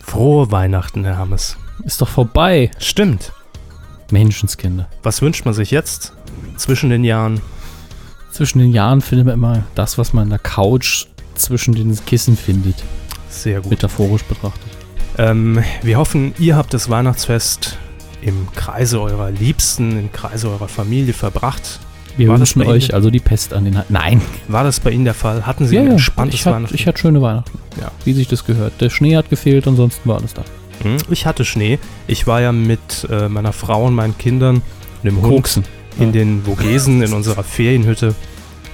Frohe Weihnachten, Herr Hammes. Ist doch vorbei. Stimmt. Menschenskinder. Was wünscht man sich jetzt zwischen den Jahren? Zwischen den Jahren findet man immer das, was man in der Couch zwischen den Kissen findet. Sehr gut. Metaphorisch betrachtet. Ähm, wir hoffen, ihr habt das Weihnachtsfest im Kreise eurer Liebsten, im Kreise eurer Familie verbracht. Wir War das wünschen bei Ihnen? euch also die Pest an den Haaren. Nein. War das bei Ihnen der Fall? Hatten Sie ein entspanntes ich, hat, Weihnachten? ich hatte schöne Weihnachten. Ja. Wie sich das gehört. Der Schnee hat gefehlt, ansonsten war alles da. Hm, ich hatte Schnee. Ich war ja mit äh, meiner Frau und meinen Kindern und dem Hund Koksen. in den Vogesen in unserer Ferienhütte.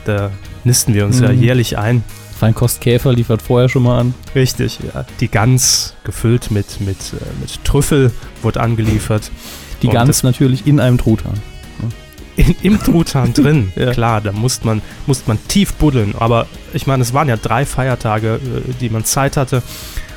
Da nisten wir uns ja Mhm. jährlich ein. Feinkostkäfer liefert vorher schon mal an. Richtig, ja. Die Gans gefüllt mit, mit, äh, mit Trüffel wurde angeliefert. Die Und Gans natürlich in einem Truthahn. In, Im Truthahn drin. Ja. Klar, da muss man, muss man tief buddeln. Aber ich meine, es waren ja drei Feiertage, äh, die man Zeit hatte.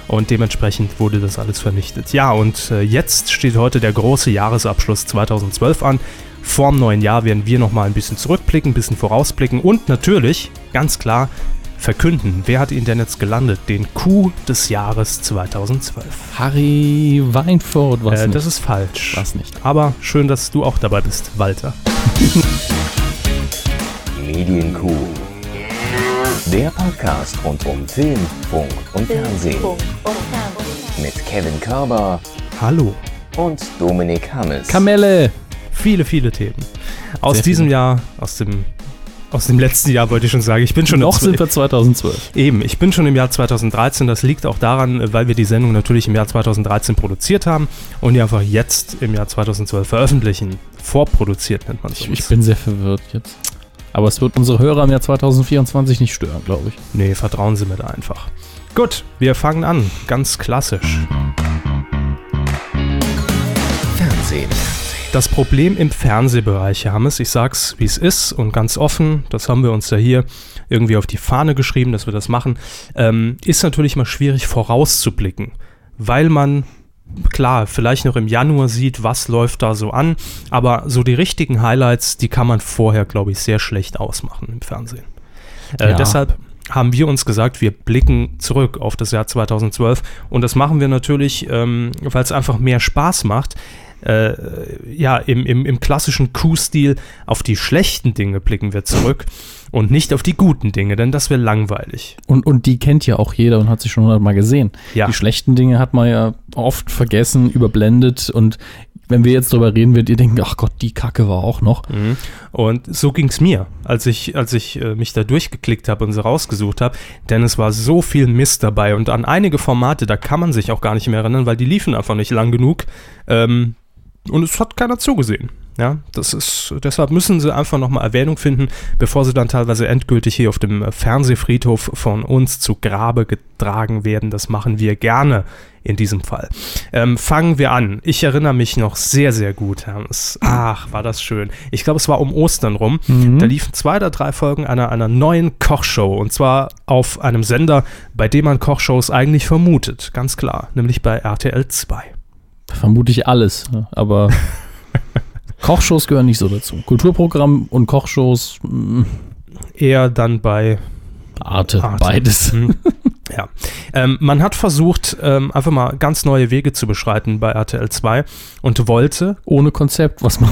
Und dementsprechend wurde das alles vernichtet. Ja, und äh, jetzt steht heute der große Jahresabschluss 2012 an. Vorm neuen Jahr werden wir nochmal ein bisschen zurückblicken, ein bisschen vorausblicken und natürlich, ganz klar, verkünden, wer hat ihn denn jetzt gelandet? Den Coup des Jahres 2012. Harry Weinfurt, was Äh, nicht. das ist falsch. was nicht. Aber schön, dass du auch dabei bist, Walter. Medienkuh. Der Podcast rund um Film, Funk und Fernsehen mit Kevin Körber Hallo. und Dominik Hammes. Kamelle! Viele, viele Themen. Aus Sehr diesem viele. Jahr, aus dem, aus dem letzten Jahr wollte ich schon sagen. Ich bin schon im Noch Zwe- sind wir 2012. Eben, ich bin schon im Jahr 2013. Das liegt auch daran, äh, weil wir die Sendung natürlich im Jahr 2013 produziert haben und die einfach jetzt im Jahr 2012 veröffentlichen. Vorproduziert nennt man es. Ich, ich bin sehr verwirrt jetzt. Aber es wird unsere Hörer im Jahr 2024 nicht stören, glaube ich. Nee, vertrauen Sie mir da einfach. Gut, wir fangen an. Ganz klassisch. Fernsehen. Das Problem im Fernsehbereich, Hammes, ich sag's, wie es ist und ganz offen, das haben wir uns ja hier irgendwie auf die Fahne geschrieben, dass wir das machen, ähm, ist natürlich mal schwierig vorauszublicken, weil man klar vielleicht noch im Januar sieht, was läuft da so an, aber so die richtigen Highlights, die kann man vorher, glaube ich, sehr schlecht ausmachen im Fernsehen. Äh, Ja. Deshalb haben wir uns gesagt, wir blicken zurück auf das Jahr 2012 und das machen wir natürlich, ähm, weil es einfach mehr Spaß macht, äh, ja, im, im, im klassischen Coup-Stil auf die schlechten Dinge blicken wir zurück und nicht auf die guten Dinge, denn das wäre langweilig. Und, und die kennt ja auch jeder und hat sich schon hundertmal gesehen. Ja. Die schlechten Dinge hat man ja oft vergessen, überblendet und wenn wir jetzt drüber reden, wird ihr denken, ach Gott, die Kacke war auch noch. Mhm. Und so ging es mir, als ich, als ich äh, mich da durchgeklickt habe und sie rausgesucht habe, denn es war so viel Mist dabei und an einige Formate, da kann man sich auch gar nicht mehr erinnern, weil die liefen einfach nicht lang genug ähm, und es hat keiner zugesehen. Ja, das ist, deshalb müssen sie einfach nochmal Erwähnung finden, bevor sie dann teilweise endgültig hier auf dem äh, Fernsehfriedhof von uns zu Grabe getragen werden. Das machen wir gerne in diesem Fall. Ähm, fangen wir an. Ich erinnere mich noch sehr, sehr gut, Hans. Ach, war das schön. Ich glaube, es war um Ostern rum. Da liefen zwei oder drei Folgen einer, einer neuen Kochshow. Und zwar auf einem Sender, bei dem man Kochshows eigentlich vermutet. Ganz klar. Nämlich bei RTL 2. Vermute ich alles, ne? aber Kochshows gehören nicht so dazu. Kulturprogramm und Kochshows, mh, Eher dann bei Arte, Arte. beides. Hm. Ja. Ähm, man hat versucht, ähm, einfach mal ganz neue Wege zu beschreiten bei RTL 2 und wollte, Ohne Konzept, was man.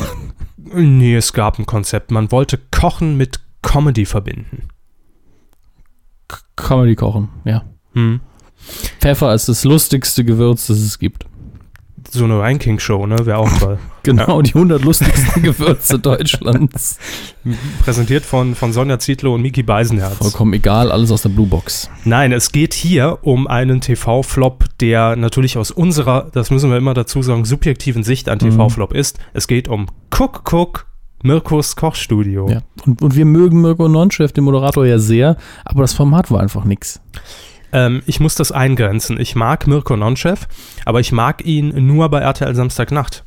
nee, es gab ein Konzept, man wollte Kochen mit Comedy verbinden. Comedy kochen, ja. Hm. Pfeffer ist das lustigste Gewürz, das es gibt. So eine Ranking-Show, ne? Wäre auch toll. Genau, die 100 lustigsten Gewürze Deutschlands. Präsentiert von, von Sonja Zietlow und Miki Beisenherz. Vollkommen egal, alles aus der Blue Box. Nein, es geht hier um einen TV-Flop, der natürlich aus unserer, das müssen wir immer dazu sagen, subjektiven Sicht ein TV-Flop ist. Es geht um Cook Cook, Mirkus Kochstudio. Ja. Und, und wir mögen Mirko Nonchef, den Moderator, ja sehr, aber das Format war einfach nix. Ähm, ich muss das eingrenzen. Ich mag Mirko Nonchev, aber ich mag ihn nur bei RTL Samstagnacht.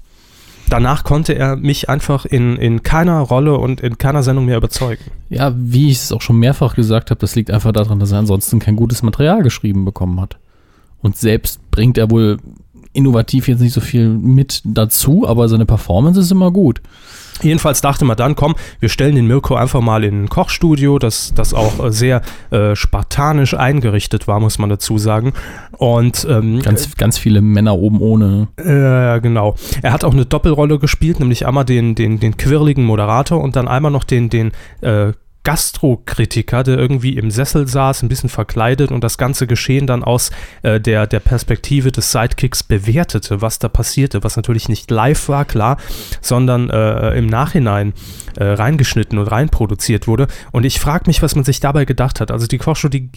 Danach konnte er mich einfach in, in keiner Rolle und in keiner Sendung mehr überzeugen. Ja, wie ich es auch schon mehrfach gesagt habe, das liegt einfach daran, dass er ansonsten kein gutes Material geschrieben bekommen hat. Und selbst bringt er wohl innovativ jetzt nicht so viel mit dazu, aber seine Performance ist immer gut. Jedenfalls dachte man dann, komm, wir stellen den Mirko einfach mal in ein Kochstudio, das, das auch äh, sehr äh, spartanisch eingerichtet war, muss man dazu sagen. Und ähm, Ganz, ganz viele Männer oben ohne. äh, genau. Er hat auch eine Doppelrolle gespielt, nämlich einmal den, den, den quirligen Moderator und dann einmal noch den, den äh, Gastrokritiker, der irgendwie im Sessel saß, ein bisschen verkleidet und das ganze Geschehen dann aus äh, der, der Perspektive des Sidekicks bewertete, was da passierte, was natürlich nicht live war, klar, sondern äh, im Nachhinein äh, reingeschnitten und reinproduziert wurde. Und ich frage mich, was man sich dabei gedacht hat. Also die Kochshow, die,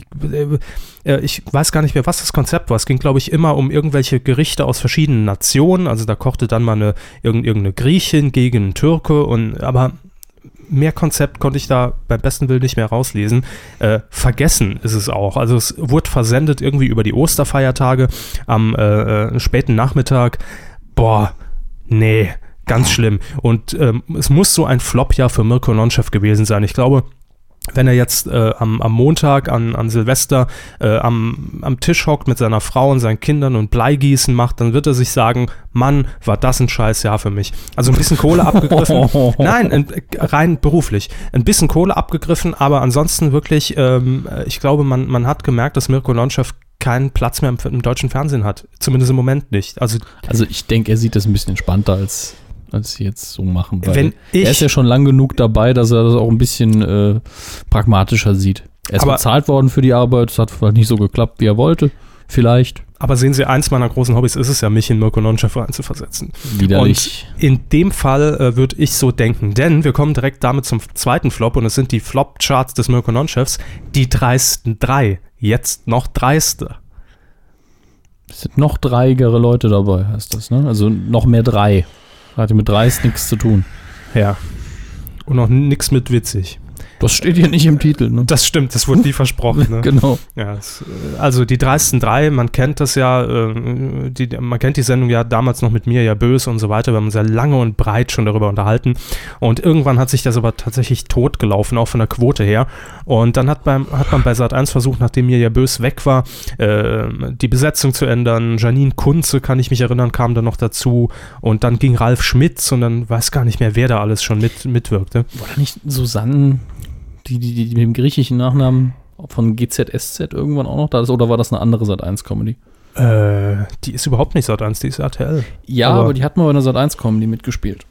äh, äh, ich weiß gar nicht mehr, was das Konzept war. Es ging, glaube ich, immer um irgendwelche Gerichte aus verschiedenen Nationen. Also da kochte dann mal eine irgend- irgendeine Griechin gegen einen Türke und aber mehr Konzept konnte ich da beim besten Willen nicht mehr rauslesen. Äh, vergessen ist es auch. Also es wurde versendet irgendwie über die Osterfeiertage am äh, äh, späten Nachmittag. Boah, nee, ganz schlimm. Und ähm, es muss so ein Flop-Jahr für Mirko Nonchev gewesen sein. Ich glaube, wenn er jetzt äh, am, am Montag, an, an Silvester, äh, am, am Tisch hockt mit seiner Frau und seinen Kindern und Bleigießen macht, dann wird er sich sagen, Mann, war das ein scheiß Jahr für mich. Also ein bisschen Kohle abgegriffen. Nein, ein, rein beruflich. Ein bisschen Kohle abgegriffen, aber ansonsten wirklich, ähm, ich glaube, man, man hat gemerkt, dass Mirko Nonchev keinen Platz mehr im, im deutschen Fernsehen hat. Zumindest im Moment nicht. Also Also ich denke, er sieht das ein bisschen entspannter als, als sie jetzt so machen. Weil Wenn ich- er ist ja schon lang genug dabei, dass er das auch ein bisschen äh, pragmatischer sieht. Er ist Aber- bezahlt worden für die Arbeit, es hat vielleicht nicht so geklappt, wie er wollte. Vielleicht. Aber sehen Sie, eins meiner großen Hobbys ist es ja, mich in Mirko Nonchev reinzuversetzen. Widerlich. Und in dem Fall äh, würde ich so denken, denn wir kommen direkt damit zum zweiten Flop und es sind die Flop-Charts des Mirko Nonchefs, die dreisten drei. Jetzt noch dreiste. Es sind noch dreigere Leute dabei, heißt das, ne? Also noch mehr drei. Hat ja mit dreist nichts zu tun. Ja. Und noch nix mit witzig. Das steht hier nicht im Titel, ne? Das stimmt, das wurde nie versprochen. Ne? Genau. Ja, es, äh, also die dreisten drei, man kennt das ja, äh, die, man kennt die Sendung ja damals noch mit mir, ja böse und so weiter, wir haben uns ja lange und breit schon darüber unterhalten und irgendwann hat sich das aber tatsächlich totgelaufen, auch von der Quote her und dann hat, beim, hat man bei Sat1 versucht, nachdem mir ja böse weg war, äh, die Besetzung zu ändern, Janine Kunze, kann ich mich erinnern, kam dann noch dazu und dann ging Ralf Schmitz und dann weiß gar nicht mehr, wer da alles schon mit, mitwirkte. War da nicht Susanne, die, die, die, die mit dem griechischen Nachnamen von GZSZ irgendwann auch noch da ist? Oder war das eine andere Sat1-Comedy? Äh, die ist überhaupt nicht Sat1, die ist RTL. Ja, Aber- aber, die hat mal bei einer Sat1-Comedy mitgespielt.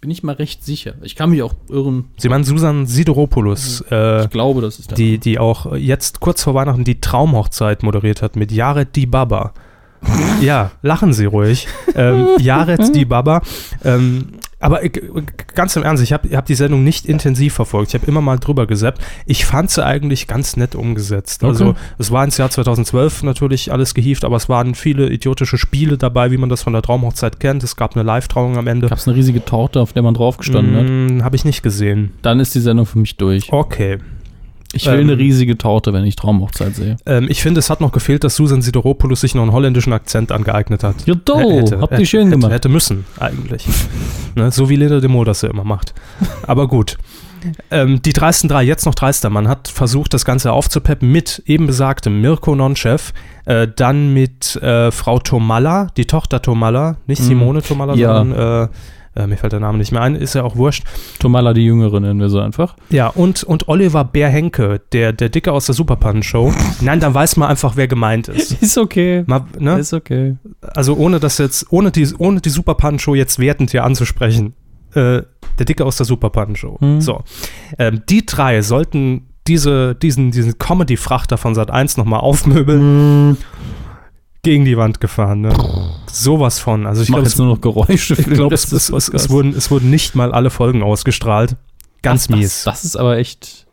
Bin ich mal recht sicher. Ich kann mich auch irren. Sie meinen Susan Sideropoulos, äh, Ich glaube, das ist der die, die auch jetzt kurz vor Weihnachten die Traumhochzeit moderiert hat mit Jared Di Baba. ja, lachen Sie ruhig. Ähm, Jared Di Baba. Ähm, aber ich, ganz im Ernst, ich habe hab die Sendung nicht intensiv verfolgt. Ich habe immer mal drüber gesappt. Ich fand sie eigentlich ganz nett umgesetzt. Also Okay. es war ins Jahr 2012 natürlich alles gehievt, aber es waren viele idiotische Spiele dabei, wie man das von der Traumhochzeit kennt. Es gab eine Live-Trauung am Ende. Gab es eine riesige Torte, auf der man draufgestanden Mhm. hat? habe ich nicht gesehen. Dann ist die Sendung für mich durch. Okay. Ich will ähm, eine riesige Torte, wenn ich Traumhochzeit sehe. Ähm, ich finde, es hat noch gefehlt, dass Susan Sideropoulos sich noch einen holländischen Akzent angeeignet hat. Ja, H- toll. Habt ihr schön hätte, gemacht. Hätte müssen, eigentlich. ne, so wie Linda de Mol das ja immer macht. Aber gut. Ähm, die dreisten drei, jetzt noch dreister Mann, hat versucht, das Ganze aufzupeppen mit eben besagtem Mirko Nonchef, äh, dann mit äh, Frau Tomalla, die Tochter Tomalla, nicht Mhm. Simone Tomalla, Ja. sondern, äh, äh, mir fällt der Name nicht mehr ein, ist ja auch wurscht. Tomala die Jüngere nennen wir so einfach. Ja, und, und Oliver Bärhenke, der, der Dicke aus der Superpannen-Show. Nein, dann weiß man einfach, wer gemeint ist. Ist okay. Mal, ne? Ist okay. Also ohne das jetzt, ohne die, ohne die Superpannen-Show jetzt wertend hier anzusprechen. Äh, der Dicke aus der Superpannen-Show. Hm. So. Ähm, die drei sollten diese, diesen, diesen Comedy-Frachter von Sat 1 nochmal Mhm. aufmöbeln, gegen die Wand gefahren. Ne? Sowas von. Also ich Ich mache glaube, jetzt es, nur noch Geräusche. ich glaub, es, es, es, es, wurden, es wurden nicht mal alle Folgen ausgestrahlt. Ganz das, mies. Das, das ist aber echt.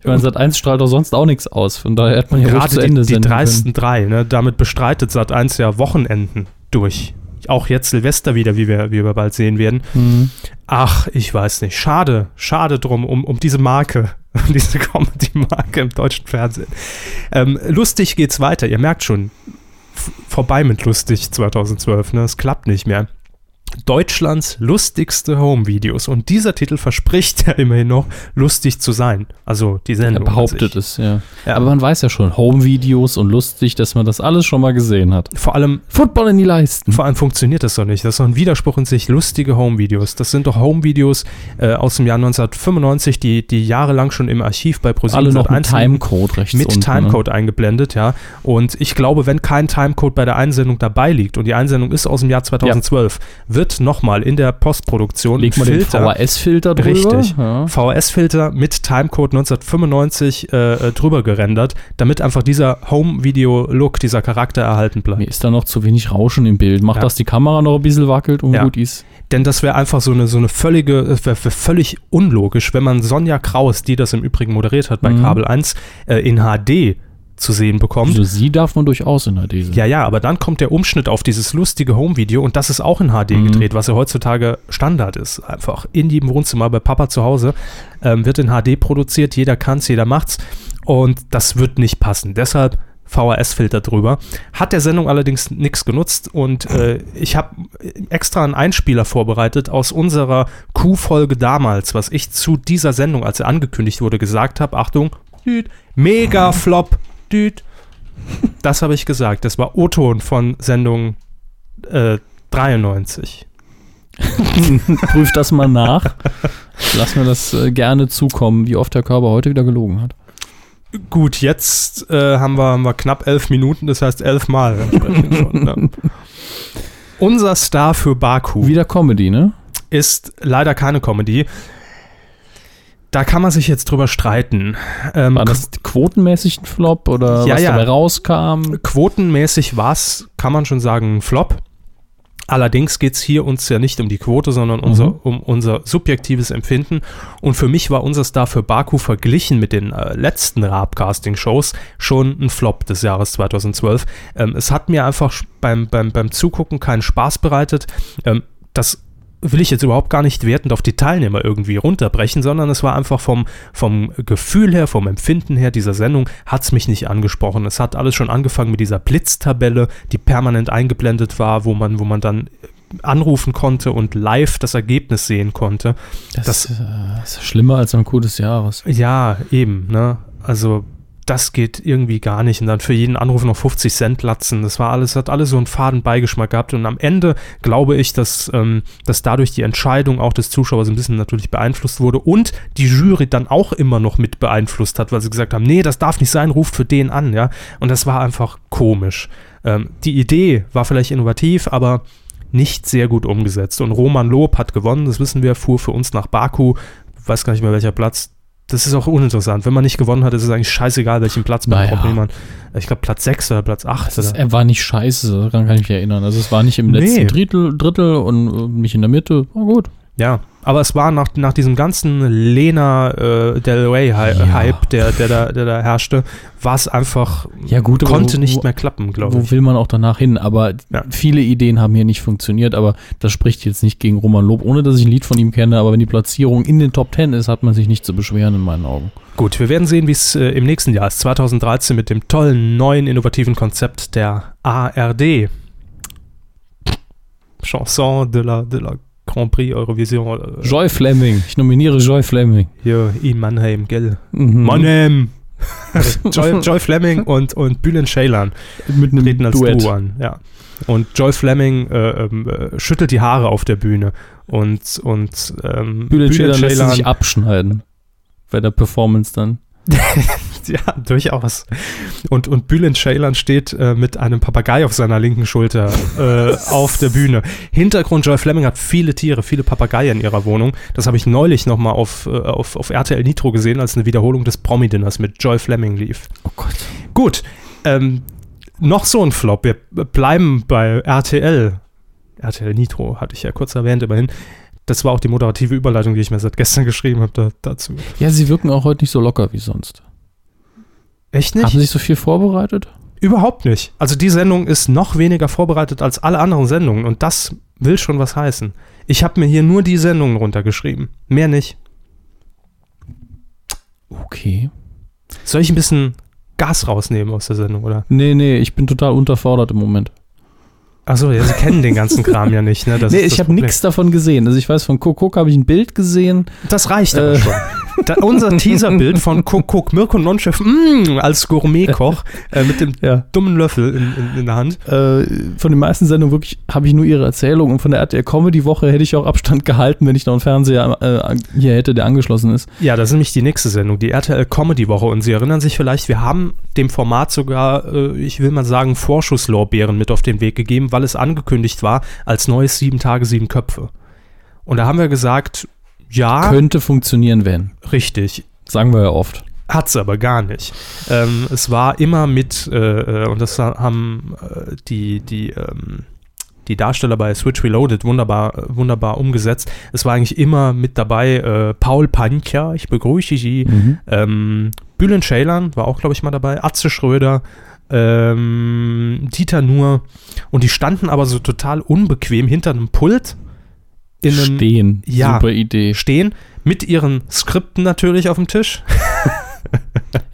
Ich meine, Sat1 strahlt doch sonst auch nichts aus. Von daher hat man ja ruhig Gerade zu die, Ende die senden können. dreisten drei, ne? damit bestreitet Sat1 ja Wochenenden durch. Auch jetzt Silvester wieder, wie wir, wie wir bald sehen werden. Mhm. Ach, ich weiß nicht. Schade, schade drum, um, um diese Marke, um diese Comedy-Marke im deutschen Fernsehen. Ähm, lustig geht's weiter, ihr merkt schon. F vorbei mit lustig 2012, ne? Es klappt nicht mehr. Deutschlands lustigste Homevideos. Und dieser Titel verspricht ja immerhin noch, lustig zu sein. Also die Er Sendung. an behauptet sich. es, ja. Ja. Aber man weiß ja schon, Home-Videos und lustig, dass man das alles schon mal gesehen hat. Vor allem, Football in die Leisten. vor allem funktioniert das doch nicht. Das ist doch ein Widerspruch in sich. Lustige Homevideos. Das sind doch Homevideos äh, aus dem Jahr 1995, die, die jahrelang schon im Archiv bei ProSieben Alle noch mit Sat.1 Timecode rechts Also mit unten. ne? Timecode eingeblendet, ja. Und ich glaube, wenn kein Timecode bei der Einsendung dabei liegt und die Einsendung ist aus dem Jahr 2012, wird nochmal in der Postproduktion Ne? Legt man den VHS-Filter drüber. Richtig. Ja. VHS-Filter mit Timecode 1995 äh, äh, drüber gerendert, damit einfach dieser Home-Video-Look, dieser Charakter erhalten bleibt. Mir ist da noch zu wenig Rauschen im Bild. Macht Ja. dass die Kamera noch ein bisschen wackelt und Ja. gut ist. Denn das wäre einfach so eine, so eine völlige, es wäre wär völlig unlogisch, wenn man Sonja Kraus, die das im Übrigen moderiert hat bei Mhm. Kabel 1, äh, in HD zu sehen bekommt. Also sie darf man durchaus in der Dese. Ja, ja, aber dann kommt der Umschnitt auf dieses lustige Home-Video und das ist auch in HD gedreht, was ja heutzutage Standard ist. Einfach in jedem Wohnzimmer bei Papa zu Hause ähm, wird in HD produziert, jeder kann's, jeder macht's und das wird nicht passen. Deshalb VHS-Filter drüber. Hat der Sendung allerdings nichts genutzt und äh, ich habe extra einen Einspieler vorbereitet aus unserer Q-Folge damals, was ich zu dieser Sendung, als sie angekündigt wurde, gesagt habe. Achtung, düt, mega Flop, düt. Das habe ich gesagt. Das war O-Ton von Sendung äh, 93. Prüft das mal nach. Lass mir das äh, gerne zukommen, wie oft der Körper heute wieder gelogen hat. Gut, jetzt äh, haben, wir, haben wir knapp elf Minuten, das heißt elf Mal. entsprechend schon, ne? Unser Star für Baku Wieder Comedy, ne? ist leider keine Comedy. Da kann man sich jetzt drüber streiten. Ähm, War das quotenmäßig ein Flop oder Ja, was ja. dabei rauskam? Quotenmäßig war es, kann man schon sagen, ein Flop. Allerdings geht es hier uns ja nicht um die Quote, sondern unser, Mhm. um unser subjektives Empfinden. Und für mich war unser Star für Baku verglichen mit den äh, letzten Raab-Casting-Shows schon ein Flop des Jahres 2012. Ähm, es hat mir einfach sch- beim, beim, beim Zugucken keinen Spaß bereitet. Ähm, das will ich jetzt überhaupt gar nicht wertend auf die Teilnehmer irgendwie runterbrechen, sondern es war einfach vom, vom Gefühl her, vom Empfinden her dieser Sendung, hat es mich nicht angesprochen. Es hat alles schon angefangen mit dieser Blitztabelle, die permanent eingeblendet war, wo man, wo man dann anrufen konnte und live das Ergebnis sehen konnte. Das- äh, ist schlimmer als am Coup des Jahres. Ja, eben, ne? Also das geht irgendwie gar nicht. Und dann für jeden Anruf noch 50 Cent latzen. Das war alles, hat alles so einen faden Beigeschmack gehabt. Und am Ende glaube ich, dass, ähm, dass dadurch die Entscheidung auch des Zuschauers ein bisschen natürlich beeinflusst wurde und die Jury dann auch immer noch mit beeinflusst hat, weil sie gesagt haben, nee, das darf nicht sein, ruft für den an, ja. Und das war einfach komisch. Ähm, die Idee war vielleicht innovativ, aber nicht sehr gut umgesetzt. Und Roman Lob hat gewonnen, das wissen wir, fuhr für uns nach Baku, weiß gar nicht mehr welcher Platz. Das ist auch uninteressant. Wenn man nicht gewonnen hat, ist es eigentlich scheißegal, welchen Platz man Naja. bekommt. Man, ich glaube, Platz 6 oder Platz 8. Das oder- äh, war nicht scheiße, daran kann ich mich erinnern. Also es war nicht im letzten Nee. Drittel, Drittel und äh, nicht in der Mitte. War gut. Ja, aber es war nach, nach diesem ganzen Lena äh, Del Rey-Hype, Ja. der, der, da, der da herrschte, war es einfach, Ja, gut, aber konnte wo- nicht wo- mehr klappen, glaube Wo ich. will man auch danach hin? Aber Ja. viele Ideen haben hier nicht funktioniert, aber das spricht jetzt nicht gegen Roman Lob, ohne dass ich ein Lied von ihm kenne, aber wenn die Platzierung in den Top Ten ist, hat man sich nicht zu beschweren in meinen Augen. Gut, wir werden sehen, wie es äh, im nächsten Jahr ist, 2013, mit dem tollen, neuen, innovativen Konzept der ARD. Chanson de la, de la Grand Prix Eurovision äh, Joy Fleming, ich nominiere Joy Fleming. hier in Mannheim, gell? Mhm. Mannheim! Joy, Joy Fleming und, und Bülent Ceylan. mit einem treten als Duett. Duo an. Ja. Und Joy Fleming äh, ähm, äh, schüttelt die Haare auf der Bühne und und ähm, Bülent Ceylan lässt sie Ceylan- sich abschneiden. Bei der Performance dann. ja durchaus und und Bülent Ceylan steht äh, mit einem Papagei auf seiner linken Schulter äh, auf der Bühne. Hintergrund Joy Fleming hat viele Tiere, viele Papageien in ihrer Wohnung. Das habe ich neulich noch mal auf, äh, auf auf RTL Nitro gesehen, als eine Wiederholung des Promi Dinners mit Joy Fleming lief. Oh Gott. Gut, ähm, noch so ein Flop. Wir bleiben bei RTL. RTL Nitro hatte ich ja kurz erwähnt, immerhin. Das war auch die moderative Überleitung, die ich mir seit gestern geschrieben habe da, dazu. Ja, sie wirken auch heute nicht so locker wie sonst. Echt Haben sie sich so viel vorbereitet? Überhaupt nicht. Also die Sendung ist noch weniger vorbereitet als alle anderen Sendungen und das will schon was heißen. Ich habe mir hier nur die Sendungen runtergeschrieben. Mehr nicht. Okay. Soll ich ein bisschen Gas rausnehmen aus der Sendung, oder? Nee, nee, ich bin total unterfordert im Moment. Achso, ja, sie kennen den ganzen Kram ja nicht, ne? Das nee, ist das ich habe Problem. nichts davon gesehen. Also ich weiß, von Kuckuck habe ich ein Bild gesehen. Das reicht aber Äh. schon. Da, unser Teaserbild von Kuckuck, Mirko Nonchef mm, als Gourmetkoch äh, mit dem Ja. dummen Löffel in, in, in der Hand. Äh, von den meisten Sendungen wirklich habe ich nur ihre Erzählung. Und von der RTL Comedy Woche hätte ich auch Abstand gehalten, wenn ich noch einen Fernseher äh, hier hätte, der angeschlossen ist. Ja, das ist nämlich die nächste Sendung, die RTL Comedy Woche. Und Sie erinnern sich vielleicht, wir haben dem Format sogar, äh, ich will mal sagen, Vorschusslorbeeren mit auf den Weg gegeben, weil es angekündigt war als neues Sieben Tage, Sieben Köpfe. Und da haben wir gesagt, ja, Könnte funktionieren, wenn. richtig. Sagen wir ja oft. Hat's aber gar nicht. Ähm, es war immer mit, äh, äh, und das haben äh, die, die, ähm, die Darsteller bei Switch Reloaded wunderbar, äh, wunderbar umgesetzt. Es war eigentlich immer mit dabei äh, Paul Pancher, ich begrüße Sie. Ähm, Bülent Ceylan war auch, glaube ich, mal dabei. Atze Schröder, ähm, Dieter Nuhr. Und die standen aber so total unbequem hinter einem Pult. In einem, Stehen. Ja. Super Idee. Stehen. Mit ihren Skripten natürlich auf dem Tisch.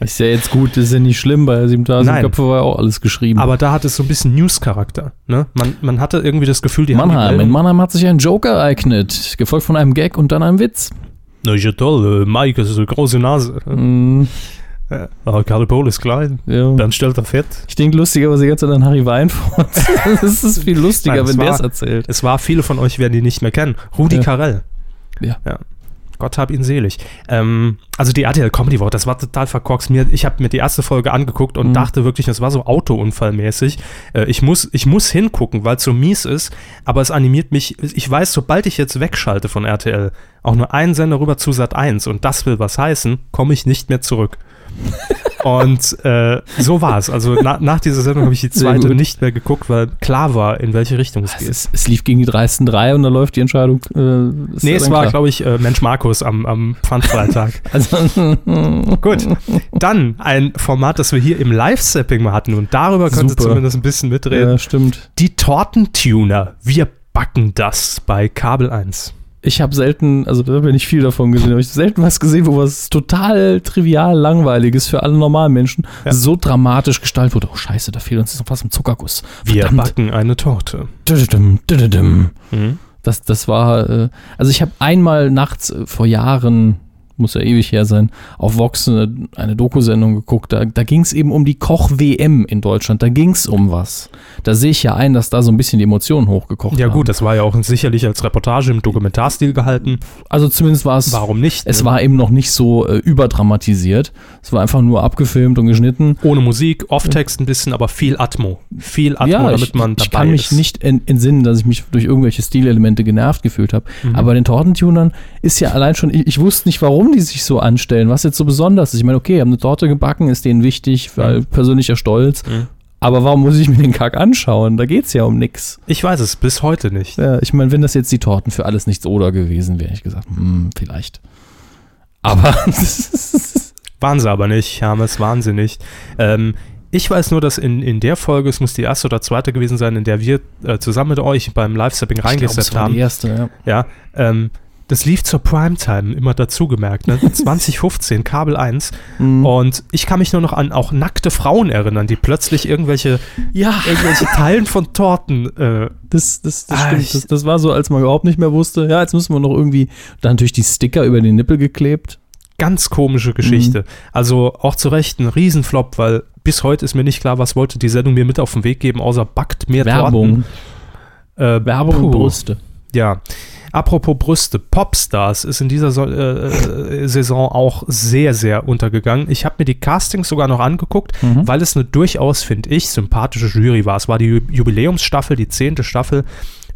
Ist ja jetzt gut, ist ja nicht schlimm, bei 7000 Nein. Köpfe war ja auch alles geschrieben. Aber da hat es so ein bisschen News-Charakter. Ne? Man, man hatte irgendwie das Gefühl, die Mannheim. In haben Mannheim hat sich ein Joker ereignet, gefolgt von einem Gag und dann einem Witz. Na ja toll, äh, Mike ist eine große Nase. Mhm. Äh, aber Karl Pohl ist klein, Ja. dann stellt er fett. Ich denke lustigerweise die ganze Zeit an Harry Weinfurt. Das ist viel lustiger, Nein, das wenn der war- es erzählt. Es war, viele von euch werden die nicht mehr kennen. Rudi Ja. Carell. Ja. Gott hab ihn selig. Ähm, also die RTL Comedy Woche, das war total verkorkst. Mir, ich habe mir die erste Folge angeguckt und Mhm. dachte wirklich, das war so autounfallmäßig. Äh, ich, muss, ich muss hingucken, weil es so mies ist, aber es animiert mich. Ich weiß, sobald ich jetzt wegschalte von RTL, auch nur einen Sender rüber zu Sat 1 und das will was heißen, komme ich nicht mehr zurück. und äh, so war es. Also na, nach dieser Sendung habe ich die Sehr zweite gut. nicht mehr geguckt, weil klar war, in welche Richtung es Es, geht. ist, es lief gegen die dreisten drei und da läuft die Entscheidung. Äh, ist Nee, ja es dann war, klar. glaube ich, äh, Mensch Markus am, am Pfandfreitag. Also, Gut, dann ein Format, das wir hier im Live-Sapping mal hatten und darüber können Sie Super. zumindest ein bisschen mitreden. ja, stimmt. Die Tortentuner, wir backen das bei Kabel 1. Ich habe selten, also da habe ich nicht viel davon gesehen, aber ich habe selten was gesehen, wo was total trivial langweiliges für alle normalen Menschen Ja. so dramatisch gestaltet wurde. Oh Scheiße, da fehlt uns jetzt noch was im Zuckerguss. Wir Verdammt. Mhm. backen eine Torte. Düdüdüm, düdüdüm. Das, das war, äh, also ich habe einmal nachts äh, vor Jahren, muss ja ewig her sein, auf Vox eine, eine Doku-Sendung geguckt. Da, da ging es eben um die Koch-WM in Deutschland. Da ging es um was. Da sehe ich ja ein, dass da so ein bisschen die Emotionen hochgekocht Ja haben. gut, das war ja auch sicherlich als Reportage im Dokumentarstil gehalten. Also zumindest war es, Warum nicht? es ne? war eben noch nicht so äh, überdramatisiert. Es war einfach nur abgefilmt und geschnitten. ohne Musik, Off-Text ein bisschen, aber viel Atmo. Viel Atmo, ja, damit ich, man dabei ich kann mich ist. nicht en- entsinnen, dass ich mich durch irgendwelche Stilelemente genervt gefühlt habe. Mhm. Aber den Tortentunern ist ja allein schon, ich, ich wusste nicht, warum die sich so anstellen, was jetzt so besonders ist. Ich meine, okay, haben eine Torte gebacken, ist denen wichtig, weil persönlicher Stolz. Mhm. Aber warum muss ich mir den Kack anschauen? Da geht's ja um nix. Ich weiß es bis heute nicht. Ja, ich meine, wenn das jetzt die Torten für alles nichts oder gewesen wäre, hätte ich gesagt, hm, vielleicht. Aber Waren sie aber nicht, Hermes, waren sie nicht. Ähm, ich weiß nur, dass in, in der Folge, es muss die erste oder zweite gewesen sein, in der wir äh, zusammen mit euch beim Live-Sapping das reingesetzt war die haben, erste, ja. ja, ähm, das lief zur Primetime, immer dazu gemerkt, ne? 2015, Kabel 1. Mhm. Und ich kann mich nur noch an auch nackte Frauen erinnern, die plötzlich irgendwelche, Ja, irgendwelche Teilen von Torten. Äh, Das, das, das Ah, ich- stimmt. Das, das war so, als man überhaupt nicht mehr wusste. Ja, jetzt müssen wir noch irgendwie. Dann natürlich die Sticker über den Nippel geklebt. ganz komische Mhm. Geschichte. Also auch zu Recht ein Riesenflop, weil bis heute ist mir nicht klar, was wollte die Sendung mir mit auf den Weg geben, außer backt mehr Torten. Werbung. Äh, Werbung und puh. Brüste. Ja. Apropos Brüste, Popstars ist in dieser so äh, äh, Saison auch sehr, sehr untergegangen. Ich habe mir die Castings sogar noch angeguckt, weil es eine durchaus, finde ich, sympathische Jury war. Es war die Ju- Jubiläumsstaffel, die zehnte Staffel,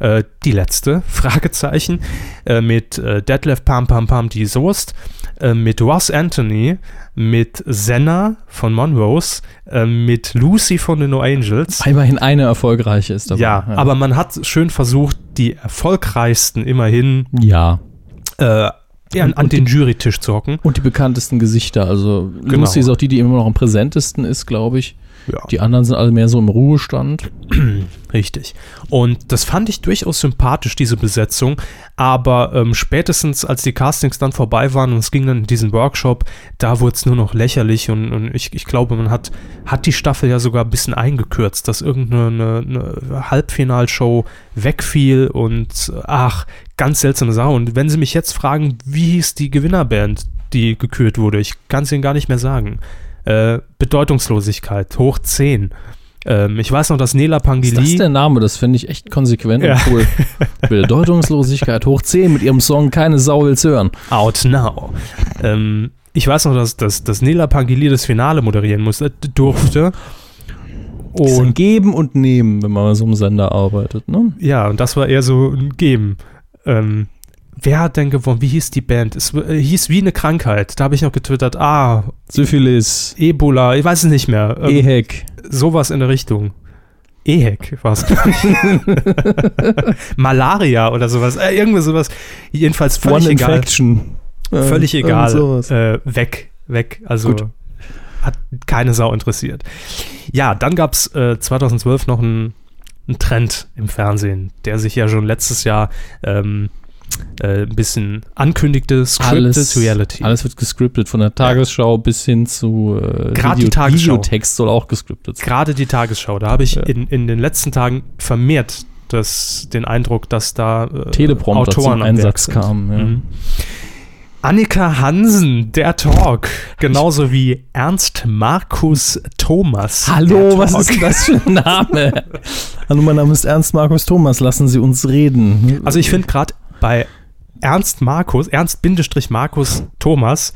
äh, die letzte, Fragezeichen, äh, mit äh, Detlef Pam Pam Pam die Soest, äh, mit Ross Anthony, mit Senna von Monrose, äh, mit Lucy von den No Angels. Immerhin eine erfolgreiche ist dabei. Ja, aber man hat schön versucht, die erfolgreichsten immerhin Ja. äh, an, an den Jurytisch zu hocken. Genau. Und die bekanntesten Gesichter. Also Lucy ist auch die, die immer noch am präsentesten ist, glaube ich. Ja. Die anderen sind alle mehr so im Ruhestand. Richtig. Und das fand ich durchaus sympathisch, diese Besetzung. Aber ähm, spätestens, als die Castings dann vorbei waren und es ging dann in diesen Workshop, da wurde es nur noch lächerlich. Und, und ich, ich, glaube, man hat, hat die Staffel ja sogar ein bisschen eingekürzt, dass irgendeine Halbfinalshow wegfiel. Und ach, ganz seltsame Sache. Und wenn Sie mich jetzt fragen, wie hieß die Gewinnerband, die gekürt wurde, ich kann es Ihnen gar nicht mehr sagen. Äh, Bedeutungslosigkeit, hoch 10. Ähm, ich weiß noch, dass Nela Pangili. Das ist der Name, das finde ich echt konsequent ja. und cool. Bedeutungslosigkeit hoch 10 mit ihrem Song Keine Sau will's hören. Out now. Ähm, ich weiß noch, dass, dass, dass Nela Pangili das Finale moderieren musste, durfte. Und geben und nehmen, wenn man bei so einem Sender arbeitet, ne? Ja, und das war eher so ein Geben. Ähm, Wer hat denn gewonnen? Wie hieß die Band? Es äh, hieß wie eine Krankheit. Da habe ich noch getwittert. Ah, Syphilis. Ebola, ich weiß es nicht mehr. Ähm, Ehek. Sowas in der Richtung. Ehek war es. Malaria oder sowas. Äh, irgendwie sowas. Jedenfalls völlig One egal. Infection. Völlig egal. Äh, weg, weg. Also Gut. hat keine Sau interessiert. Ja, dann gab es 2012 noch einen Trend im Fernsehen, der sich ja schon letztes Jahr. Ähm, äh, ein bisschen ankündigte, scripted alles, Reality. Alles wird gescriptet, von der Tagesschau bis hin zu äh, Gerade die Tagesschau. Videotext soll auch gescriptet sein. Gerade die Tagesschau, da habe ich ja. in, in den letzten Tagen vermehrt das, den Eindruck, dass da äh, Teleprompter Autoren zum Einsatz kamen. Ja. Mhm. Annika Hansen, der Talk, genauso wie Ernst Markus Thomas. Hallo, was ist denn das für ein Name? Hallo, mein Name ist Ernst Markus Thomas, lassen Sie uns reden. Also ich finde gerade bei Ernst Markus, Ernst Bindestrich Markus Thomas,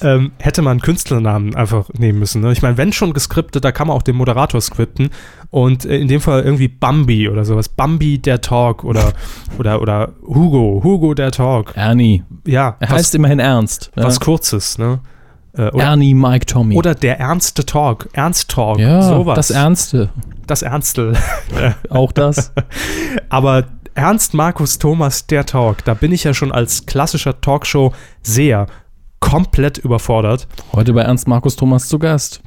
ähm, hätte man einen Künstlernamen einfach nehmen müssen. Ne? Ich meine, wenn schon geskriptet, da kann man auch den Moderator skripten und äh, in dem Fall irgendwie Bambi oder sowas. Bambi der Talk oder, oder, oder Hugo, Hugo der Talk. Ernie. Ja. Er was, heißt immerhin Ernst. Was ja. Kurzes, ne? Äh, oder, Ernie, Mike, Tommy. Oder der ernste Talk, Ernst Talk, ja, sowas. Das Ernste. Das Ernstel. auch das. Aber Ernst Markus Thomas der Talk. Da bin ich ja schon als klassischer Talkshow sehr komplett überfordert. Heute bei Ernst Markus Thomas zu Gast.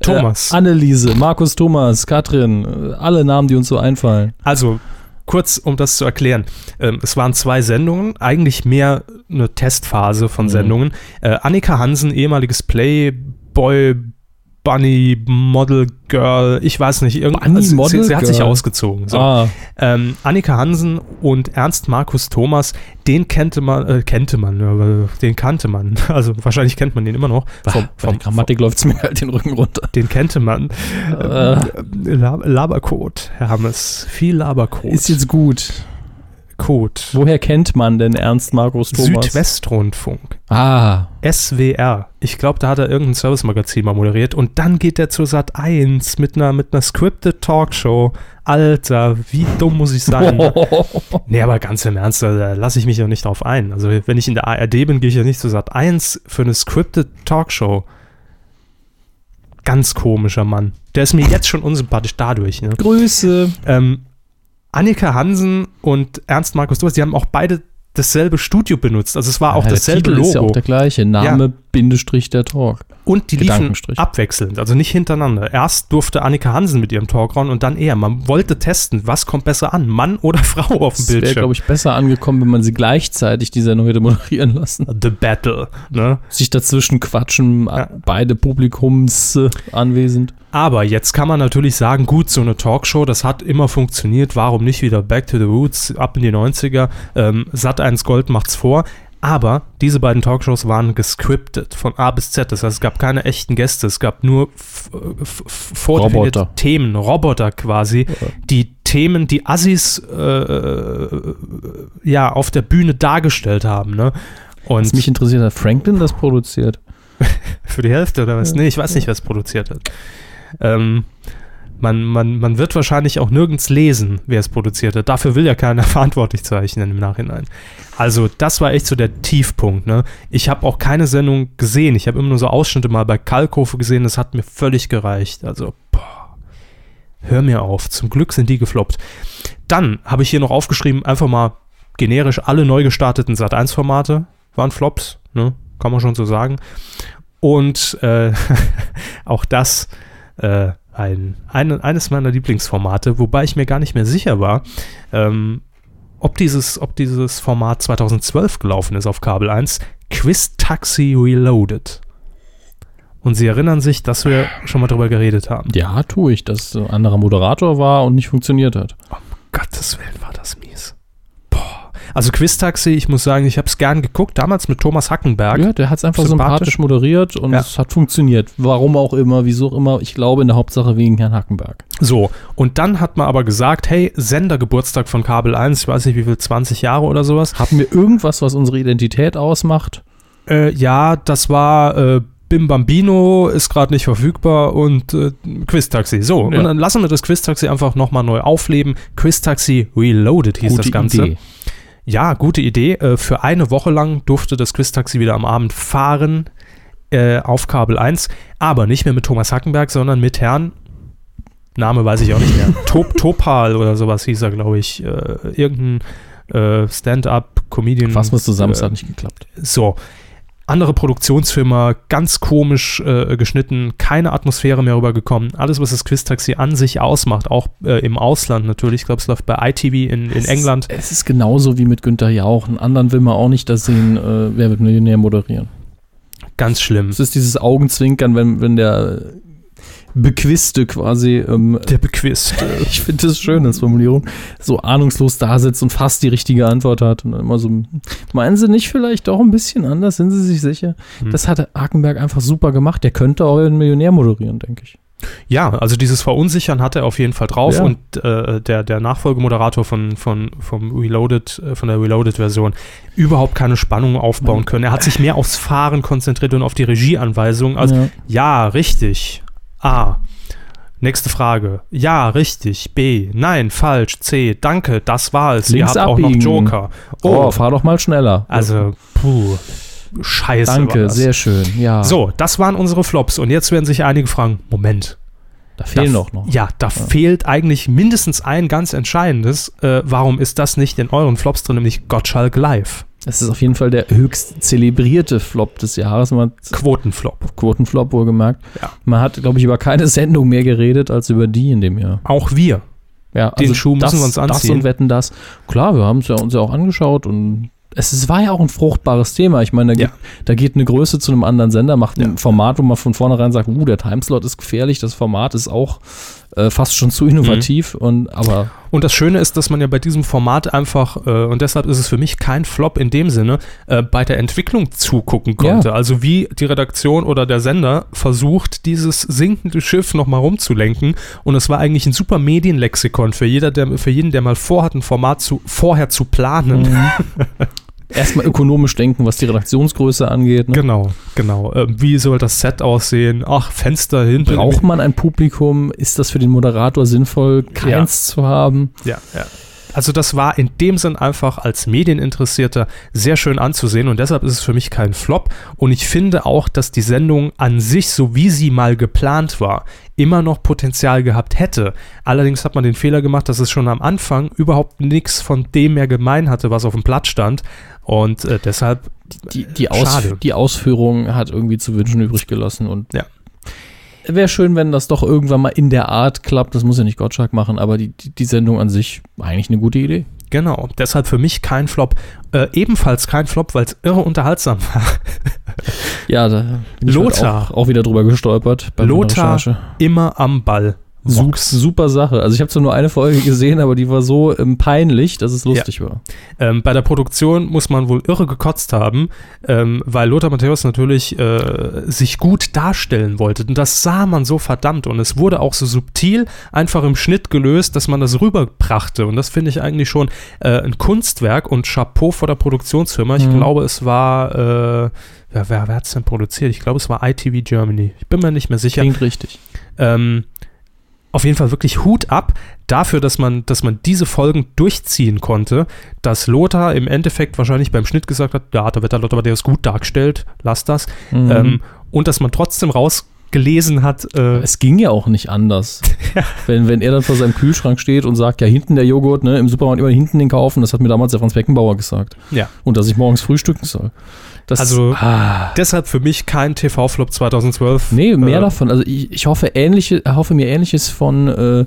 Thomas. Äh, Anneliese, Markus Thomas, Katrin, äh, alle Namen, die uns so einfallen. Also, kurz, um das zu erklären. Ähm, es waren zwei Sendungen, eigentlich mehr eine Testphase von Sendungen. Mhm. Äh, Annika Hansen, ehemaliges Playboy, Bunny, Model Girl, ich weiß nicht, irgendwas. Also, Model sie, sie hat Girl. sich ausgezogen. So. Ah. Ähm, Annika Hansen und Ernst Markus Thomas, den kannte man, äh, kannte man, äh, den kannte man. Also wahrscheinlich kennt man den immer noch. Vom, Bei vom, Grammatik läuft es mir halt den Rücken runter. Den kannte man. Äh. Labercode, Herr Hammes. Viel Labercode. Ist jetzt gut. Code. Woher kennt man denn Ernst Markus Thomas? Südwestrundfunk. Ah. SWR. Ich glaube, da hat er irgendein Service-Magazin mal moderiert. Und dann geht er zu Sat 1 mit einer, mit einer scripted Talkshow. Alter, wie dumm muss ich sein? Oh, nee, aber ganz im Ernst, da lasse ich mich ja nicht drauf ein. Also, wenn ich in der ARD bin, gehe ich ja nicht zu Sat 1 für eine scripted Talkshow. Ganz komischer Mann. Der ist mir jetzt schon unsympathisch dadurch. Ne? Grüße. Ähm, Annika Hansen und Ernst Markus Thomas, die haben auch beide dasselbe Studio benutzt. Also es war ja, auch dasselbe Titel Logo. Ist ja auch der gleiche Name ja. Bindestrich der Talk. Und die liefen abwechselnd, also nicht hintereinander. Erst durfte Annika Hansen mit ihrem Talk ran und dann er. Man wollte testen, was kommt besser an, Mann oder Frau auf dem das Bildschirm. Das wäre, glaube ich, besser angekommen, wenn man sie gleichzeitig die Sendung hätte moderieren lassen. The Battle. Ne? Sich dazwischen quatschen, ja. beide Publikums äh, anwesend. Aber jetzt kann man natürlich sagen, gut, so eine Talkshow, das hat immer funktioniert, warum nicht wieder Back to the Roots, ab in die 90er, ähm, Sat 1 Gold macht's vor. Aber diese beiden Talkshows waren gescriptet von A bis Z. Das heißt, es gab keine echten Gäste, es gab nur vordefinierte Roboter. Themen, Roboter quasi, ja. die Themen, die Assis äh, ja auf der Bühne dargestellt haben. Ne? Und was mich interessiert, hat Franklin das produziert? für die Hälfte oder was? Nee, ich weiß nicht, was produziert hat. Ähm, man, man, man wird wahrscheinlich auch nirgends lesen, wer es produziert hat. Dafür will ja keiner verantwortlich zeichnen im Nachhinein. Also, das war echt so der Tiefpunkt. Ne? Ich habe auch keine Sendung gesehen. Ich habe immer nur so Ausschnitte mal bei Kalkofe gesehen. Das hat mir völlig gereicht. Also, boah, hör mir auf. Zum Glück sind die gefloppt. Dann habe ich hier noch aufgeschrieben, einfach mal generisch alle neu gestarteten Sat1-Formate waren Flops. Ne? Kann man schon so sagen. Und äh, auch das äh, ein, ein, eines meiner Lieblingsformate, wobei ich mir gar nicht mehr sicher war, ähm, ob, dieses, ob dieses Format 2012 gelaufen ist auf Kabel 1, Quiz Taxi Reloaded. Und Sie erinnern sich, dass wir schon mal drüber geredet haben. Ja, tue ich, dass ein anderer Moderator war und nicht funktioniert hat. Um Gottes Willen war das mies. Boah. Also Quiz-Taxi, ich muss sagen, ich habe es gern geguckt, damals mit Thomas Hackenberg. Ja, der hat es einfach sympathisch. Sympathisch. moderiert und Ja. es hat funktioniert. Warum auch immer, wieso auch immer. Ich glaube in der Hauptsache wegen Herrn Hackenberg. So, und dann hat man aber gesagt, hey, Sendergeburtstag von Kabel 1, ich weiß nicht wie viel, 20 Jahre oder sowas. Haben wir irgendwas, was unsere Identität ausmacht? Äh, ja, das war äh, Bim Bambino, ist gerade nicht verfügbar und äh, Quiz-Taxi. So, Ja. und dann lassen wir das Quiz-Taxi einfach nochmal neu aufleben. Quiz-Taxi Reloaded hieß das Ganze. Idee. Ja, gute Idee. Äh, für eine Woche lang durfte das Quiz-Taxi wieder am Abend fahren äh, auf Kabel 1, aber nicht mehr mit Thomas Hackenberg, sondern mit Herrn. Name weiß ich auch nicht mehr. Top, Topal oder sowas hieß er, glaube ich. Äh, irgendein äh, Stand-up-Comedian. Fassen wir es zusammen, es äh, hat nicht geklappt. so. Andere Produktionsfirma, ganz komisch äh, geschnitten, keine Atmosphäre mehr rübergekommen. Alles, was das Quiz-Taxi an sich ausmacht, auch äh, im Ausland natürlich. Ich glaube, es läuft bei ITV in, in England. Es ist, es ist genauso wie mit Günther Jauch. Einen anderen will man auch nicht da sehen, äh, wer wird Millionär moderieren. Ganz schlimm. Es ist dieses Augenzwinkern, wenn, wenn der Bequiste quasi ähm, Der bequizt. Ich finde das schön als Formulierung. So ahnungslos da sitzt und fast die richtige Antwort hat. Und dann immer so, meinen Sie nicht vielleicht doch ein bisschen anders? Sind Sie sich sicher? Hm. Das hat Hakenberg einfach super gemacht. Der könnte auch einen Millionär moderieren, denke ich. Ja, also dieses Verunsichern hat er auf jeden Fall drauf Ja. und äh, der, der Nachfolgemoderator von, von, vom Reloaded, äh, von der Reloaded-Version überhaupt keine Spannung aufbauen können. Er hat sich mehr aufs Fahren konzentriert und auf die Regieanweisung als ja. Ja, richtig. A. Nächste Frage. Ja, richtig. B. Nein, falsch. C. Danke, das war es. Links Ihr habt auch noch abbiegen. Joker. Oh, fahr doch mal schneller. also, puh. Scheiße. war Danke, das. sehr schön. Ja, So, das waren unsere Flops. Und jetzt werden sich einige fragen: Moment. da da fehlen f- doch noch. Ja, da fehlt eigentlich mindestens ein ganz entscheidendes. Äh, warum ist das nicht in euren Flops drin, nämlich Gottschalk Live? Das ist auf jeden Fall der höchst zelebrierte Flop des Jahres. Man hat Quotenflop. Quotenflop wohlgemerkt. Ja. Man hat, glaube ich, über keine Sendung mehr geredet als über die in dem Jahr. Auch wir. Ja, also Den Schuh müssen das, wir uns Das anziehen. und wetten das. Klar, wir haben es ja, uns ja auch angeschaut und es, ist- war ja auch ein fruchtbares Thema. Ich meine, da, Ja. geht, da geht eine Größe zu einem anderen Sender, macht ein Ja. Format, wo man von vornherein sagt, uh, der Timeslot ist gefährlich, das Format ist auch äh, fast schon zu Mhm. innovativ und aber Und das Schöne ist, dass man ja bei diesem Format einfach, äh, und deshalb ist es für mich kein Flop in dem Sinne, äh, bei der Entwicklung zugucken konnte. Also wie die Redaktion oder der Sender versucht, dieses sinkende Schiff nochmal rumzulenken. Und es war eigentlich ein super Medienlexikon für, jeder, der, für jeden, der mal vorhat, ein Format zu, vorher zu planen. Mhm. erstmal ökonomisch denken, was die Redaktionsgröße angeht. Ne? Genau, genau. Äh, wie soll das Set aussehen? Ach, Fenster hinten. Braucht man ein Publikum? Ist das für den Moderator sinnvoll, keins zu haben? Ja, ja. Also das war in dem Sinn einfach als Medieninteressierter sehr schön anzusehen und deshalb ist es für mich kein Flop und ich finde auch, dass die Sendung an sich, so wie sie mal geplant war, immer noch Potenzial gehabt hätte. Allerdings hat man den Fehler gemacht, dass es schon am Anfang überhaupt nichts von dem mehr gemein hatte, was auf dem Blatt stand und äh, deshalb die, die, Aus Schade. die Ausführung hat irgendwie zu wünschen übrig gelassen und Ja. Wäre schön, wenn das doch irgendwann mal in der Art klappt. Das muss ja nicht Gottschalk machen, aber die, die, die Sendung an sich eigentlich eine gute Idee. Genau, deshalb für mich kein Flop. Äh, ebenfalls kein Flop, weil es irre unterhaltsam war. Ja, da bin ich Lothar. heute auch, auch wieder drüber gestolpert. bei meiner Lothar. Recherche. Immer am Ball. Su Vox. super Sache. Also ich habe zwar nur eine Folge gesehen, aber die war so ähm, peinlich, dass es lustig war. Ähm, bei der Produktion muss man wohl irre gekotzt haben, ähm, weil Lothar Matthäus natürlich äh, sich gut darstellen wollte. Und das sah man so verdammt. Und es wurde auch so subtil einfach im Schnitt gelöst, dass man das rüberbrachte. Und das finde ich eigentlich schon äh, ein Kunstwerk und Chapeau vor der Produktionsfirma. Ich Mhm. glaube, glaube, es war. Äh, wer wer, wer hat es denn produziert? Ich glaube, es war ITV Germany. Ich bin mir nicht mehr sicher. Klingt richtig. Ähm, auf jeden Fall wirklich Hut ab dafür, dass man, dass man diese Folgen durchziehen konnte, dass Lothar im Endeffekt wahrscheinlich beim Schnitt gesagt hat, ja, da wird der Lothar Matthäus gut dargestellt, lass das. Mhm. Ähm, und dass man trotzdem rausgearbeitet gelesen hat. Äh, Es ging ja auch nicht anders. Ja. Wenn, wenn er dann vor seinem Kühlschrank steht und sagt, ja, hinten der Joghurt, ne, im Supermarkt immer hinten den kaufen, das hat mir damals der Franz Beckenbauer gesagt. ja. Und dass ich morgens frühstücken soll. Das, Also- ah, Deshalb für mich kein TV-Flop 2012. nee, mehr äh, davon. Also ich, ich hoffe, ähnliche, hoffe mir ähnliches von äh,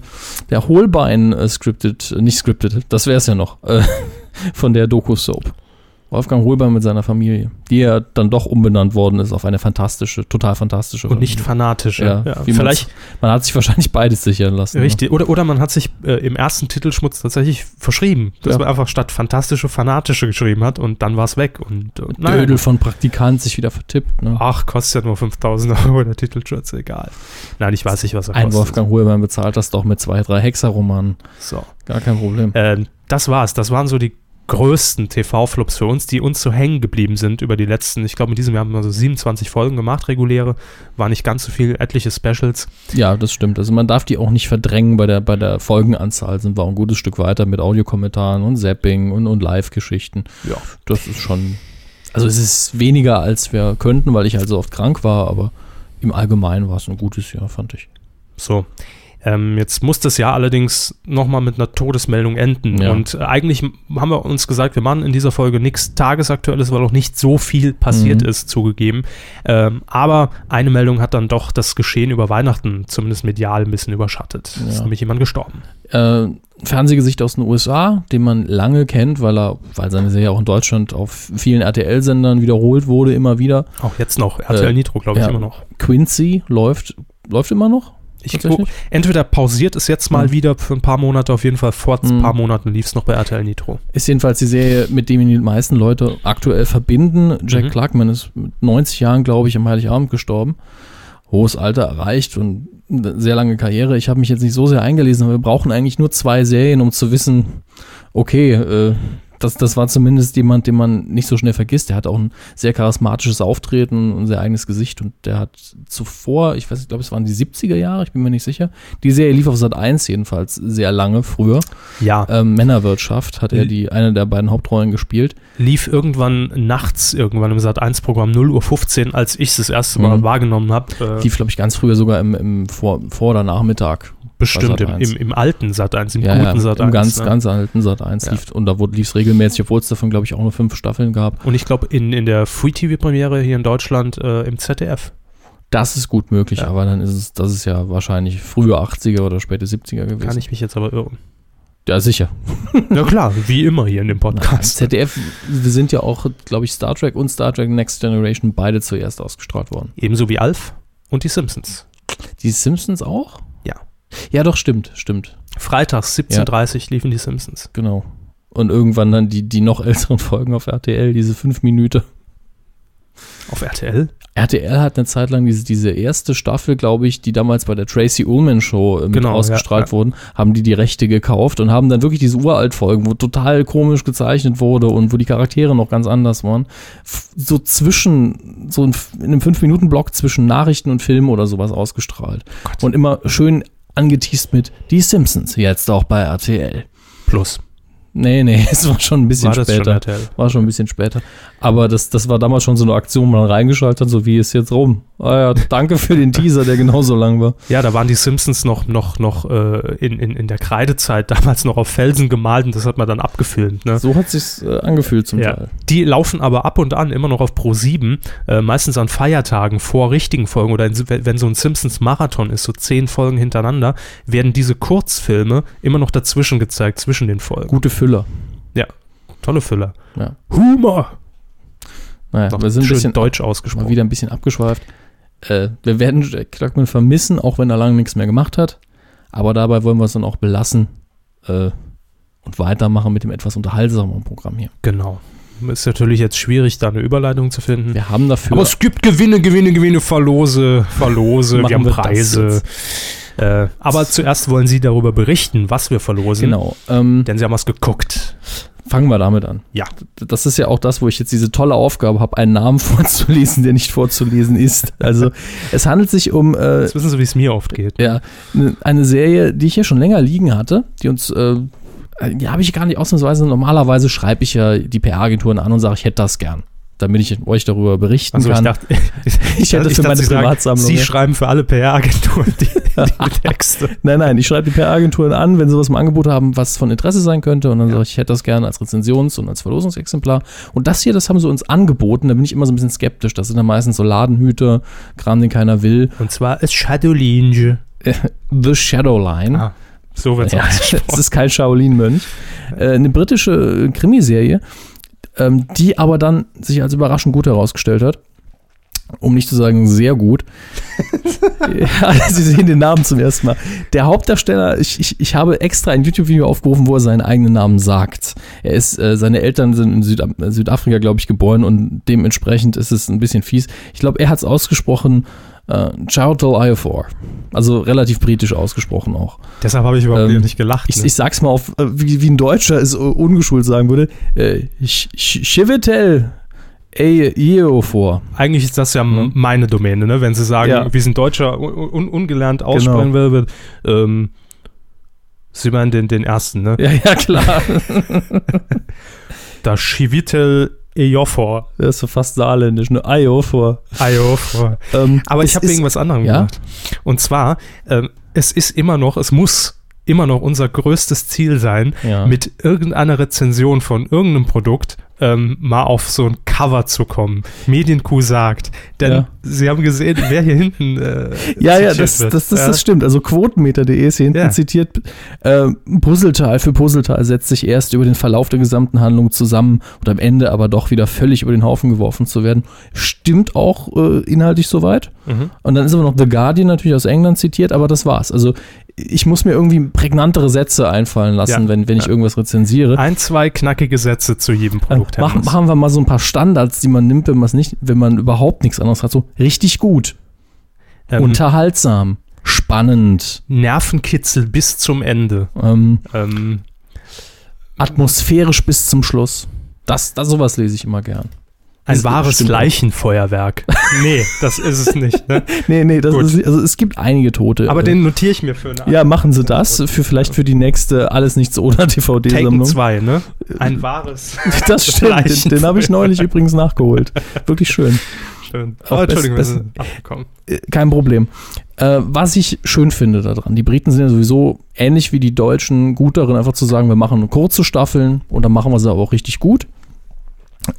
der Holbein äh, scripted, äh, nicht scripted, das wär's ja noch, äh, von der Doku-Soap. Wolfgang Holbein mit seiner Familie, die ja dann doch umbenannt worden ist auf eine fantastische, total fantastische Und nicht Familie. fanatisch. Ja, wie Vielleicht Man hat sich wahrscheinlich beides sichern lassen. richtig. Oder, oder man hat sich äh, im ersten Titelschmutz tatsächlich verschrieben, dass Ja. man einfach statt fantastische fanatische geschrieben hat und dann war es weg. Und, äh, Ne? naja, Dödel von Praktikant sich wieder vertippt. Ne? Ach, kostet ja nur 5000 Euro der Titelschutz, egal. Nein, ich weiß nicht, was er Ein kostet. Wolfgang Hohlmann bezahlt das doch mit zwei, drei Hexerromanen. So. Gar kein Problem. Ähm, das war's. Das waren so die größten TV-Flops für uns, die uns so hängen geblieben sind über die letzten. Ich glaube, mit diesem Jahr haben wir so 27 Folgen gemacht, reguläre. War nicht ganz so viel, etliche Specials. Ja, das stimmt. Also man darf die auch nicht verdrängen bei der, bei der Folgenanzahl. Sind wir auch ein gutes Stück weiter mit Audiokommentaren und Zapping und, und Live-Geschichten. Ja. Das ist schon. Also es ist weniger, als wir könnten, weil ich also oft krank war, aber im Allgemeinen war es ein gutes Jahr, fand ich. So. Ähm, jetzt muss das Jahr allerdings nochmal mit einer Todesmeldung enden. Ja. Und äh, eigentlich m- haben wir uns gesagt, wir machen in dieser Folge nichts Tagesaktuelles, weil auch nicht so viel passiert Mhm. ist, zugegeben. Ähm, aber eine Meldung hat dann doch das Geschehen über Weihnachten, zumindest medial, ein bisschen überschattet. Es Ist Ja. nämlich jemand gestorben. äh, Fernsehgesicht aus den USA, den man lange kennt, weil er, weil seine Serie auch in Deutschland auf vielen RTL-Sendern wiederholt wurde, immer wieder. Auch jetzt noch. RTL Äh, Nitro, glaube ich, ja. immer noch. Quincy läuft, läuft immer noch? Ich guck, Tatsächlich? entweder pausiert es jetzt mal Mhm. wieder für ein paar Monate, auf jeden Fall vor ein Mhm. paar Monaten lief es noch bei RTL Nitro. Ist jedenfalls die Serie, mit der die meisten Leute aktuell verbinden. Jack Mhm. Clarkman ist mit 90 Jahren, glaube ich, am Heiligabend gestorben. Hohes Alter erreicht und eine sehr lange Karriere. Ich habe mich jetzt nicht so sehr eingelesen, aber wir brauchen eigentlich nur zwei Serien, um zu wissen, okay, äh, das, das war zumindest jemand, den man nicht so schnell vergisst. Der hat auch ein sehr charismatisches Auftreten und ein sehr eigenes Gesicht. Und der hat zuvor, ich weiß, ich glaube, es waren die 70er Jahre, ich bin mir nicht sicher. Die Serie lief auf Sat 1 jedenfalls sehr lange früher Ja, ähm, Männerwirtschaft hat er Äh, die eine der beiden Hauptrollen gespielt. lief irgendwann nachts, irgendwann im Sat1-Programm 0.15 Uhr, als ich es das erste Mal Mhm. wahrgenommen habe. Äh, Lief, glaube ich, ganz früher sogar im, im Vor-, Vor oder Nachmittag. bestimmt im, Sat.1. im, im alten Sat1, im Ja, ja, guten Sat1. im ganz, ne? ganz alten Sat 1 Ja. lief und da lief es regelmäßig, obwohl es davon, glaube ich, auch nur fünf Staffeln gab. Und ich glaube, in, in der Free-TV-Premiere hier in Deutschland äh, im ZDF. Das ist gut möglich, Ja. aber dann ist es, das ist ja wahrscheinlich frühe 80er oder späte 70er gewesen. Kann ich mich jetzt aber irren. Ja, sicher. Na klar, wie immer hier in dem Podcast. ZDF, wir sind ja auch, glaube ich, Star Trek und Star Trek Next Generation beide zuerst ausgestrahlt worden. Ebenso wie Alf und die Simpsons. Die Simpsons auch? Ja. Ja, doch, stimmt, stimmt. Freitags 17.30 Uhr liefen die Simpsons. Genau. Und irgendwann dann die, die noch älteren Folgen auf RTL, diese fünf Minuten. Auf RTL? RTL hat eine Zeit lang diese, diese erste Staffel, glaube ich, die damals bei der Tracy Ullman Show äh, mit Genau, ja, ausgestrahlt wurden, haben die die Rechte gekauft und haben dann wirklich diese Uralt-Folgen, wo total komisch gezeichnet wurde und wo die Charaktere noch ganz anders waren, f- so zwischen, so in, f- in einem Fünf-Minuten-Block zwischen Nachrichten und Filmen oder sowas ausgestrahlt. Und immer schön angeteased mit Die Simpsons, jetzt auch bei RTL. Plus. Nee, nee, es war schon ein bisschen War das später. schon RTL? War schon ein bisschen später. Aber das, das war damals schon so eine Aktion, wo man reingeschaltet hat, so wie ist jetzt rum. Ah ja, danke für den Teaser, der genauso lang war. Ja, da waren die Simpsons noch, noch, noch äh, in, in, in der Kreidezeit damals noch auf Felsen gemalt und das hat man dann abgefilmt. Ne? So hat sich's äh, angefühlt zum Ja. Teil. Die laufen aber ab und an immer noch auf Pro 7, äh, meistens an Feiertagen vor richtigen Folgen oder in, wenn wenn so ein Simpsons-Marathon ist, so zehn Folgen hintereinander, werden diese Kurzfilme immer noch dazwischen gezeigt, zwischen den Folgen. Gute Füller. Tolle Füller. Ja. Humor! Naja, Noch wir sind ein schön bisschen deutsch mal ausgesprochen. wieder ein bisschen abgeschweift. Äh, wir werden Jack Klugman vermissen, auch wenn er lange nichts mehr gemacht hat. Aber dabei wollen wir es dann auch belassen äh, und weitermachen mit dem etwas unterhaltsameren Programm hier. Genau. Ist natürlich jetzt schwierig, da eine Überleitung zu finden. Wir haben dafür. Aber es gibt Gewinne, Gewinne, Gewinne, Verlose, Verlose, wir Machen haben wir das Preise. Äh, aber zuerst wollen Sie darüber berichten, was wir verlosen. genau. Ähm, Denn Sie haben was geguckt. Fangen wir damit an. Ja. D- Das ist ja auch das, wo ich jetzt diese tolle Aufgabe habe, einen Namen vorzulesen, der nicht vorzulesen ist. Also es handelt sich um äh, Jetzt wissen Sie, wie es mir oft geht. ja, ne- eine Serie, die ich hier schon länger liegen hatte, die uns, äh, die habe ich gar nicht ausnahmsweise, normalerweise schreibe ich ja die PR-Agenturen an und sage, ich hätte das gern. damit ich euch darüber berichten Also ich kann. dachte, ich, Ich hätte für meine Sie sagen, Privatsammlung, Sie ja. schreiben für alle PR-Agenturen die, die Texte. Nein, nein, ich schreibe die PR-Agenturen an, wenn sie was im Angebot haben, was von Interesse sein könnte. Und dann sage ich, ich hätte das gerne als Rezensions- und als Verlosungsexemplar. Und das hier, das haben sie uns angeboten. Da bin ich immer so ein bisschen skeptisch. Das sind dann meistens so Ladenhüter, Kram, den keiner will. Und zwar ist Shadowlinge. The Shadowline. Ah, so wird's Ja, ausgesprochen. es ist kein Shaolin-Mönch. Äh, eine britische Krimiserie, ähm, die aber dann sich als überraschend gut herausgestellt hat. Um nicht zu sagen, sehr gut. ja, Sie sehen den Namen zum ersten Mal. Der Hauptdarsteller, ich, ich, ich habe extra ein YouTube-Video aufgerufen, wo er seinen eigenen Namen sagt. Er ist, äh, seine Eltern sind in Süda äh, Südafrika, glaube ich, geboren und dementsprechend ist es ein bisschen fies. Ich glaube, er hat es ausgesprochen, äh, Chowdhull Iofor. Also relativ britisch ausgesprochen auch. Deshalb habe ich überhaupt Ähm, nicht gelacht. Ich, ne? ich sag's mal auf, äh, wie, wie ein Deutscher es äh, ungeschult sagen würde. Äh, Sch- Sch- Chivetel Eo vor. Eigentlich ist das ja m- meine Domäne, ne? wenn Sie sagen, Ja. wie es ein Deutscher un un ungelernt aussprechen will, wird. Ähm, Sie meinen den, den ersten, ne? Ja, ja, klar. Da Schivitel Ejofor. Das ist so fast saarländisch, ne? Eo vor. Ejofor. Ähm, Aber es ich habe ist- wegen was anderem Ja? gemacht. Und zwar, ähm, es ist immer noch, es muss immer noch unser größtes Ziel sein, Ja. mit irgendeiner Rezension von irgendeinem Produkt ähm, mal auf so ein Cover zu kommen. Medienkuh sagt. Denn Ja. sie haben gesehen, wer hier hinten. Äh, Ja, zitiert ja, das, das, wird. das, das, Ja. stimmt. Also Quotenmeter.de ist hier hinten Ja. zitiert. Ähm, Puzzletal für Puzzletal setzt sich erst über den Verlauf der gesamten Handlung zusammen und am Ende aber doch wieder völlig über den Haufen geworfen zu werden. Stimmt auch äh, inhaltlich soweit. Mhm. Und dann ist aber noch The Guardian natürlich aus England zitiert, aber das war's. Also ich muss mir irgendwie prägnantere Sätze einfallen lassen, Ja. wenn, wenn ich irgendwas rezensiere. Ein, zwei knackige Sätze zu jedem Dann Produkt. Ähm, machen, Hermes. machen wir mal so ein paar Standards, die man nimmt, wenn man es nicht, wenn man überhaupt nichts anderes hat. So richtig gut, Ähm, unterhaltsam, spannend. Nervenkitzel bis zum Ende. Ähm, Ähm, atmosphärisch bis zum Schluss. Das, das sowas lese ich immer gern. ein Das wahres stimmt. Leichenfeuerwerk. nee, das ist es nicht. Ne? Nee, nee, das Gut. ist, also es gibt einige Tote. Aber Äh, den notiere ich mir für eine ja, machen Sie das für vielleicht für die nächste alles nichts oder Taken DVD-Sammlung. 2, ne? Äh, Ein wahres. Das stimmt. Den, den habe ich neulich übrigens nachgeholt. Wirklich schön. Schön. Auch Oh, Entschuldigung, wir best- sind abgekommen. Äh, Kein Problem. Äh, was ich schön finde daran, die Briten sind ja sowieso ähnlich wie die Deutschen gut darin, einfach zu sagen, wir machen kurze Staffeln und dann machen wir sie aber auch richtig gut.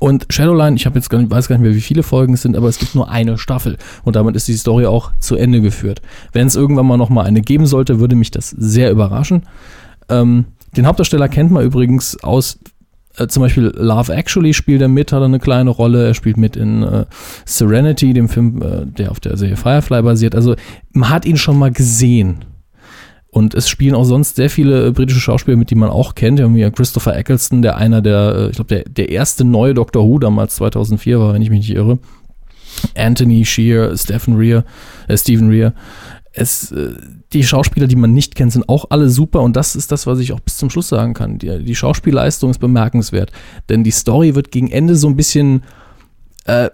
Und Shadowline, ich habe jetzt gar nicht, weiß gar nicht mehr, wie viele Folgen es sind, aber es gibt nur eine Staffel und damit ist die Story auch zu Ende geführt. Wenn es irgendwann mal noch mal eine geben sollte, würde mich das sehr überraschen. Ähm, den Hauptdarsteller kennt man übrigens aus äh, zum Beispiel Love Actually spielt er mit, hat er eine kleine Rolle. Er spielt mit in äh, Serenity, dem Film, äh, der auf der Serie Firefly basiert. Also man hat ihn schon mal gesehen. Und es spielen auch sonst sehr viele äh, britische Schauspieler mit, die man auch kennt. Wir haben hier Christopher Eccleston, der einer der, äh, ich glaube, der, der erste neue Doctor Who damals 2004 war, wenn ich mich nicht irre. Anthony Shear, Stephen Rear, äh, Stephen Rear. Es, äh, die Schauspieler, die man nicht kennt, sind auch alle super und das ist das, was ich auch bis zum Schluss sagen kann. Die, die Schauspielleistung ist bemerkenswert, denn die Story wird gegen Ende so ein bisschen äh,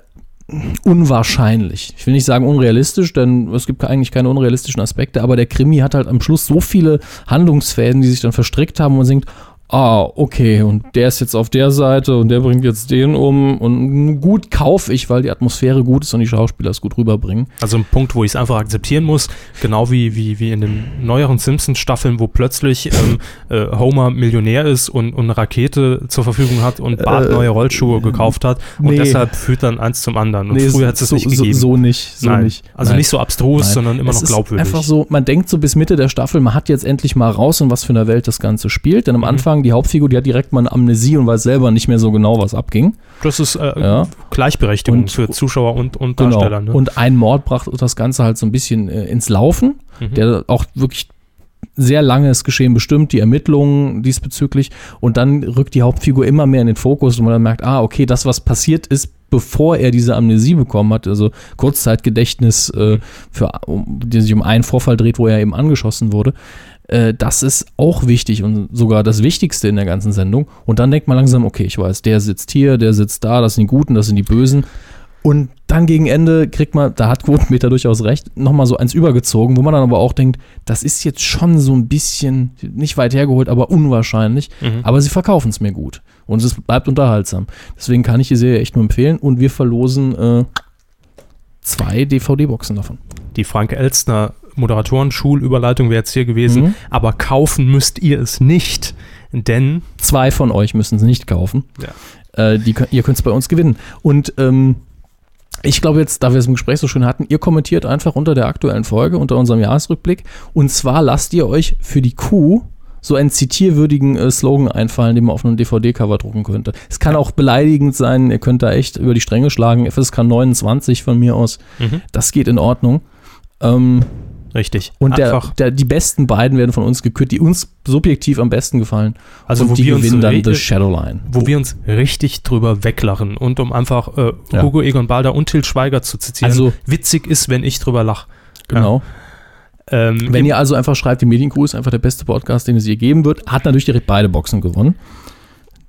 unwahrscheinlich. Ich will nicht sagen unrealistisch, denn es gibt eigentlich keine unrealistischen Aspekte, aber der Krimi hat halt am Schluss so viele Handlungsfäden, die sich dann verstrickt haben und man denkt, ah, okay, und der ist jetzt auf der Seite und der bringt jetzt den um und gut kaufe ich, weil die Atmosphäre gut ist und die Schauspieler es gut rüberbringen. Also ein Punkt, wo ich es einfach akzeptieren muss, genau wie, wie, wie in den neueren Simpsons-Staffeln, wo plötzlich ähm, äh, Homer Millionär ist und, und eine Rakete zur Verfügung hat und Bart Äh, neue Rollschuhe gekauft hat und nee. deshalb führt dann eins zum anderen. Und Nee, früher hat es so, nicht gegeben. So, so nicht, so Nein. nicht. Also Nein. nicht so abstrus, Nein. sondern immer es noch ist glaubwürdig. Einfach so, man denkt so bis Mitte der Staffel, man hat jetzt endlich mal raus, in was für einer Welt das Ganze spielt. Mhm. Denn am Anfang, die Hauptfigur, die hat direkt mal eine Amnesie und weiß selber nicht mehr so genau, was abging. Das ist äh, Ja. Gleichberechtigung Und- für Zuschauer und, und Darsteller. Ne? Genau. Und ein Mord brachte das Ganze halt so ein bisschen äh, ins Laufen, der auch wirklich sehr lange das Geschehen bestimmt, die Ermittlungen diesbezüglich. Und dann rückt die Hauptfigur immer mehr in den Fokus und man dann merkt, ah, okay, das, was passiert ist, bevor er diese Amnesie bekommen hat, also Kurzzeitgedächtnis, äh, für, um, die sich um einen Vorfall dreht, wo er eben angeschossen wurde. Äh, das ist auch wichtig und sogar das Wichtigste in der ganzen Sendung. Und dann denkt man langsam, okay, ich weiß, der sitzt hier, der sitzt da, das sind die Guten, das sind die Bösen. Und dann gegen Ende kriegt man, da hat Quotenmeter durchaus recht, nochmal so eins übergezogen, wo man dann aber auch denkt, das ist jetzt schon so ein bisschen, nicht weit hergeholt, aber unwahrscheinlich. Aber sie verkaufen es mir gut. Und es bleibt unterhaltsam. Deswegen kann ich die Serie echt nur empfehlen. Und wir verlosen äh, zwei DVD-Boxen davon. Die Frank Elstner Moderatoren-Schulüberleitung wäre jetzt hier gewesen, Mhm. aber kaufen müsst ihr es nicht, denn Zwei von euch müssen sie nicht kaufen. Ja. Äh, die, kö- ihr könnt es bei uns gewinnen. Und ähm, ich glaube jetzt, da wir es im Gespräch so schön hatten, ihr kommentiert einfach unter der aktuellen Folge, unter unserem Jahresrückblick. Und zwar lasst ihr euch für die Kuh so einen zitierwürdigen äh, Slogan einfallen, den man auf einem DVD-Cover drucken könnte. Es kann auch beleidigend sein, ihr könnt da echt über die Stränge schlagen. FSK 29 von mir aus, Mhm. das geht in Ordnung. Ähm, richtig. und der, einfach, der, die besten beiden werden von uns gekürt, die uns subjektiv am besten gefallen. also und wo die wir, uns, gewinnen dann The re- Shadowline. wo wir uns richtig drüber weglachen und um einfach äh, Ja. Hugo Egon Balder und Til Schweiger zu zitieren, Also- witzig ist, wenn ich drüber lache. Genau. Ähm, Wenn ihr also einfach schreibt, die Medienkuh ist einfach der beste Podcast, den es je geben wird, hat natürlich direkt beide Boxen gewonnen.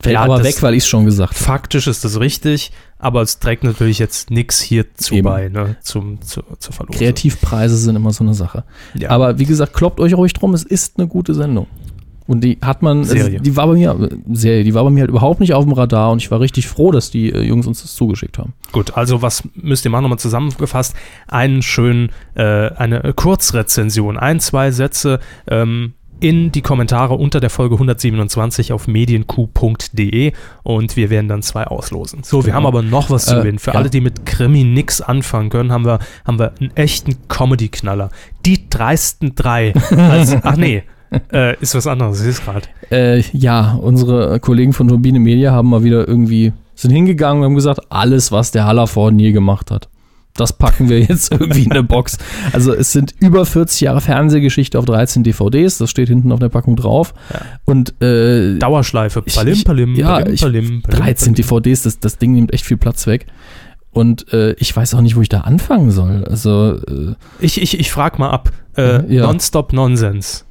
Fällt Ja, aber das- weg, weil ich es schon gesagt habe. faktisch ist das richtig, aber es trägt natürlich jetzt nichts hierzu Eben. bei, ne, zum, zu, zur Verlosung. Kreativpreise sind immer so eine Sache. Ja. Aber wie gesagt, kloppt euch ruhig drum, es ist eine gute Sendung. Und die hat man, also Serie. die war bei mir, äh, Serie, die war bei mir halt überhaupt nicht auf dem Radar und ich war richtig froh, dass die äh, Jungs uns das zugeschickt haben. Gut, also was müsst ihr machen? Nochmal zusammengefasst, einen schönen, äh, eine Kurzrezension, ein, zwei Sätze ähm, in die Kommentare unter der Folge 127 auf medienq.de und wir werden dann zwei auslosen. So, wir Genau. haben aber noch was zu Äh, gewinnen. Für ja. alle, die mit Krimi nix anfangen können, haben wir, haben wir einen echten Comedy-Knaller. Die dreisten drei. Als, ach nee, äh, ist was anderes, ich sehe gerade. Äh, ja, unsere Kollegen von Turbine Media haben mal wieder irgendwie, sind hingegangen und haben gesagt, alles, was der Hallervorden je gemacht hat, das packen wir jetzt irgendwie in eine Box. Also es sind über 40 Jahre Fernsehgeschichte auf 13 DVDs, das steht hinten auf der Packung drauf. Und äh, Dauerschleife. Ich- Palim, ich- palim, ja, palim, ich- palim, palim, 13 DVDs, das, das Ding nimmt echt viel Platz weg. Und äh, ich weiß auch nicht, wo ich da anfangen soll. Also äh, Ich, ich, ich frag mal ab. Äh, Ja. Nonstop Nonsense.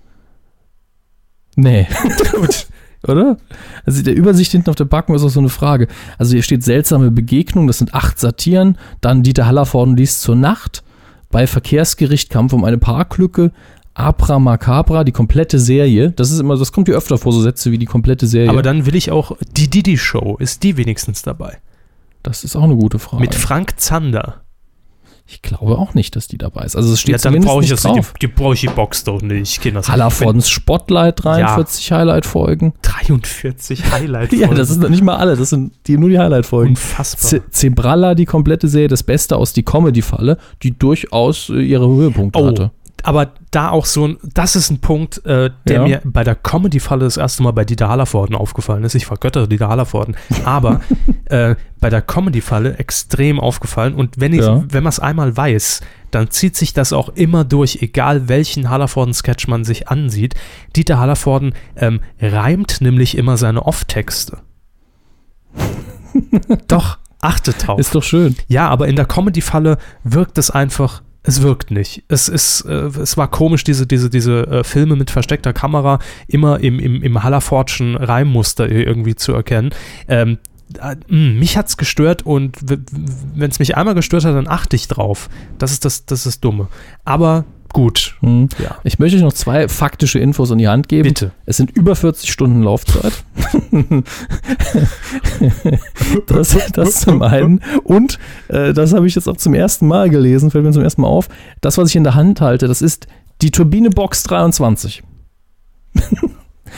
Nee. Gut. Oder? Also der Übersicht hinten auf der Packung ist auch so eine Frage. Also hier steht seltsame Begegnung, das sind acht Satiren, dann Dieter Hallervorden liest zur Nacht, bei Verkehrsgericht Kampf um eine Parklücke, Abra Macabra, die komplette Serie. Das ist immer, das kommt hier öfter vor, so Sätze wie die komplette Serie. Aber dann will ich auch die Didi Show. Ist die wenigstens dabei? das ist auch eine gute Frage. Mit Frank Zander. ich glaube auch nicht, dass die dabei ist. Also es steht Ja, dann zumindest brauche ich nicht das nicht. Die, die brauche ich die Box doch nicht. Ich kenn das Hallervordens Spotlight 43 Highlight-Folgen. Wenn 43 Highlight. Ja, das ist noch nicht mal alle, das sind die, nur die Highlight-Folgen. unfassbar. Z- Zebralla, die komplette Serie, das Beste aus die Comedy-Falle, die durchaus äh, ihre Höhepunkte Oh, hatte. aber da auch so ein, das ist ein Punkt, äh, der Ja. mir bei der Comedy-Falle das erste Mal bei Dieter Hallervorden aufgefallen ist. Ich vergöttere Dieter Hallervorden, aber äh, bei der Comedy-Falle extrem aufgefallen und wenn ich, Ja. wenn man es einmal weiß, dann zieht sich das auch immer durch, egal welchen Hallervorden-Sketch man sich ansieht. Dieter Hallervorden ähm, reimt nämlich immer seine Off-Texte. Doch, achtet drauf. Ist doch schön. Ja, aber in der Comedy-Falle wirkt es einfach, es wirkt nicht. Es ist, äh, es war komisch, diese, diese, diese äh, Filme mit versteckter Kamera immer im, im, im Hallerfordschen Reimmuster i- irgendwie zu erkennen. Ähm, äh, mh, mich hat's gestört und wenn es mich einmal gestört hat, dann achte ich drauf. Das ist das, das ist dumme. Aber gut. Hm. Ja. Ich möchte euch noch zwei faktische Infos in die Hand geben. Bitte. Es sind über 40 Stunden Laufzeit. das, das zum einen. Und, äh, das habe ich jetzt auch zum ersten Mal gelesen, fällt mir zum ersten Mal auf, das, was ich in der Hand halte, das ist die Turbine Box 23.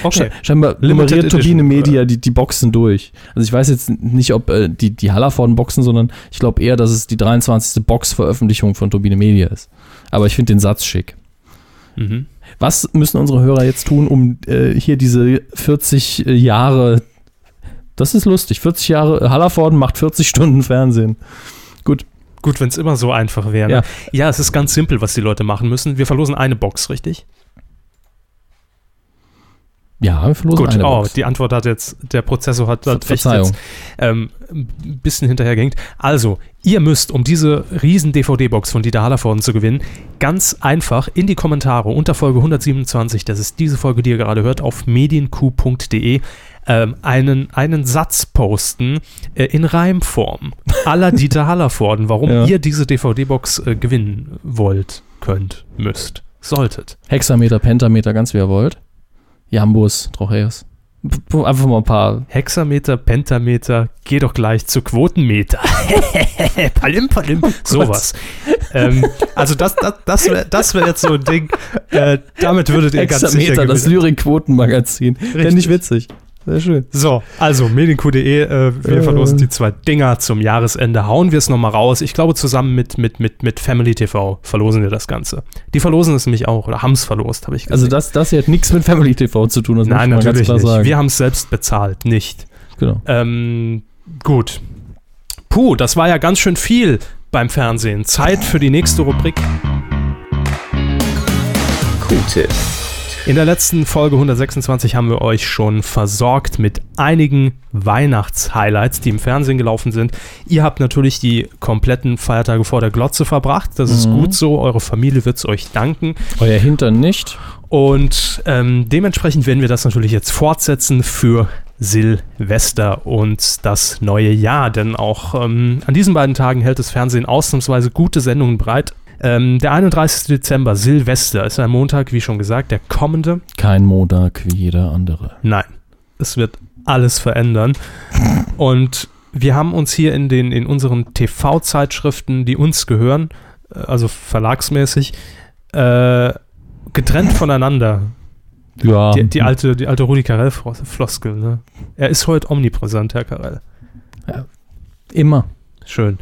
Okay. Sche- Scheinbar Limited nummeriert Edition, Turbine Media die, die Boxen durch. Also ich weiß jetzt nicht, ob äh, die, die Hallervorden-Boxen, sondern ich glaube eher, dass es die 23. Box-Veröffentlichung von Turbine Media ist. Aber ich finde den Satz schick. Mhm. Was müssen unsere Hörer jetzt tun, um äh, hier diese 40 Jahre, das ist lustig, 40 Jahre, Hallervorden macht 40 Stunden Fernsehen. Gut, wenn es immer so einfach wäre. ne? Ja. ja, es ist ganz simpel, was die Leute machen müssen. Wir verlosen eine Box, richtig? Ja, wir verlosen Gut, eine oh, Box. die Antwort hat jetzt, der Prozessor hat, hat Ver- echt jetzt Verzeihung. ähm, ein bisschen hinterhergehängt. Also, ihr müsst, um diese riesen DVD-Box von Dieter Hallervorden zu gewinnen, ganz einfach in die Kommentare unter Folge 127, das ist diese Folge, die ihr gerade hört, auf medienq.de ähm, einen, einen Satz posten äh, in Reimform aller Dieter Hallervorden, warum Ja. ihr diese DVD-Box äh, gewinnen wollt, könnt, müsst, solltet. Hexameter, Pentameter, ganz wie ihr wollt. Jambus, Trocheas. P- p- Einfach mal ein paar Hexameter, Pentameter, geh doch gleich zu Quotenmeter. palim, palim, sowas. Ähm, also das, das, das wäre das wär jetzt so ein Ding, äh, damit würdet ihr ganz sicher Hexameter, das gewinnen. Lyrik-Quotenmagazin. Fände ich witzig. Sehr schön. So, also medienq.de, äh, wir Äh. verlosen die zwei Dinger zum Jahresende. Hauen wir es nochmal raus. Ich glaube, zusammen mit, mit, mit, mit Family TV verlosen wir das Ganze. Die verlosen es nämlich auch oder haben es verlost, habe ich Also gesehen. das, das hier hat nichts mit Family TV zu tun, das Nein, muss ich mal natürlich ganz nicht. klar Wir haben es selbst bezahlt, nicht. sagen. Genau. Ähm, gut. Puh, das war ja ganz schön viel beim Fernsehen. Zeit für die nächste Rubrik. Q-Tipp. In der letzten Folge 126 haben wir euch schon versorgt mit einigen Weihnachts-Highlights, die im Fernsehen gelaufen sind. Ihr habt natürlich die kompletten Feiertage vor der Glotze verbracht. Das ist gut so. Eure Familie wird es euch danken. Euer Hintern nicht. Und ähm, dementsprechend werden wir das natürlich jetzt fortsetzen für Silvester und das neue Jahr. Denn auch ähm, an diesen beiden Tagen hält das Fernsehen ausnahmsweise gute Sendungen breit. Ähm, der 31. Dezember, Silvester, ist ein Montag, wie schon gesagt, der kommende. Kein Montag wie jeder andere. Nein, es wird alles verändern. Und wir haben uns hier in, den, in unseren TV-Zeitschriften, die uns gehören, äh, also verlagsmäßig, äh, getrennt voneinander Ja. die, die alte, die alte Rudi Carell-Floskel, ne? Er ist heute omnipräsent, Herr Carell. Immer. Schön.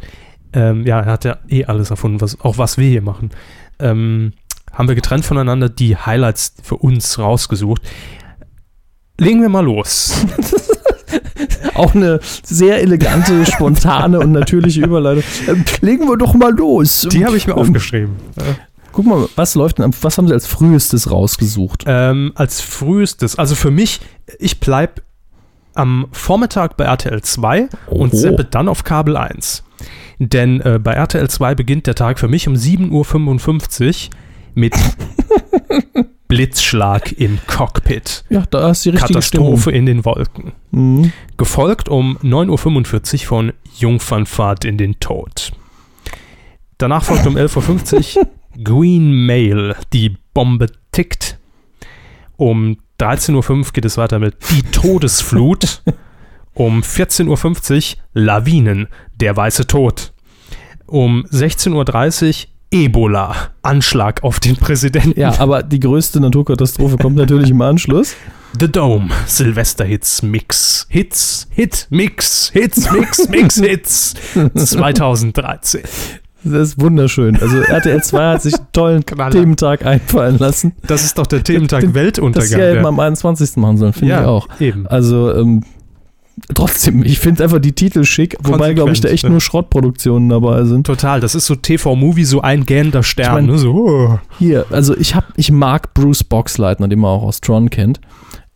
Ähm, ja, er hat ja eh alles erfunden, was, auch was wir hier machen. Ähm, haben wir getrennt voneinander die Highlights für uns rausgesucht. Legen wir mal los. Auch eine sehr elegante, spontane und natürliche Überleitung. Ähm, Legen wir doch mal los. Ähm, Die habe ich mir aufgeschrieben. Guck mal, was läuft denn, am- was haben sie als frühestes rausgesucht? Ähm, als frühestes, also für mich, ich bleib am Vormittag bei RTL 2 und Oho. seppe dann auf Kabel 1. Denn äh, bei RTL 2 beginnt der Tag für mich um 7.55 Uhr mit Blitzschlag im Cockpit. Ja, da ist die richtige Katastrophe in den Wolken. Stimmung. Mhm. Gefolgt um 9.45 Uhr von Jungfernfahrt in den Tod. Danach folgt um 11.50 Uhr Green Mail, die Bombe tickt. Um 13.05 Uhr geht es weiter mit Die Todesflut. Um 14.50 Uhr Lawinen, der weiße Tod. Um 16.30 Uhr Ebola, Anschlag auf den Präsidenten. Ja, aber die größte Naturkatastrophe kommt natürlich im Anschluss. The Dome, Silvester-Hits, Mix, Hits, Hit, Mix, Hits, Mix, Mix, Hits 2013. Das ist wunderschön. Also RTL 2 hat sich einen tollen Knaller. Thementag einfallen lassen. Das ist doch der Thementag Das- Das Weltuntergang. hier hätte der- man am 21. machen sollen, finde ich auch. Eben. Also ähm, trotzdem, ich finde einfach die Titel schick, wobei, Konsequent, glaube ich, da echt ne? nur Schrottproduktionen dabei sind. Total, das ist so TV-Movie, so ein gähnender Stern. Ich mein- ne? so, oh. Hier, also ich hab, ich mag Bruce Boxleitner, den man auch aus Tron kennt.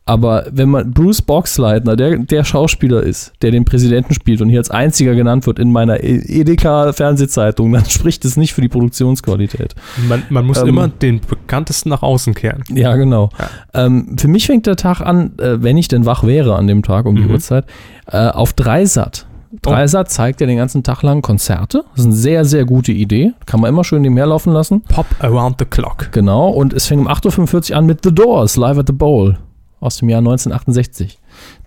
Aber wenn man Bruce Boxleitner, der, der Schauspieler ist, der den Präsidenten spielt und hier als einziger genannt wird in meiner E- Edeka-Fernsehzeitung, dann spricht es nicht für die Produktionsqualität. Man, man muss Ähm. immer den Bekanntesten nach außen kehren. Ja, genau. Ähm, für mich fängt der Tag an, äh, wenn ich denn wach wäre an dem Tag um die Mhm. Oh. Uhrzeit, äh, auf Dreisat. Dreisat zeigt ja den ganzen Tag lang Konzerte. Das ist eine sehr, sehr gute Idee. Kann man immer schön nebenher laufen lassen. Pop around the clock. Genau. Und es fängt um 8.45 Uhr an mit The Doors, Live at the Bowl aus dem Jahr 1968.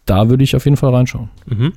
Da würde ich auf jeden Fall reinschauen. Mhm.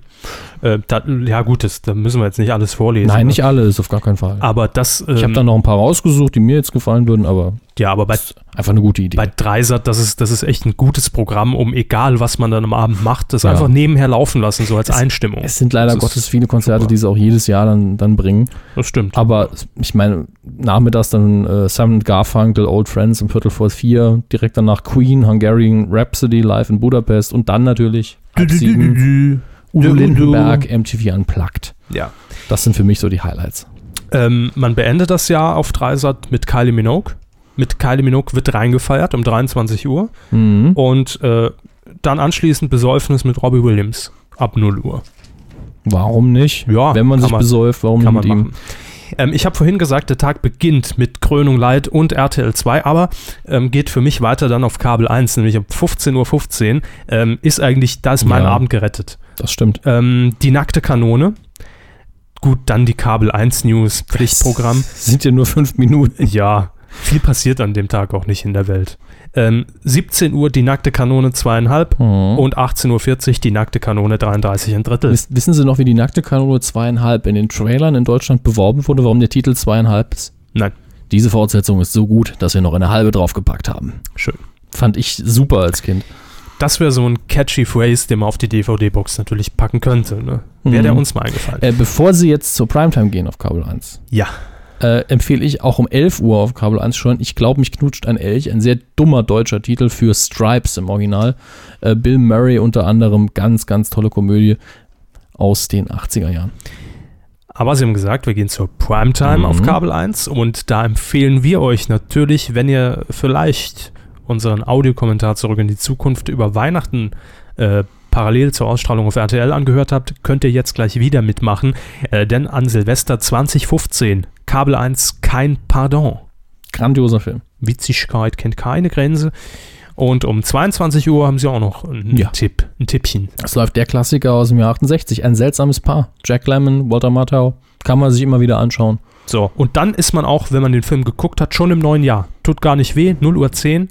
Äh, da, ja, gut, das, da müssen wir jetzt nicht alles vorlesen. ne? Nein, nicht alles, auf gar keinen Fall. Aber das, ähm, ich habe da noch ein paar rausgesucht, die mir jetzt gefallen würden, aber ja, aber bei, einfach eine gute Idee. bei Dreisat, das ist, das ist echt ein gutes Programm, um egal, was man dann am Abend macht, das Ja. einfach nebenher laufen lassen, so als Einstimmung. es sind leider Das ist Gottes viele Konzerte, super. die sie auch jedes Jahr dann, dann bringen. das stimmt. Aber ich meine, nachmittags dann äh, Simon Garfunkel, Old Friends um Viertel vor vier, direkt danach Queen, Hungarian Rhapsody live in Budapest und dann natürlich halb sieben, Udo Lindenberg, MTV Unplugged. Ja. Das sind für mich so die Highlights. Ähm, man beendet das Jahr auf Dreisat mit Kylie Minogue. mit Kylie Minogue wird reingefeiert um 23 Uhr Mhm. und äh, dann anschließend Besäufnis mit Robbie Williams ab 0 Uhr. Warum nicht? Ja, Wenn man kann sich man- besäuft, warum Kann nicht man mit ihm? machen. Ähm, ich habe vorhin gesagt, der Tag beginnt mit Krönung Light und RTL 2, aber ähm, geht für mich weiter dann auf Kabel 1, nämlich um 15.15 Uhr. ähm, ist eigentlich, da ist mein Ja. Abend gerettet. Das stimmt. Ähm, die nackte Kanone. Gut, dann die Kabel 1 News, Pflichtprogramm. Sind ja nur fünf Minuten. Ja, viel passiert an dem Tag auch nicht in der Welt. Ähm, 17 Uhr die nackte Kanone zweieinhalb Mhm. und 18.40 Uhr die nackte Kanone 33 ein Drittel. Oh, Wiss- Wissen Sie noch, wie die nackte Kanone zweieinhalb in den Trailern in Deutschland beworben wurde, warum der Titel zweieinhalb ist? Nein. Diese Fortsetzung ist so gut, dass wir noch eine halbe draufgepackt haben. Schön. Fand ich super als Kind. Das wäre so ein catchy Phrase, den man auf die DVD-Box natürlich packen könnte. Ne? Wäre Mhm. der uns mal eingefallen. Äh, bevor Sie jetzt zur Primetime gehen auf Kabel 1, Ja. äh, empfehle ich auch um 11 Uhr auf Kabel 1 schon, ich glaube, mich knutscht ein Elch, ein sehr dummer deutscher Titel für Stripes im Original. Äh, Bill Murray unter anderem, ganz, ganz tolle Komödie aus den 80er Jahren. Aber Sie haben gesagt, wir gehen zur Primetime Mhm. auf Kabel 1 und da empfehlen wir euch natürlich, wenn ihr vielleicht unseren Audiokommentar zurück in die Zukunft über Weihnachten äh, parallel zur Ausstrahlung auf RTL angehört habt, könnt ihr jetzt gleich wieder mitmachen, äh, denn an Silvester 2015 Kabel 1 kein Pardon. Grandioser Film. Witzigkeit kennt keine Grenze. Und um 22 Uhr haben sie auch noch einen Ja. Tipp, ein Tippchen. Es läuft der Klassiker aus dem Jahr 68, ein seltsames Paar. Jack Lemmon, Walter Matthau, kann man sich immer wieder anschauen. So, und dann ist man auch, wenn man den Film geguckt hat, schon im neuen Jahr. Tut gar nicht weh, 0 Uhr 10.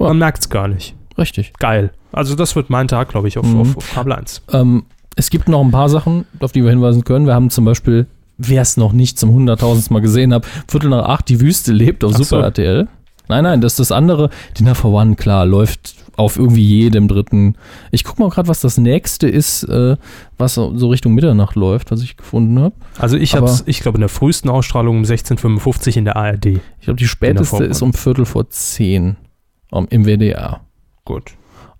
Ja. Man merkt es gar nicht. Richtig. Geil. Also das wird mein Tag, glaube ich, auf, Mhm. auf, auf Kabel 1. Ähm, es gibt noch ein paar Sachen, auf die wir hinweisen können. Wir haben zum Beispiel, wer es noch nicht zum hunderttausendsten Mal gesehen hat, Viertel nach acht, die Wüste lebt auf Ach Super so. RTL. Nein, nein, das ist das andere. Dinner for One, klar, läuft auf irgendwie jedem dritten. Ich guck mal gerade, was das nächste ist, äh, was so so Richtung Mitternacht läuft, was ich gefunden habe. Also ich Aber- habe es, ich glaube, in der frühesten Ausstrahlung um 16.55 in der ARD. Ich glaube, die for späteste One. ist um Viertel vor zehn ähm, im WDR. Gut.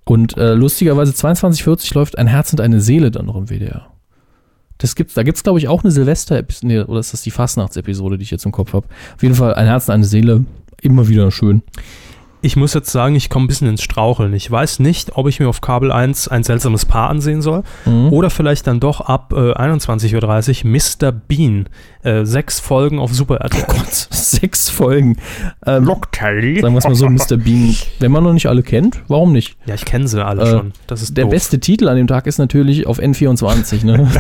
Und äh, lustigerweise 2240 läuft ein Herz und eine Seele dann noch im WDR. Das gibt's, da gibt es, glaube ich, auch eine Silvester-Episode, nee, oder ist das die Fastnachtsepisode, die ich jetzt im Kopf habe. Auf jeden Fall ein Herz und eine Seele, immer wieder schön. Ich muss jetzt sagen, ich komme ein bisschen ins Straucheln. Ich weiß nicht, ob ich mir auf Kabel 1 ein seltsames Paar ansehen soll Mhm. oder vielleicht dann doch ab äh, 21.30 Uhr Mr. Bean. Äh, sechs Folgen auf Super RTL. Gott, sechs Folgen. Ähm, Lockteil. sagen wir es mal so, Mr. Bean, wenn man noch nicht alle kennt, warum nicht? Ja, ich kenne sie alle Äh, schon. Das ist Der doof. beste Titel an dem Tag ist natürlich auf N24, ne?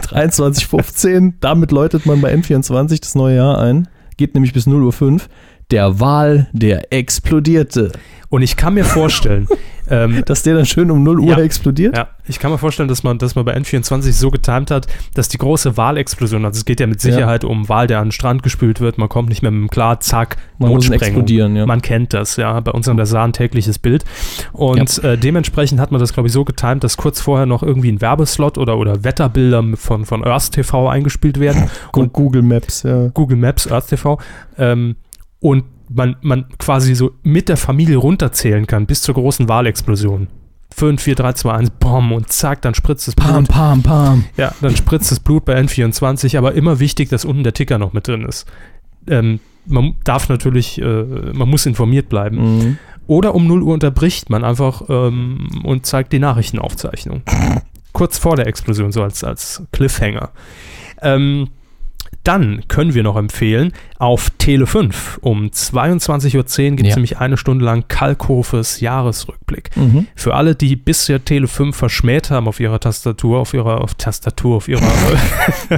23.15, damit läutet man bei N24 das neue Jahr ein, geht nämlich bis 0.05 Uhr. Der Wahl, der explodierte. Und ich kann mir vorstellen, ähm, dass der dann schön um 0 Uhr Ja. explodiert. ja, ich kann mir vorstellen, dass man, dass man bei N24 so getimt hat, dass die große Wahlexplosion, also es geht ja mit Sicherheit um Wahl, der an den Strand gespült wird, man kommt nicht mehr mit dem klar, zack, Man muss ihn Notsprengung. explodieren, ja. Man kennt das, ja. Bei uns an der Saar ein tägliches Bild. Und äh, dementsprechend hat man das, glaube ich, so getimt, dass kurz vorher noch irgendwie ein Werbeslot oder, oder Wetterbilder von, von Earth TV eingespielt werden. Gu- Google Maps, ja. Google Maps, Earth TV, ähm, und man, man quasi so mit der Familie runterzählen kann bis zur großen Wahlexplosion. 5, 4, 3, 2, 1, BOM und zack, dann spritzt das Pam, Blut. pam, pam. Ja, dann spritzt das Blut bei N24, aber immer wichtig, dass unten der Ticker noch mit drin ist. Ähm, man darf natürlich, äh, man muss informiert bleiben. Mhm. Oder um 0 Uhr unterbricht man einfach ähm, und zeigt die Nachrichtenaufzeichnung. Kurz vor der Explosion, so als, als Cliffhanger. Ähm, dann können wir noch empfehlen, auf Tele 5 um 22.10 Uhr gibt es Ja. nämlich eine Stunde lang Kalkhofes Jahresrückblick. Mhm. Für alle, die bisher Tele 5 verschmäht haben auf ihrer Tastatur, auf ihrer auf Tastatur, auf ihrer,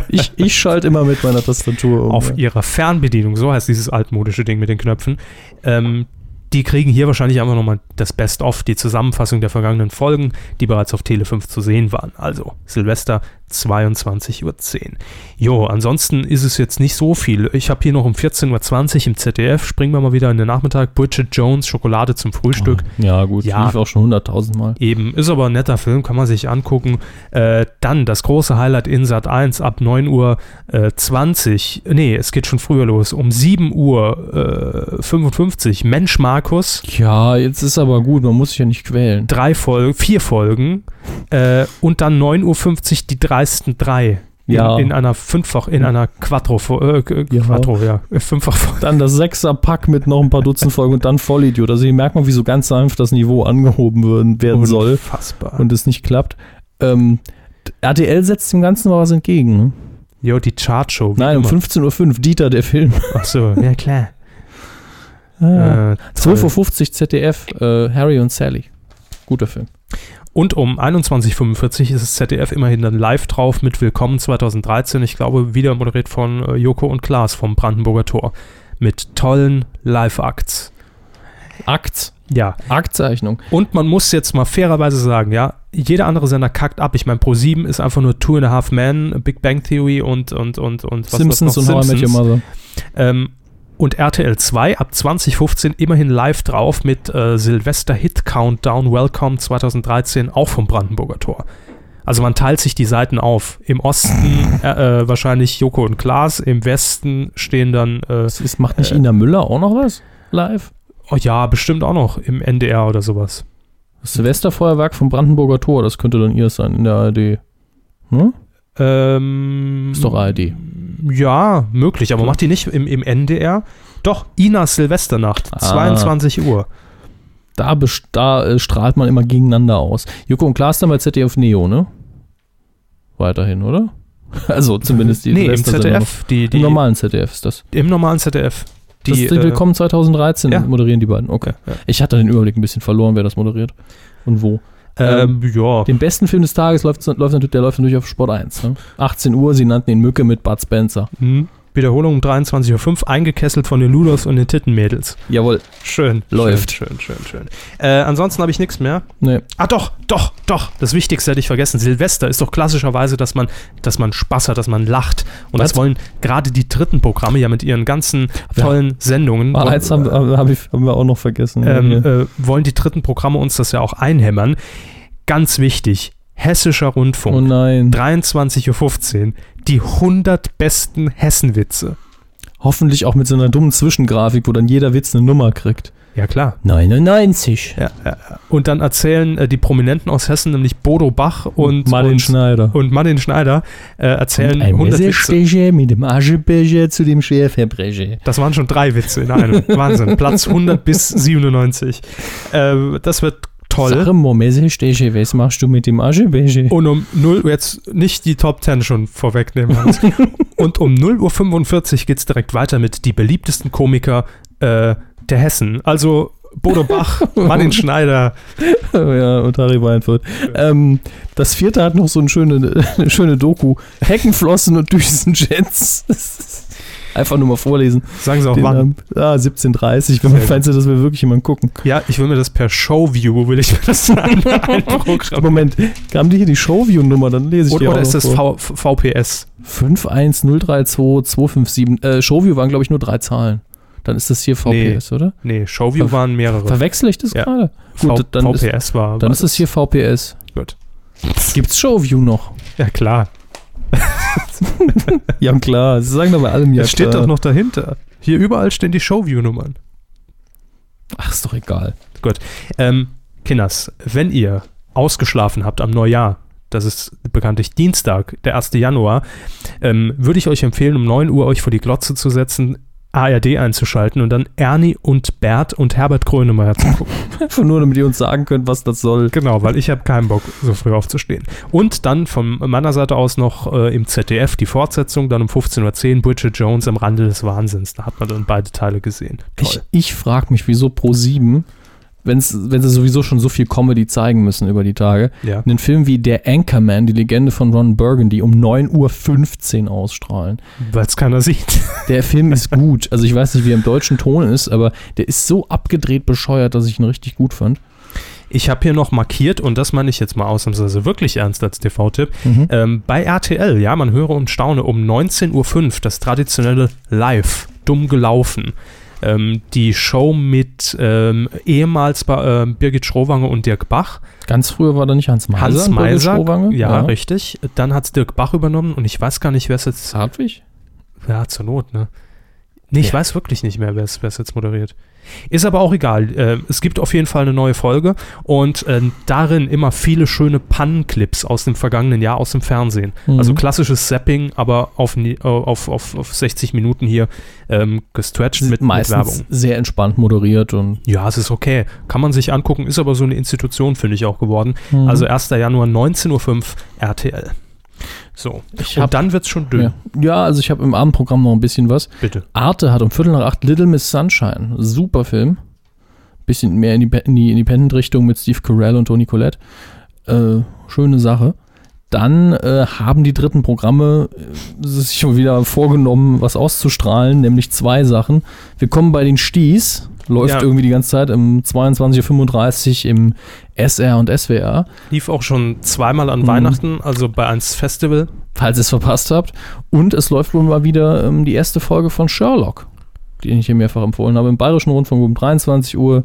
Ich, ich schalte immer mit meiner Tastatur um. auf ja. ihrer Fernbedienung, so heißt dieses altmodische Ding mit den Knöpfen, ähm, die kriegen hier wahrscheinlich einfach nochmal das Best-of, die Zusammenfassung der vergangenen Folgen, die bereits auf Tele 5 zu sehen waren. Also Silvester 22.10 Uhr. Jo, ansonsten ist es jetzt nicht so viel. Ich habe hier noch um 14.20 Uhr im ZDF, springen wir mal wieder in den Nachmittag, Bridget Jones, Schokolade zum Frühstück. Ja, gut, Ja. lief auch schon hunderttausendmal. Eben, ist aber ein netter Film, kann man sich angucken. Äh, dann das große Highlight in Sat 1 ab 9 Uhr äh, 20. Nee, es geht schon früher los. Um 7 Uhr äh, 55. Mensch Markus, Ja, jetzt ist aber gut, man muss sich ja nicht quälen. drei Folgen, vier Folgen. Äh, und dann 9.50 Uhr die dreisten drei. Ja. In, in einer fünffach, in einer Quattro, äh, Qu- Ja. Quattro, ja, äh, fünffach. Dann das Sechser-Pack mit noch ein paar Dutzend Folgen und dann Vollidiot. Also hier merkt man, wie so ganz sanft das Niveau angehoben würden, werden soll Unfassbar. und es nicht klappt. Ähm, RTL setzt dem Ganzen mal was entgegen. Ne? Jo, die Chartshow. wie Nein, um immer. 15.05 Uhr, Dieter, der Film. Ach so, ja klar. Ah. Äh, 12.50 Uhr ZDF, äh, Harry und Sally. Guter Film. Und um 21.45 Uhr ist das ZDF immerhin dann live drauf mit Willkommen 2013. Ich glaube, wieder moderiert von äh, Joko und Klaas vom Brandenburger Tor. Mit tollen Live-Acts. Akt, Ja. Aktzeichnung. Und man muss jetzt mal fairerweise sagen, ja, jeder andere Sender kackt ab. Ich meine, Pro7 ist einfach nur Two and a Half Men, Big Bang Theory und, und, und, und was Simpsons und was noch? How I Met Your Mother. Ähm, und RTL 2 ab 2015 immerhin live drauf mit äh, Silvester Hit Countdown Welcome 2013 auch vom Brandenburger Tor. Also man teilt sich die Seiten auf. Im Osten äh, äh, wahrscheinlich Joko und Klaas, im Westen stehen dann, äh, Das ist, macht nicht Ina Müller auch noch was live? oh ja, bestimmt auch noch im NDR oder sowas. Das Silvesterfeuerwerk vom Brandenburger Tor, das könnte dann ihr sein in der ARD. Hm? Ähm, Ist doch ARD. Ja, möglich, aber macht die nicht im, im NDR? Doch, Inas Silvesternacht, Ah. 22 Uhr. Da, best- da äh, strahlt man immer gegeneinander aus. Joko und Klaas damals ZDF Neo, ne? Weiterhin, oder? Also zumindest die nee, im Silvestersendung. ZDF. Die, die, Im normalen ZDF ist das. Im normalen ZDF. Die, das ist äh, Willkommen 2013 ja. moderieren die beiden. Okay. Ja. Ich hatte den Überblick ein bisschen verloren, wer das moderiert und wo. Ähm, ja. Den besten Film des Tages läuft, läuft natürlich, der läuft natürlich auf Sport 1. Ne? 18 Uhr, sie nannten ihn Mücke mit Bud Spencer. Hm. Wiederholung um 23.05 Uhr, eingekesselt von den Ludos und den Tittenmädels. Jawohl. Schön. Läuft. Schön, schön, schön. schön. Äh, ansonsten habe ich nichts mehr. Nee. Ah, doch, doch, doch. Das Wichtigste hätte ich vergessen. Silvester ist doch klassischerweise, dass man, dass man Spaß hat, dass man lacht. Und Was? das wollen gerade die dritten Programme ja mit ihren ganzen tollen Sendungen. Aber eins haben, haben, haben wir- haben wir auch noch vergessen. ähm, Hier. äh, wollen die dritten Programme uns das ja auch einhämmern. Ganz wichtig, Hessischer Rundfunk. oh nein. 23.15 Uhr die 100 besten Hessenwitze. Hoffentlich auch mit so einer dummen Zwischengrafik, wo dann jeder Witz eine Nummer kriegt. Ja, klar. 99. Ja, ja, ja. Und dann erzählen äh, die Prominenten aus Hessen, nämlich Bodo Bach und Martin und, Schneider. und Martin Schneider, äh, erzählen 100 Witze. mit dem Aschebecher zu dem Schwerverbrecher. Das waren schon drei Witze in einem. Wahnsinn. Platz 100 bis 97. Ähm, das wird toll. Sag mal, Messerstecher, was machst du mit dem Aschebecher? Und um 0 jetzt nicht die Top 10 schon vorwegnehmen. Hans. Und um 0.45 Uhr geht es direkt weiter mit die beliebtesten Komiker äh, der Hessen. Also Bodo Bach, Martin Schneider. ja, und Harry Weinfurt. Ähm, das vierte hat noch so eine schöne, eine schöne Doku. Heckenflossen und Düsenjets. Einfach nur mal vorlesen. Sagen Sie auch Den, wann. ähm, ah, 17.30 wenn man Sehr gut. feinste, dass wir wirklich jemanden gucken. Ja, ich will mir das per Showview, will ich mir das an, einprogrammieren. Moment, haben die hier die Showview-Nummer? Dann lese ich die Oh, Oder, auch oder ist noch das vor. v, VPS? 51032257257. Äh, Showview waren, glaube ich, nur drei Zahlen. Dann ist das hier VPS, oder? Nee, Showview waren mehrere. Verwechsel ich das Ja. gerade? V, Gut, dann, ist, VPS war. dann ist das hier VPS. Gut. Gibt's Showview noch? Ja, klar. Ja, klar. Sie sagen aber allem ja. äh, das steht klar. doch noch dahinter. Hier überall stehen die Showview-Nummern. Ach, ist doch egal. Ähm, Kinders, wenn ihr ausgeschlafen habt am Neujahr, das ist bekanntlich Dienstag, der 1. Januar, ähm, würde ich euch empfehlen, um 9 Uhr euch vor die Glotze zu setzen, ARD einzuschalten und dann Ernie und Bert und Herbert Grönemeyer zu gucken. Einfach nur, damit ihr uns sagen könnt, was das soll. genau, weil ich habe keinen Bock, so früh aufzustehen. Und dann von meiner Seite aus noch äh, im ZDF die Fortsetzung, dann um 15.10 Uhr Bridget Jones am Rande des Wahnsinns. Da hat man dann beide Teile gesehen. Ich, ich frage mich, wieso Pro7, wenn's, wenn sie sowieso schon so viel Comedy zeigen müssen über die Tage, Ja. einen Film wie Der Anchorman, die Legende von Ron Burgundy, um 9.15 Uhr ausstrahlen. Weil es keiner sieht. Der Film ist gut. Also ich weiß nicht, wie er im deutschen Ton ist, aber der ist so abgedreht bescheuert, dass ich ihn richtig gut fand. Ich habe hier noch markiert, und das meine ich jetzt mal ausnahmsweise wirklich ernst als TV-Tipp, Äh, Ähm, bei RTL, ja, man höre und staune, um 19.05 Uhr das traditionelle Live, dumm gelaufen. Ähm, die Show mit ähm, ehemals bei, ähm, Birgit Schrowange und Dirk Bach. Ganz früher war da nicht Hans Meiser. Hans Birgit Meiser, ja, Schrowange? richtig. Dann hat es Dirk Bach übernommen und ich weiß gar nicht, wer es jetzt. Hartwig? Ja, zur Not, ne? Nee, ich weiß wirklich nicht mehr, wer es wer es jetzt moderiert. Ist aber auch egal. Äh, es gibt auf jeden Fall eine neue Folge und ähm, darin immer viele schöne Pannenclips aus dem vergangenen Jahr aus dem Fernsehen. Mhm. Also klassisches Zapping, aber auf, ni- äh, auf, auf, auf 60 Minuten hier ähm, gestretched mit, mit meistens Werbung. sehr entspannt moderiert und Ja, es ist okay. Kann man sich angucken, ist aber so eine Institution, finde ich, auch geworden. Mhm. Also 1. Januar 19.05 Uhr RTL. So. Ich hab- und dann wird's schon dünn. ja. ja, also ich habe im Abendprogramm noch ein bisschen was. Bitte. Arte hat um Viertel nach acht Little Miss Sunshine. Super Film. Bisschen mehr in die, in die Independent-Richtung mit Steve Carell und Toni Collette. Äh, schöne Sache. Dann äh, haben die dritten Programme äh, sich schon wieder vorgenommen, was auszustrahlen, nämlich zwei Sachen. Wir kommen bei den Sties, läuft Ja. irgendwie die ganze Zeit um 22.35 Uhr im SR und SWR. Lief auch schon zweimal an Mhm. Weihnachten, also bei 1 Festival. falls ihr es verpasst habt. Und es läuft wohl mal wieder ähm, die erste Folge von Sherlock, die ich hier mehrfach empfohlen habe. Im Bayerischen Rundfunk um 23 Uhr,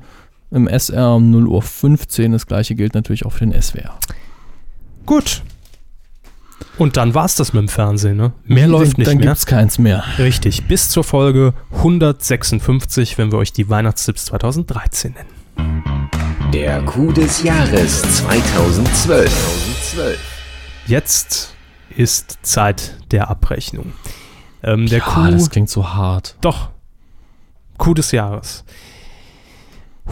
im SR um 0 Uhr 15. Das gleiche gilt natürlich auch für den SWR. Gut. Und dann war's das mit dem Fernsehen, ne? Mehr läuft nicht Dann mehr. gibt's keins mehr. Richtig, bis zur Folge 156, wenn wir euch die Weihnachtstipps 2013 nennen. Der Coup des Jahres 2012. Jetzt ist Zeit der Abrechnung. Ähm, der ja, Coup Ah, das klingt so hart. Doch. Coup des Jahres.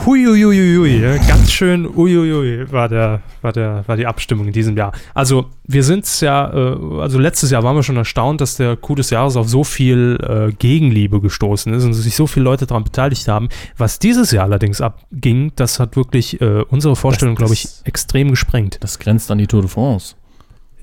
Huiuiuiui, ja, ganz schön uiuiui war, der, war, der, war die Abstimmung in diesem Jahr. Also wir sind's ja, äh, also letztes Jahr waren wir schon erstaunt, dass der Coup des Jahres auf so viel äh, Gegenliebe gestoßen ist und sich so viele Leute daran beteiligt haben. Was dieses Jahr allerdings abging, das hat wirklich äh, unsere Vorstellung, Das- glaube ich, das- extrem gesprengt. Das grenzt an die Tour de France.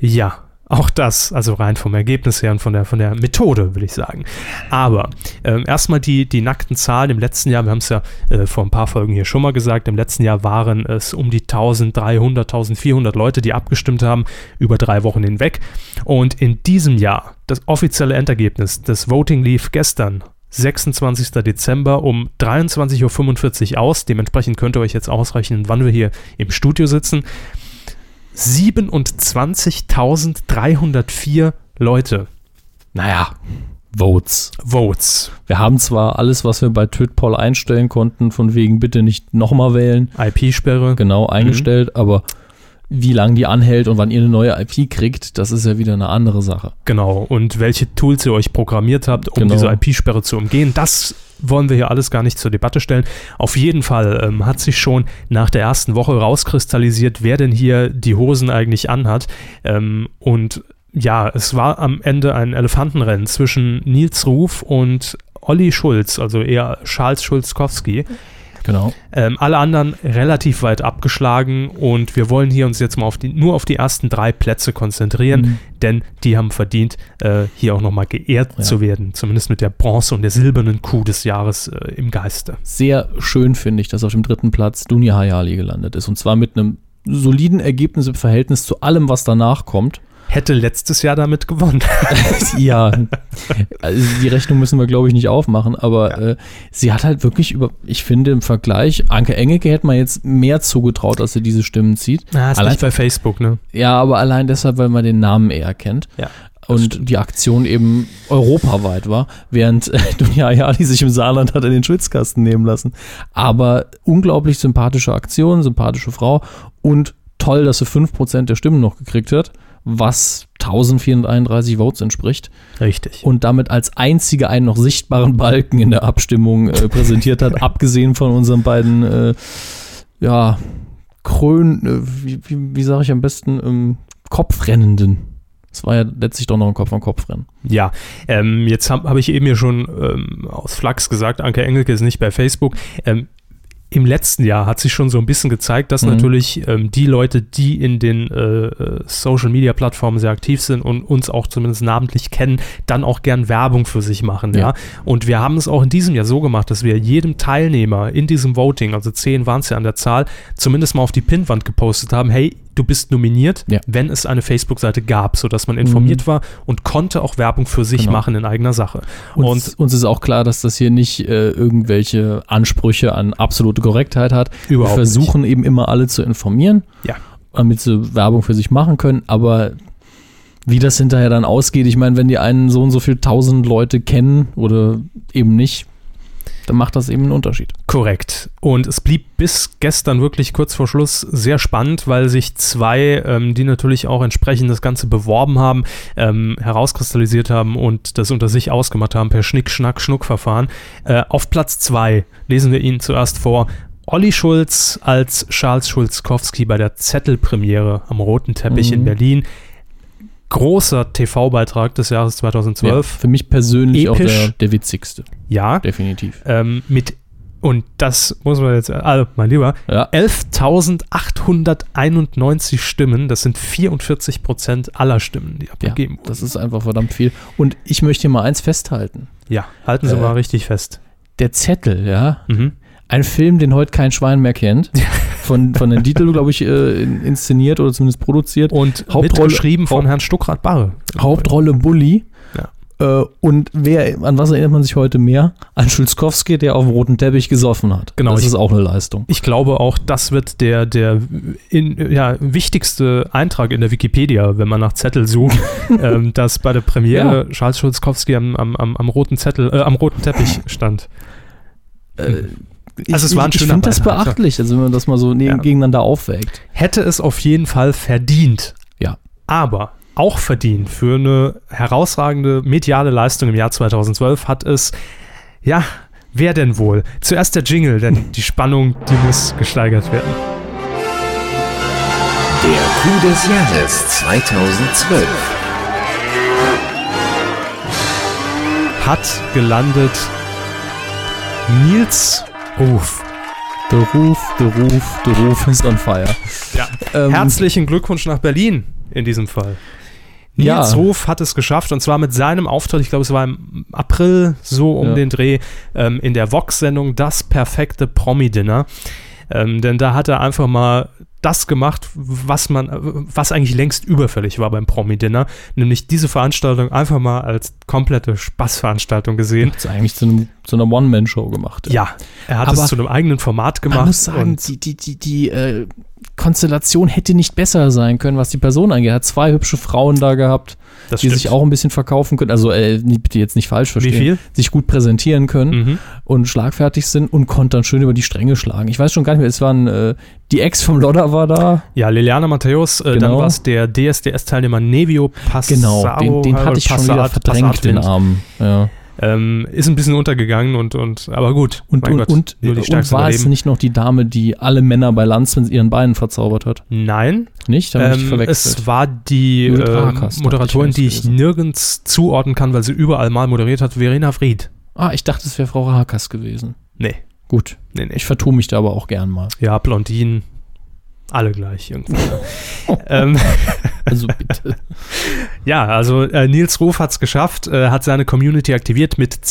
Ja, auch das, also rein vom Ergebnis her und von der, von der Methode, will ich sagen. Aber ähm, erstmal die, die nackten Zahlen im letzten Jahr, wir haben es ja äh, vor ein paar Folgen hier schon mal gesagt, im letzten Jahr waren es um die 1300, 1400 Leute, die abgestimmt haben, über drei Wochen hinweg. Und in diesem Jahr, das offizielle Endergebnis des Voting lief gestern. 26. Dezember um 23.45 Uhr aus. Dementsprechend könnt ihr euch jetzt ausrechnen, wann wir hier im Studio sitzen. 27.304 Leute. Naja, Votes. Votes. Wir haben zwar alles, was wir bei Tötpoll einstellen konnten, von wegen bitte nicht nochmal wählen, IP-Sperre. genau eingestellt, aber wie lange die anhält und wann ihr eine neue IP kriegt, das ist ja wieder eine andere Sache. Genau. Und welche Tools ihr euch programmiert habt, um Genau. diese IP-Sperre zu umgehen, das wollen wir hier alles gar nicht zur Debatte stellen. Auf jeden Fall ähm, hat sich schon nach der ersten Woche rauskristallisiert, wer denn hier die Hosen eigentlich anhat. Ähm, und ja, es war am Ende ein Elefantenrennen zwischen Nils Ruf und Olli Schulz, also eher Charles Schulzkowski. Genau. Ähm, alle anderen relativ weit abgeschlagen und wir wollen hier uns jetzt mal auf die, nur auf die ersten drei Plätze konzentrieren, denn die haben verdient, äh, hier auch nochmal geehrt Ja. zu werden, zumindest mit der Bronze und der silbernen Kuh des Jahres äh, im Geiste. Sehr schön finde ich, dass auf dem dritten Platz Dunja Hayali gelandet ist. Und zwar mit einem soliden Ergebnis im Verhältnis zu allem, was danach kommt. Hätte letztes Jahr damit gewonnen. ja, also die Rechnung müssen wir, glaube ich, nicht aufmachen, aber äh, sie hat halt wirklich über, ich finde im Vergleich, Anke Engelke hätte man jetzt mehr zugetraut, als sie diese Stimmen zieht. Na, Ah, ist Allein- nicht bei Facebook, ne? Ja, aber allein deshalb, weil man den Namen eher kennt. Ja. Und die Aktion eben europaweit war, während äh, Dunja Ayali sich im Saarland hat in den Schwitzkasten nehmen lassen. Aber unglaublich sympathische Aktion, sympathische Frau und toll, dass sie 5% der Stimmen noch gekriegt hat, was 1431 Votes entspricht Richtig. und damit als einzige einen noch sichtbaren Balken in der Abstimmung äh, präsentiert hat, abgesehen von unseren beiden, äh, ja, Krön, äh, wie, wie, wie sage ich am besten, ähm, Kopfrennenden. Es war ja letztlich doch noch ein Kopf an Kopfrennen. Ja, ähm, jetzt habe hab ich eben hier schon ähm, aus Flachs gesagt, Anke Engelke ist nicht bei Facebook. Ähm, Im letzten Jahr hat sich schon so ein bisschen gezeigt, dass Mhm. natürlich ähm, die Leute, die in den äh, Social-Media-Plattformen sehr aktiv sind und uns auch zumindest namentlich kennen, dann auch gern Werbung für sich machen. Ja. Ja. Und wir haben es auch in diesem Jahr so gemacht, dass wir jedem Teilnehmer in diesem Voting, also zehn waren es ja an der Zahl, zumindest mal auf die Pinnwand gepostet haben, hey, du bist nominiert, Ja. wenn es eine Facebook-Seite gab, sodass man informiert war und konnte auch Werbung für sich Genau. machen in eigener Sache. Und, Uns, uns ist auch klar, dass das hier nicht äh, irgendwelche Ansprüche an absolute Korrektheit hat. Überhaupt Wir versuchen eben immer alle zu informieren, Ja. damit sie Werbung für sich machen können, aber Wie das hinterher dann ausgeht, ich meine, wenn die einen so und so viel tausend Leute kennen oder eben nicht, dann macht das eben einen Unterschied. Korrekt. Und es blieb bis gestern wirklich kurz vor Schluss sehr spannend, weil sich zwei, ähm, die natürlich auch entsprechend das Ganze beworben haben, ähm, herauskristallisiert haben und das unter sich ausgemacht haben per Schnick-Schnack-Schnuck-Verfahren. Äh, auf Platz zwei lesen wir Ihnen zuerst vor. Olli Schulz als Charles Schulzkowski bei der Zettelpremiere am Roten Teppich Mhm. in Berlin. Großer TV-Beitrag des Jahres Ja, 2012. für mich persönlich auch Episch. der, der witzigste, Ja, definitiv. ähm, mit, und das muss man jetzt, also mein Lieber, Ja. 11.891 Stimmen, das sind 44 Prozent aller Stimmen, die Ja, abgegeben wurden. das ist einfach verdammt viel. Und ich möchte hier mal eins festhalten. Ja, halten Sie Äh. mal richtig fest. Der Zettel, ja. Mhm. Ein Film, den heute kein Schwein mehr kennt. Von, von den Titel, glaube ich, äh, in- inszeniert oder zumindest produziert. Und Hauptrolle- mitgeschrieben von Haupt- Herrn Stuckrad-Barre. Hauptrolle Bully. Äh, und wer, an was erinnert man sich heute mehr? An Schulzkowski, der auf dem roten Teppich gesoffen hat. Genau, Das ich- ist auch eine Leistung. Ich glaube auch, das wird der, der in, ja, wichtigste Eintrag in der Wikipedia, wenn man nach Zettel sucht, ähm, dass bei der Premiere Charles Schulzkowski am, am, am, am roten Zettel, äh, am roten Teppich stand. Äh, Also es war ein ich, ich schöner finde das Beitrag, ja. beachtlich, also wenn man das mal so ne Ja. gegeneinander aufwägt. Hätte es auf jeden Fall verdient. Ja. Aber auch verdient für eine herausragende mediale Leistung im Jahr 2012 hat es, ja, wer denn wohl? Zuerst der Jingle, denn die Spannung, die muss gesteigert werden. Der Coup des Jahres 2012. Hat gelandet Nils Ruf. The Roof, The Roof, The Roof is on fire. Ja. Ähm, Herzlichen Glückwunsch nach Berlin in diesem Fall. Nils Ja. Ruf hat es geschafft und zwar mit seinem Auftritt, ich glaube, es war im April so um Ja. den Dreh, ähm, in der Vox-Sendung Das perfekte Promi-Dinner. Ähm, denn da hat er einfach mal das gemacht, was man, äh, was eigentlich längst überfällig war beim Promi-Dinner, nämlich diese Veranstaltung einfach mal als komplette Spaßveranstaltung gesehen. Hat es eigentlich zu, einem, zu einer One-Man-Show gemacht. Ja, er hat Aber es zu einem eigenen Format gemacht. Man muss sagen, und die, die, die, die äh, Konstellation hätte nicht besser sein können, was die Person angeht. Er hat zwei hübsche Frauen da gehabt, das die stimmt. sich auch ein bisschen verkaufen können. Also äh, nie- bitte jetzt nicht falsch Wie verstehen. Hm? viel? Sich gut präsentieren können Mhm. und schlagfertig sind und konnte dann schön über die Stränge schlagen. Ich weiß schon gar nicht mehr, es waren äh, die Ex vom Lodder war da. Ja, Liliana Matthäus, äh, dann Genau. war es der DSDS-Teilnehmer Nevio Passaro. Genau, den, den hatte ich schon wieder Passat- verdrängt, den Passatwind. Armen. Ja. ähm, Ist ein bisschen untergegangen und, und aber gut. Und, Mein und, Gott, und, äh, nur die und Stärksten war es überleben. nicht noch die Dame, die alle Männer bei Lanz mit ihren Beinen verzaubert hat? Nein, Nicht? Da bin ich ähm, verwechselt. es war die Judith äh, Rakers, dachte ich, Moderatorin, wär's die ich gewesen. nirgends zuordnen kann, weil sie überall mal moderiert hat, Verena Fried. ah, ich dachte, es wäre Frau Rakas gewesen. Nee, Gut, nee, nee. ich vertue mich da aber auch gern mal. Ja, Blondinen, alle gleich irgendwie. ähm, Also bitte. Ja, also äh, Nils Ruf hat's geschafft, äh, hat seine Community aktiviert mit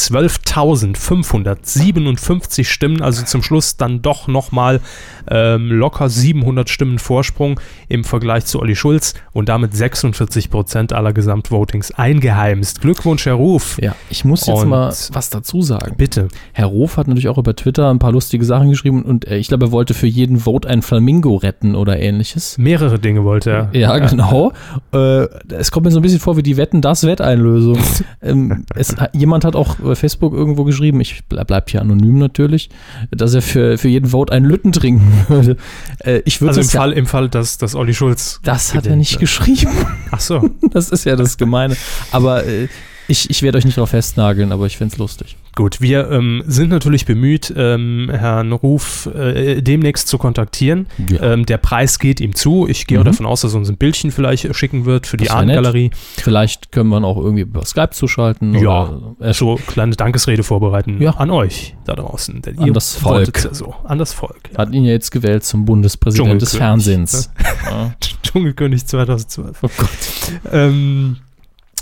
12.557 Stimmen, also zum Schluss dann doch nochmal ähm, locker 700 Stimmen Vorsprung im Vergleich zu Olli Schulz und damit 46 Prozent aller Gesamtvotings eingeheimst. Glückwunsch, Herr Ruf. ja, ich muss jetzt Und- mal was dazu sagen. Bitte. Herr Rof hat natürlich auch über Twitter ein paar lustige Sachen geschrieben und äh, ich glaube, er wollte für jeden Vote ein Flamingo retten oder ähnliches. Mehrere Dinge wollte er. Ja, genau. Äh, es kommt mir so ein bisschen vor wie die Wetten, das Wetteinlösung. ähm, es, jemand hat auch bei Facebook irgendwo geschrieben, ich bleib, bleib hier anonym natürlich, dass er für, für jeden Vote einen Lütten trinken würde. Äh, ich würde Also im das ja, Fall, im Fall, dass, dass Olli Schulz. das hat er gewinnt, nicht ne? geschrieben. Ach so. Das ist ja das Gemeine. Aber äh, ich, ich werde euch nicht drauf festnageln, aber ich find's lustig. Gut, wir ähm, sind natürlich bemüht, ähm, Herrn Ruf äh, demnächst zu kontaktieren. Ähm, der Preis geht ihm zu. Ich gehe auch Mhm. davon aus, dass er uns ein Bildchen vielleicht schicken wird für die Das wär nett. Artgalerie. Vielleicht können wir ihn auch irgendwie über Skype zuschalten. Ja. Oder, äh, So kleine Dankesrede vorbereiten Ja. an euch da draußen. Denn An das Volk. wolltet's Ja so. An das Volk. Ja. hat ihn ja jetzt gewählt zum Bundespräsidenten des Dschungelkönig, Fernsehens. Ja. Dschungelkönig 2012. Oh Gott. Ähm,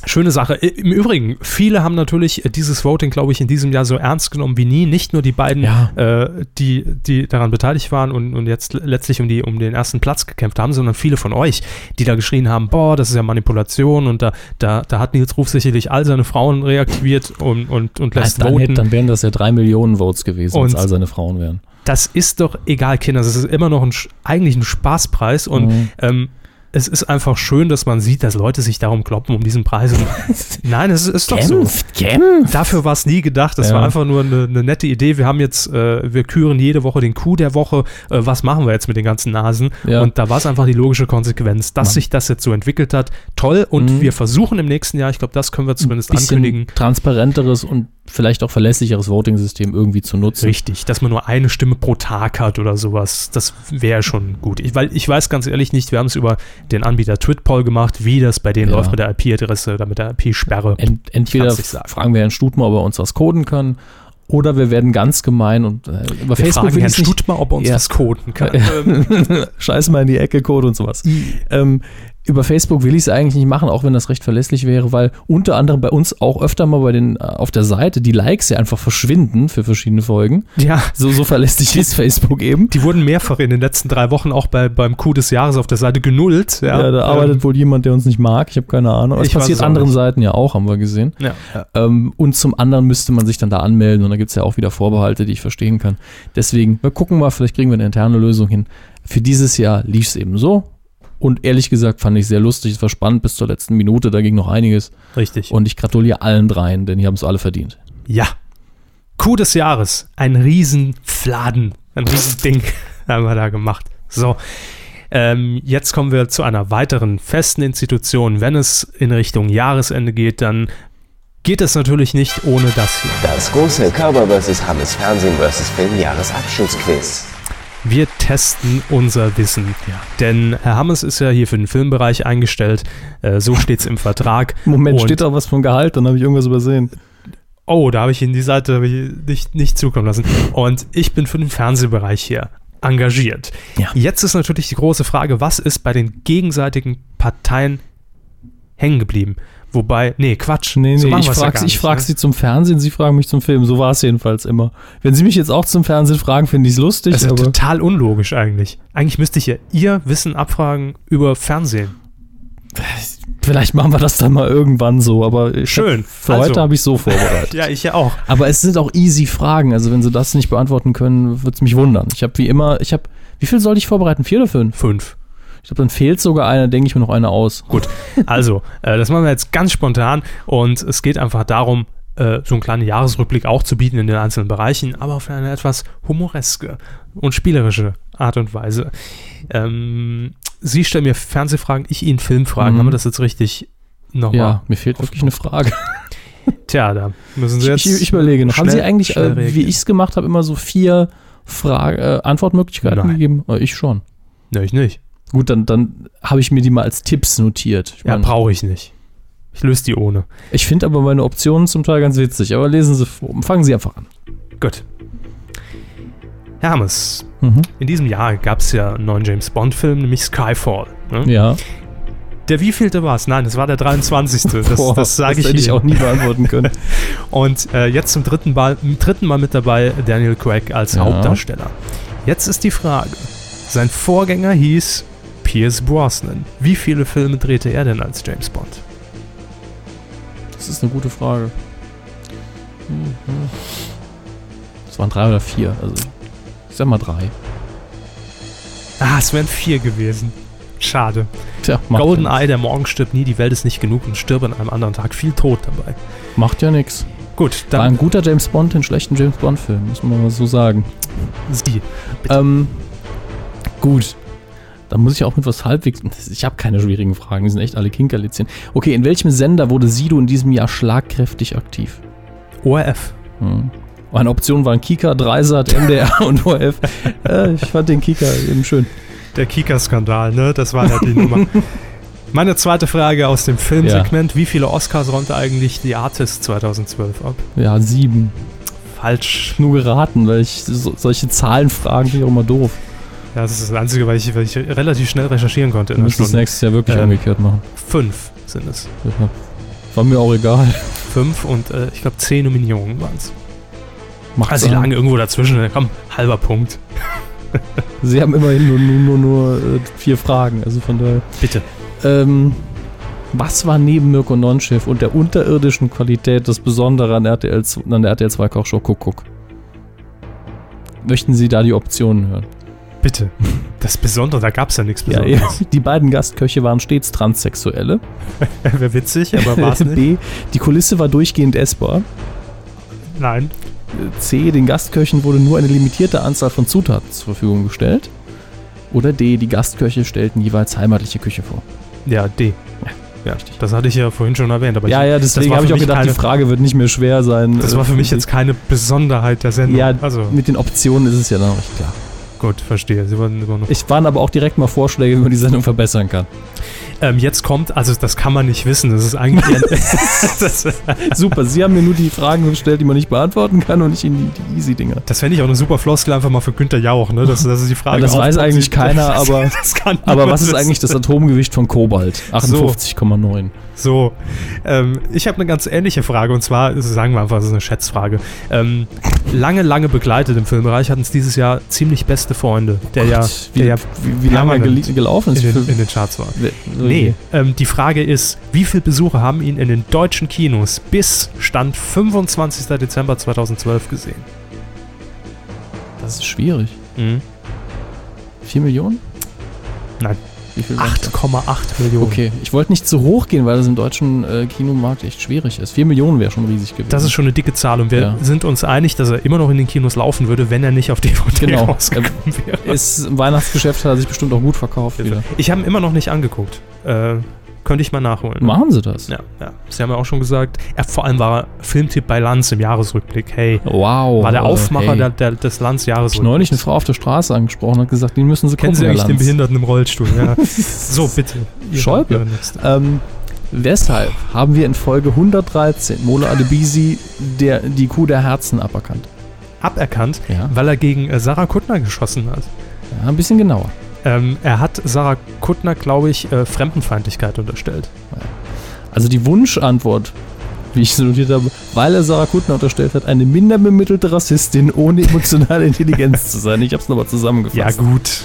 schöne Sache. I- Im Übrigen, viele haben natürlich äh, dieses Voting, glaube ich, in diesem Jahr so ernst genommen wie nie. Nicht nur die beiden, Ja. äh, die, die daran beteiligt waren und, und jetzt le- letztlich um, die, um den ersten Platz gekämpft haben, sondern viele von euch, die da geschrien haben, boah, das ist ja Manipulation und da, da, da hat Nils Ruf sicherlich all seine Frauen reaktiviert und, und, und lässt dann, hätte, voten. dann wären das ja drei Millionen Votes gewesen, wenn es Und- all seine Frauen wären. das ist doch egal, Kinder. Das ist immer noch ein, Sch- eigentlich ein Spaßpreis und Mhm. ähm, es ist einfach schön, dass man sieht, dass Leute sich darum kloppen, um diesen Preis. Nein, es ist doch so. Genf, Genf. Dafür war es nie gedacht. Das Ja. war einfach nur eine, eine nette Idee. Wir haben jetzt, äh, wir küren jede Woche den Coup der Woche. Äh, was machen wir jetzt mit den ganzen Nasen? Ja. Und da war es einfach die logische Konsequenz, dass Mann. sich das jetzt so entwickelt hat. Toll. Und Mhm. wir versuchen im nächsten Jahr, ich glaube, das können wir zumindest bisschen ankündigen. transparenteres und vielleicht auch verlässlicheres Voting-System irgendwie zu nutzen. Richtig, dass man nur eine Stimme pro Tag hat oder sowas, das wäre schon gut. Ich, weil ich weiß ganz ehrlich nicht, wir haben es über den Anbieter Twitpoll gemacht, wie das bei denen Ja. läuft mit der IP-Adresse oder mit der IP-Sperre. Ent, entweder Kann's nicht sagen. fragen wir Herrn Stutmer, ob er uns was coden kann, oder wir werden ganz gemein und äh, über Wir Facebook fragen will Herrn ich's nicht- Stutmer, ob er uns Ja. das coden kann. Scheiß mal in die Ecke, Code und sowas. Ähm, über Facebook will ich es eigentlich nicht machen, auch wenn das recht verlässlich wäre, weil unter anderem bei uns auch öfter mal bei den äh, auf der Seite die Likes ja einfach verschwinden für verschiedene Folgen. ja, So, so verlässlich ist Facebook eben. die wurden mehrfach in den letzten drei Wochen auch bei, beim Coup des Jahres auf der Seite genullt. Ja, Ja, da arbeitet ähm, wohl jemand, der uns nicht mag. Ich habe keine Ahnung. Aber es Ich weiß passiert es auch anderen nicht. Seiten ja auch, haben wir gesehen. ja, ja. Ähm, und zum anderen müsste man sich dann da anmelden und da gibt's ja auch wieder Vorbehalte, die ich verstehen kann. Deswegen, wir gucken mal, vielleicht kriegen wir eine interne Lösung hin. Für dieses Jahr lief's eben so. Und ehrlich gesagt fand ich sehr lustig, es war spannend bis zur letzten Minute, da ging noch einiges. richtig. Und ich gratuliere allen dreien, denn die haben es alle verdient. Ja. Coup des Jahres. Ein Riesenfladen. Ein Riesending haben wir da gemacht. So. Ähm, jetzt kommen wir zu einer weiteren festen Institution. Wenn es in Richtung Jahresende geht, dann geht es natürlich nicht ohne das hier. Das große Körper vs. Hammes Fernsehen vs. Film Jahresabschlussquiz. Wir testen unser Wissen. Denn Herr Hammes ist ja hier für den Filmbereich eingestellt. Äh, so steht es im Vertrag. Und- da was vom Gehalt, dann habe ich irgendwas übersehen. Oh, da habe ich Ihnen die Seite hab ich nicht, nicht zukommen lassen. Und ich bin für den Fernsehbereich hier engagiert. Ja. Jetzt ist natürlich die große Frage, was ist bei den gegenseitigen Parteien hängen geblieben? Wobei, nee, Quatsch. Nee, nee, so machen ich wir's ja frage gar ich nicht, frag ne? sie zum Fernsehen, sie fragen mich zum Film. So war es jedenfalls immer. Wenn sie mich jetzt auch zum Fernsehen fragen, finde ich es lustig. Das ist ja aber total unlogisch eigentlich. Eigentlich müsste ich ja ihr Wissen abfragen über Fernsehen. vielleicht machen wir das dann mal irgendwann so. Aber ich Schön. Hab, für Also. heute habe ich so vorbereitet. Ja, ich ja auch. aber es sind auch easy Fragen. Also wenn sie das nicht beantworten können, würde es mich wundern. Ich habe wie immer, ich habe, wie viel soll ich vorbereiten? Vier oder fünf? Fünf. Ich glaube, dann fehlt sogar einer, denke ich mir noch eine aus. Gut, also, äh, das machen wir jetzt ganz spontan und es geht einfach darum, äh, so einen kleinen Jahresrückblick auch zu bieten in den einzelnen Bereichen, aber auf eine etwas humoreske und spielerische Art und Weise. Ähm, Sie stellen mir Fernsehfragen, ich Ihnen Filmfragen. Mhm. Haben wir das jetzt richtig nochmal? Ja, mir fehlt wirklich eine Frage. Tja, da müssen Sie jetzt. Ich, ich überlege noch. Haben schnell- Sie eigentlich, schnell äh, wie reagieren. ich es gemacht habe, immer so vier Frage, äh, Antwortmöglichkeiten Nein. gegeben? Äh, ich schon. Nee, ich nicht. Gut, dann, dann habe ich mir die mal als Tipps notiert. Ich, Ja, mein, brauche ich nicht. Ich löse die ohne. ich finde aber meine Optionen zum Teil ganz witzig, aber lesen Sie, vor. fangen Sie einfach an. Gut. Hermes, Mhm. in diesem Jahr gab es ja einen neuen James Bond-Film, nämlich Skyfall. Ne? Ja, Der wievielte war es? Nein, es war der 23. Das, Boah, das sage ich hätte ich Ihnen. auch nie beantworten können. Und äh, jetzt zum dritten Mal, im dritten Mal mit dabei Daniel Craig als Ja. Hauptdarsteller. Jetzt ist die Frage. Sein Vorgänger hieß Pierce Brosnan. Wie viele Filme drehte er denn als James Bond? Das ist eine gute Frage. Mhm. Es waren drei oder vier, also ich sag mal drei. Ah, es wären vier gewesen. Schade. Tja, macht ja, GoldenEye, der Morgen stirbt nie, die Welt ist nicht genug und stirbe an einem anderen Tag. Viel Tod dabei. nix. macht ja nichts. Gut, War dann ein guter James Bond in schlechten James Bond-Film, muss man mal so sagen. Sie. Ähm, gut. Dann muss ich auch mit was halbwegs. Ich habe keine schwierigen Fragen, die sind echt alle Kinkerlitzchen. Okay, in welchem Sender wurde Sido in diesem Jahr schlagkräftig aktiv? ORF. Hm. Meine Optionen waren Kika, Dreisat, MDR und ORF. Äh, ich fand den Kika eben schön. Der Kika-Skandal, ne? Das war ja die Nummer. Meine zweite Frage aus dem Filmsegment: Wie viele Oscars räumte eigentlich The Artist 2012 ab? Ja, sieben. Falsch. Nur geraten, weil ich so, solche Zahlenfragen finde ich auch immer doof. Ja, das ist das Einzige, weil ich, weil ich relativ schnell recherchieren konnte Wir in einer müssen es Stunde. nächstes Jahr wirklich Ähm. umgekehrt machen. Fünf sind es. Ja. War mir auch egal. Fünf und äh, ich glaube zehn Nominierungen waren es. Macht's Also sie an. lagen irgendwo dazwischen. Komm, halber Punkt. Sie haben immerhin nur, nur, nur, nur äh, vier Fragen, also von daher. Bitte. Ähm, was war neben Mirko Nonchef und der unterirdischen Qualität das Besondere an, RTL, z- an der RTL 2 Kochshow Kuckuck? Möchten Sie da die Optionen hören? Bitte. Das Besondere, da gab es ja nichts Ja, Besonderes. ja. Die beiden Gastköche waren stets Transsexuelle. Wäre witzig, aber war es nicht. B. Die Kulisse war durchgehend essbar. Nein. C. Den Gastköchen wurde nur eine limitierte Anzahl von Zutaten zur Verfügung gestellt. Oder D. Die Gastköche stellten jeweils heimatliche Küche vor. Ja, D. Ja, das hatte ich ja vorhin schon erwähnt. Aber ja, ich, ja, deswegen war habe ich für auch mich gedacht, die keine- Frage wird nicht mehr schwer sein. Das war für Äh, mich jetzt keine Besonderheit der Sendung. Ja, also mit den Optionen ist es ja dann recht klar. gut, verstehe. Sie waren immer noch. Ich waren aber auch direkt mal Vorschläge, wie man die Sendung verbessern kann. Ähm, jetzt kommt, also das kann man nicht wissen. Das ist eigentlich. ein, das Super, Sie haben mir nur die Fragen gestellt, die man nicht beantworten kann und ich Ihnen die, die Easy-Dinger. das fände ich auch eine super Floskel einfach mal für Günther Jauch, ne? Das, das ist die Frage. das weiß aufbauen. eigentlich keiner, aber- das kann Aber niemand was ist wissen. eigentlich das Atomgewicht von Kobalt? 58,9. So, ähm, ich habe eine ganz ähnliche Frage und zwar, sagen wir einfach, es ist eine Schätzfrage. Ähm, lange, lange begleitet im Filmbereich hat uns dieses Jahr ziemlich beste Freunde, der ja, Gott, wie, der ja wie, wie lange er permanent gel gelaufen in ist. den, Für, in den Charts war. Nee, nee. ähm, die Frage ist, wie viele Besucher haben ihn in den deutschen Kinos bis Stand 25. Dezember 2012 gesehen? Das ist schwierig. Mhm. 4 Millionen? Nein. Wie viel waren das? 8,8 Millionen. Okay, ich wollte nicht zu hoch gehen, weil das im deutschen äh, Kinomarkt echt schwierig ist. 4 Millionen wäre schon riesig gewesen. Das ist schon eine dicke Zahl und wir Ja. sind uns einig, dass er immer noch in den Kinos laufen würde, wenn er nicht auf DVD Genau. rausgekommen wäre. ist im Weihnachtsgeschäft hat er sich bestimmt auch gut verkauft. Wieder. Ich habe ihn immer noch nicht angeguckt. Äh, könnte ich mal nachholen. Machen sie das? Ja, ja. Sie haben ja auch schon gesagt, er, vor allem war er Filmtipp bei Lanz im Jahresrückblick. Hey, Wow. war der Aufmacher Oh, hey. der, der, des Lanz Ich hab neulich eine Jahresrückblicks. Frau auf der Straße angesprochen und hat gesagt, den müssen sie Kennen Sie gucken, eigentlich Herr den Lanz. Behinderten im Rollstuhl? Ja. so, bitte. Ihre- Schäuble. Ihre nächste. Ähm, weshalb haben wir in Folge 113 Mola Adebisi der, die Kuh der Herzen aberkannt? Aberkannt, Ja. weil er gegen äh, Sarah Kuttner geschossen hat. ja ein bisschen genauer. Ähm, er hat Sarah Kuttner, glaube ich, äh, Fremdenfeindlichkeit unterstellt. Also die Wunschantwort, wie ich sie notiert habe, weil er Sarah Kuttner unterstellt hat, eine minderbemittelte Rassistin ohne emotionale Intelligenz zu sein. Ich habe es nochmal zusammengefasst. gut.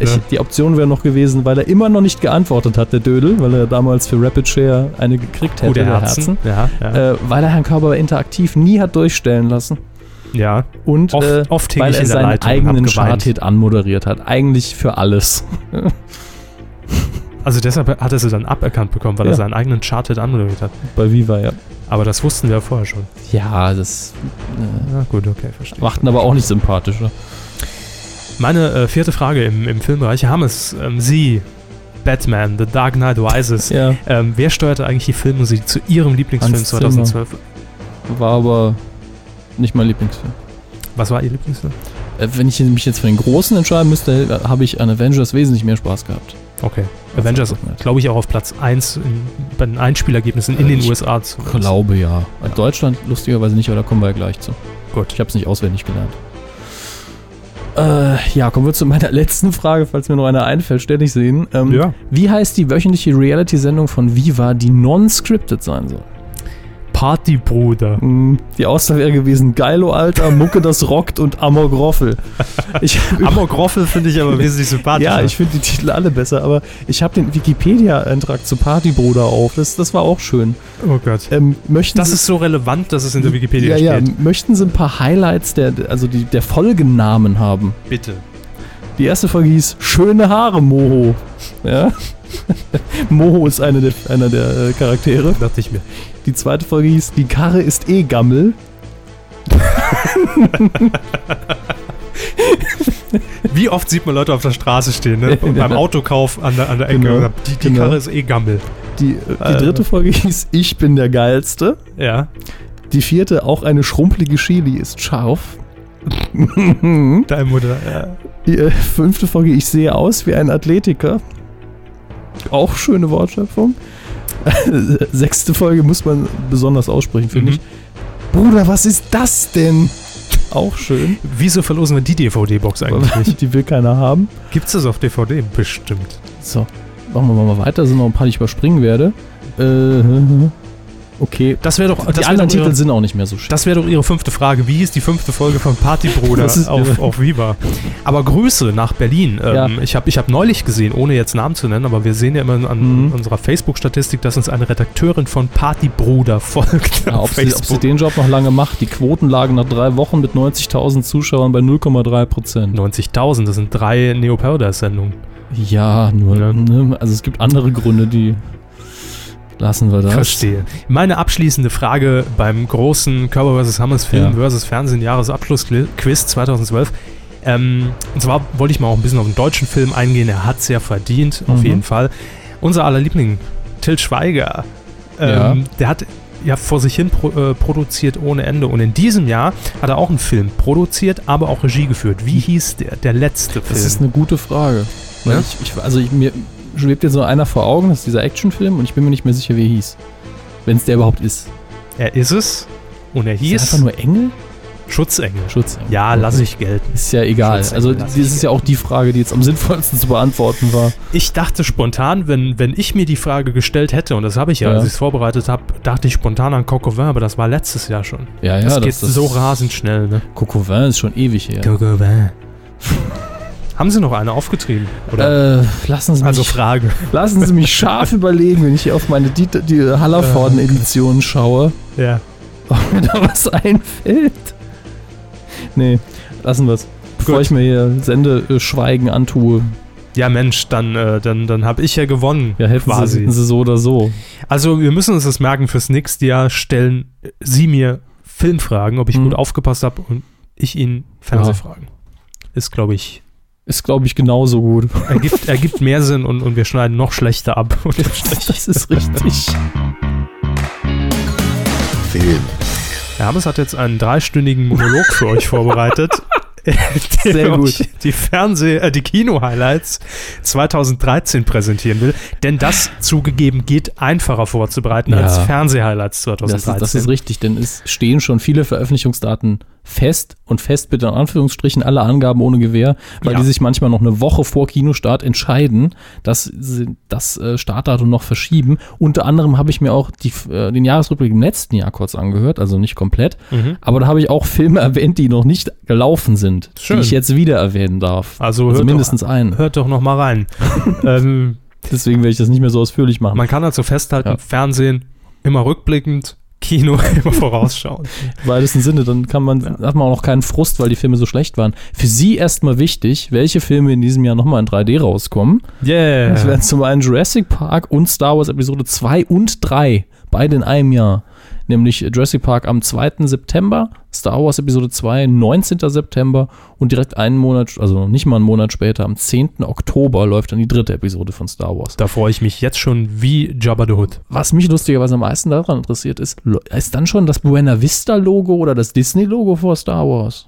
ich, ja. Die Option wäre noch gewesen, weil er immer noch nicht geantwortet hat, der Dödel, weil er damals für Rapid Share eine gekriegt hätte, Gute Herzen. Ja, ja. Äh, weil er Herrn Körber bei interaktiv nie hat durchstellen lassen ja. und Oft, äh, oft hing weil ich er in der seinen Leitung eigenen hab geweint. Chart-Hit anmoderiert hat. Eigentlich für alles. Also deshalb hat er sie dann aberkannt bekommen, weil er Ja. seinen eigenen Charted anmoderiert hat. Bei Viva, ja. Aber das wussten wir ja vorher schon. Ja, das äh, Ja, gut, okay, verstehe. machten aber auch nicht ne? sympathischer. Meine äh, vierte Frage im, im Filmbereich. Hammes, ähm, Sie, Batman, The Dark Knight Rises. Ja. Ähm, wer steuerte eigentlich die Filmmusik zu Ihrem Lieblingsfilm Hans Zimmer. 2012? War aber nicht mein Lieblingsfilm. Was war Ihr Lieblingsfilm? Äh, Wenn ich mich jetzt für den Großen entscheiden müsste, äh, habe ich an Avengers wesentlich mehr Spaß gehabt. Okay. Avengers, Also, ja. glaube ich, auch auf Platz 1 in, bei den Einspielergebnissen in Äh, den ich USA. zu- Glaube ja. Äh, Deutschland lustigerweise nicht, aber da kommen wir ja gleich zu. Gut. Ich habe es nicht auswendig gelernt. Äh, ja, kommen wir zu meiner letzten Frage, falls mir noch eine einfällt, ständig sehen. Ähm, Ja. Wie heißt die wöchentliche Reality-Sendung von Viva, die non-scripted sein soll? Partybruder. Hm, Die Auswahl wäre gewesen Geilo Alter, Mucke das rockt und Amok Roffel. Ich hab Amok Roffel finde ich aber wesentlich sympathischer. Ja, ich finde die Titel alle besser, aber ich habe den Wikipedia-Eintrag zu Partybruder auf. Das, das war auch schön. oh Gott. Ähm, möchten Das Sie, ist so relevant, dass es in der Wikipedia ja, ja, steht. möchten Sie ein paar Highlights der, also die, der Folgennamen haben? Bitte. Die erste Folge hieß Schöne Haare, Moho. Ja? Moho ist eine der, einer der äh, Charaktere. Dachte ich mir. Die zweite Folge hieß Die Karre ist eh Gammel. Wie oft sieht man Leute auf der Straße stehen, ne? Ja. beim Autokauf an der, an der Ecke. Genau. Die, die Genau. Karre ist eh Gammel. Die, äh, Ah, die dritte Folge hieß Ich bin der Geilste. Ja, Die vierte, auch eine schrumpelige Chili ist scharf. deine Mutter. Hm? Ja. Die äh, fünfte Folge, ich sehe aus wie ein Athletiker. Auch schöne Wortschöpfung. Sechste Folge muss man besonders aussprechen, finde Mhm. ich. Bruder, was ist das denn? Auch schön. Wieso verlosen wir die DVD-Box eigentlich? Die will keiner haben. Gibt's das auf DVD? Bestimmt. So, machen wir mal weiter. Sind noch ein paar, die ich überspringen werde. Äh, Okay. Oh, Das wäre doch. Die das wär anderen doch ihre, Titel sind auch nicht mehr so schön. Das wäre doch Ihre fünfte Frage. Wie ist die fünfte Folge von Partybruder Das ist- auf, auf Viva? Aber Grüße nach Berlin. Ähm, Ja. Ich habe ich hab neulich gesehen, ohne jetzt Namen zu nennen, aber wir sehen ja immer Mhm. an unserer Facebook-Statistik, dass uns eine Redakteurin von Partybruder folgt. Ja, auf Ah, ob, sie, ob sie den Job noch lange macht. Die Quoten lagen nach drei Wochen mit 90.000 Zuschauern bei 0,3 Prozent. 90.000, das sind drei Neo Paradise-Sendungen. Ja, nur, Ja. Ne? also es gibt andere Gründe, die lassen wir das. Verstehe. Meine abschließende Frage beim großen Körper vs. Hammers Film vs. Fernsehen Jahresabschlussquiz 2012. Ähm, und zwar wollte ich mal auch ein bisschen auf den deutschen Film eingehen. Er hat es ja verdient, auf Mhm. jeden Fall. Unser aller Liebling, Till Schweiger, ähm, Ja. der hat ja vor sich hin pro, äh, produziert ohne Ende. Und in diesem Jahr hat er auch einen Film produziert, aber auch Regie geführt. Wie hieß der, der letzte Film? Das ist eine gute Frage. Weil Ja? ich, ich, also ich, mir schwebt jetzt so einer vor Augen, das ist dieser Actionfilm und ich bin mir nicht mehr sicher, wie er hieß. Wenn es der überhaupt ist. er ist es und er Ist er hieß einfach nur Engel? Schutzengel. Schutz. Ja, lass ich gelten. Ist ja egal. Schutz- also lass das ich ist ja auch die Frage, die jetzt am sinnvollsten zu beantworten war. Ich dachte spontan, wenn, wenn ich mir die Frage gestellt hätte, und das habe ich ja, Ja. als ich es vorbereitet habe, dachte ich spontan an Coquevin, aber das war letztes Jahr schon. Ja, ja, das geht so rasend Genau. schnell, ne? Cocovin ist schon ewig her. Coquevin. Haben Sie noch eine aufgetrieben? Oder? Äh, lassen Sie mich also Frage. Lassen Sie mich scharf überlegen, wenn ich hier auf meine die, die Äh. Hallerforden-Edition schaue, Ja. ob mir da was einfällt. Nee, lassen wir's. Bevor Gut. ich mir hier Sendeschweigen antue, Ja, Mensch, dann, äh, dann, dann habe ich ja gewonnen. ja, helfen Sie, quasi. hätten Sie so oder so. Also, wir müssen uns das merken fürs nächste Jahr. Stellen Sie mir Filmfragen, ob ich Mhm. gut aufgepasst habe, und ich Ihnen Fernsehfragen. Ist, glaube ich, Ist, glaube ich, genauso gut. ergibt, ergibt mehr Sinn und, und wir schneiden noch schlechter ab. Und Das ist richtig. Film. Herr Hammes hat jetzt einen dreistündigen Monolog für euch vorbereitet. der Sehr gut. euch Die Fernseh-, äh, die Kino-Highlights 2013 präsentieren will. Denn das zugegeben geht einfacher vorzubereiten Ja. als Fernseh-Highlights Das 2013. ist, das ist richtig, denn es stehen schon viele Veröffentlichungsdaten fest und fest bitte in Anführungsstrichen alle Angaben ohne Gewähr, weil Ja. die sich manchmal noch eine Woche vor Kinostart entscheiden, dass sie das äh, Startdatum noch verschieben. Unter anderem habe ich mir auch die, äh, den Jahresrückblick im letzten Jahr kurz angehört, also nicht komplett, Mhm. aber da habe ich auch Filme erwähnt, die noch nicht gelaufen sind, Schön. die ich jetzt wieder erwähnen darf. Also, Also hört, mindestens einen. doch, hört doch noch mal rein. ähm, Deswegen werde ich das nicht mehr so ausführlich machen. man kann dazu festhalten, Ja. Fernsehen immer rückblickend, Kino immer vorausschauend. Im weitesten Sinne, dann kann man, hat man auch noch keinen Frust, weil die Filme so schlecht waren. Für Sie erstmal wichtig, welche Filme in diesem Jahr nochmal in 3D rauskommen. Yeah. Das wären zum einen Jurassic Park und Star Wars Episode 2 und 3, beide in einem Jahr. Nämlich Jurassic Park am 2. September, Star Wars Episode 2 19. September und direkt einen Monat, also nicht mal einen Monat später, am 10. Oktober läuft dann die dritte Episode von Star Wars. Da freue ich mich jetzt schon wie Jabba the Hutt. Was mich lustigerweise am meisten daran interessiert, ist, lo- ist dann schon das Buena Vista-Logo oder das Disney-Logo vor Star Wars?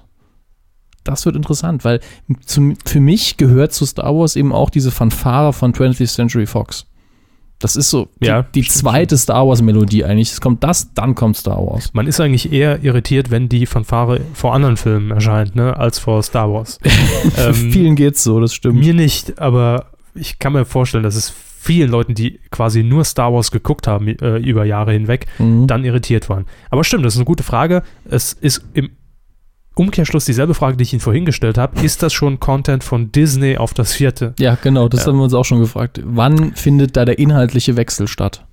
Das wird interessant, weil zum, für mich gehört zu Star Wars eben auch diese Fanfare von 20th Century Fox. Das ist so die, Ja, die zweite Star Wars-Melodie eigentlich. Es kommt das, dann kommt Star Wars. Man ist eigentlich eher irritiert, wenn die Fanfare vor anderen Filmen erscheint, ne, als vor Star Wars. Ähm, Vielen geht's so, das stimmt. Mir nicht, aber ich kann mir vorstellen, dass es vielen Leuten, die quasi nur Star Wars geguckt haben äh, über Jahre hinweg, Mhm. dann irritiert waren. Aber stimmt, das ist eine gute Frage. Es ist im Umkehrschluss dieselbe Frage, die ich Ihnen vorhin gestellt habe. Ist das schon Content von Disney auf das vierte? Ja, genau, das Ja. haben wir uns auch schon gefragt. Wann findet da der inhaltliche Wechsel statt?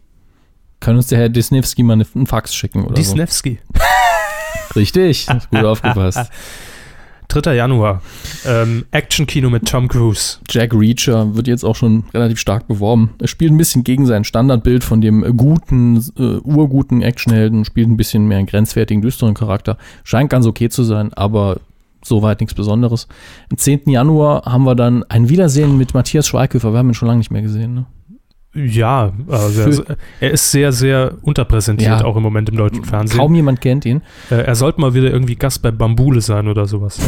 Kann uns der Herr Disnevsky mal eine- einen Fax schicken oder so? Disnevsky. Richtig, Ah. gut aufgepasst. 3. Januar. Ähm, Action-Kino mit Tom Cruise. Jack Reacher wird jetzt auch schon relativ stark beworben. Er spielt ein bisschen gegen sein Standardbild von dem guten, äh, urguten Actionhelden, spielt ein bisschen mehr einen grenzwertigen, düsteren Charakter. Scheint ganz okay zu sein, aber soweit nichts Besonderes. Am 10. Januar haben wir dann ein Wiedersehen mit Matthias Schweighöfer. Wir haben ihn schon lange nicht mehr gesehen. Ne? Ja, also er, er ist sehr, sehr unterpräsentiert, Ja. auch im Moment im deutschen Fernsehen. Kaum jemand kennt ihn. Äh, er sollte mal wieder irgendwie Gast bei Bambule sein oder sowas.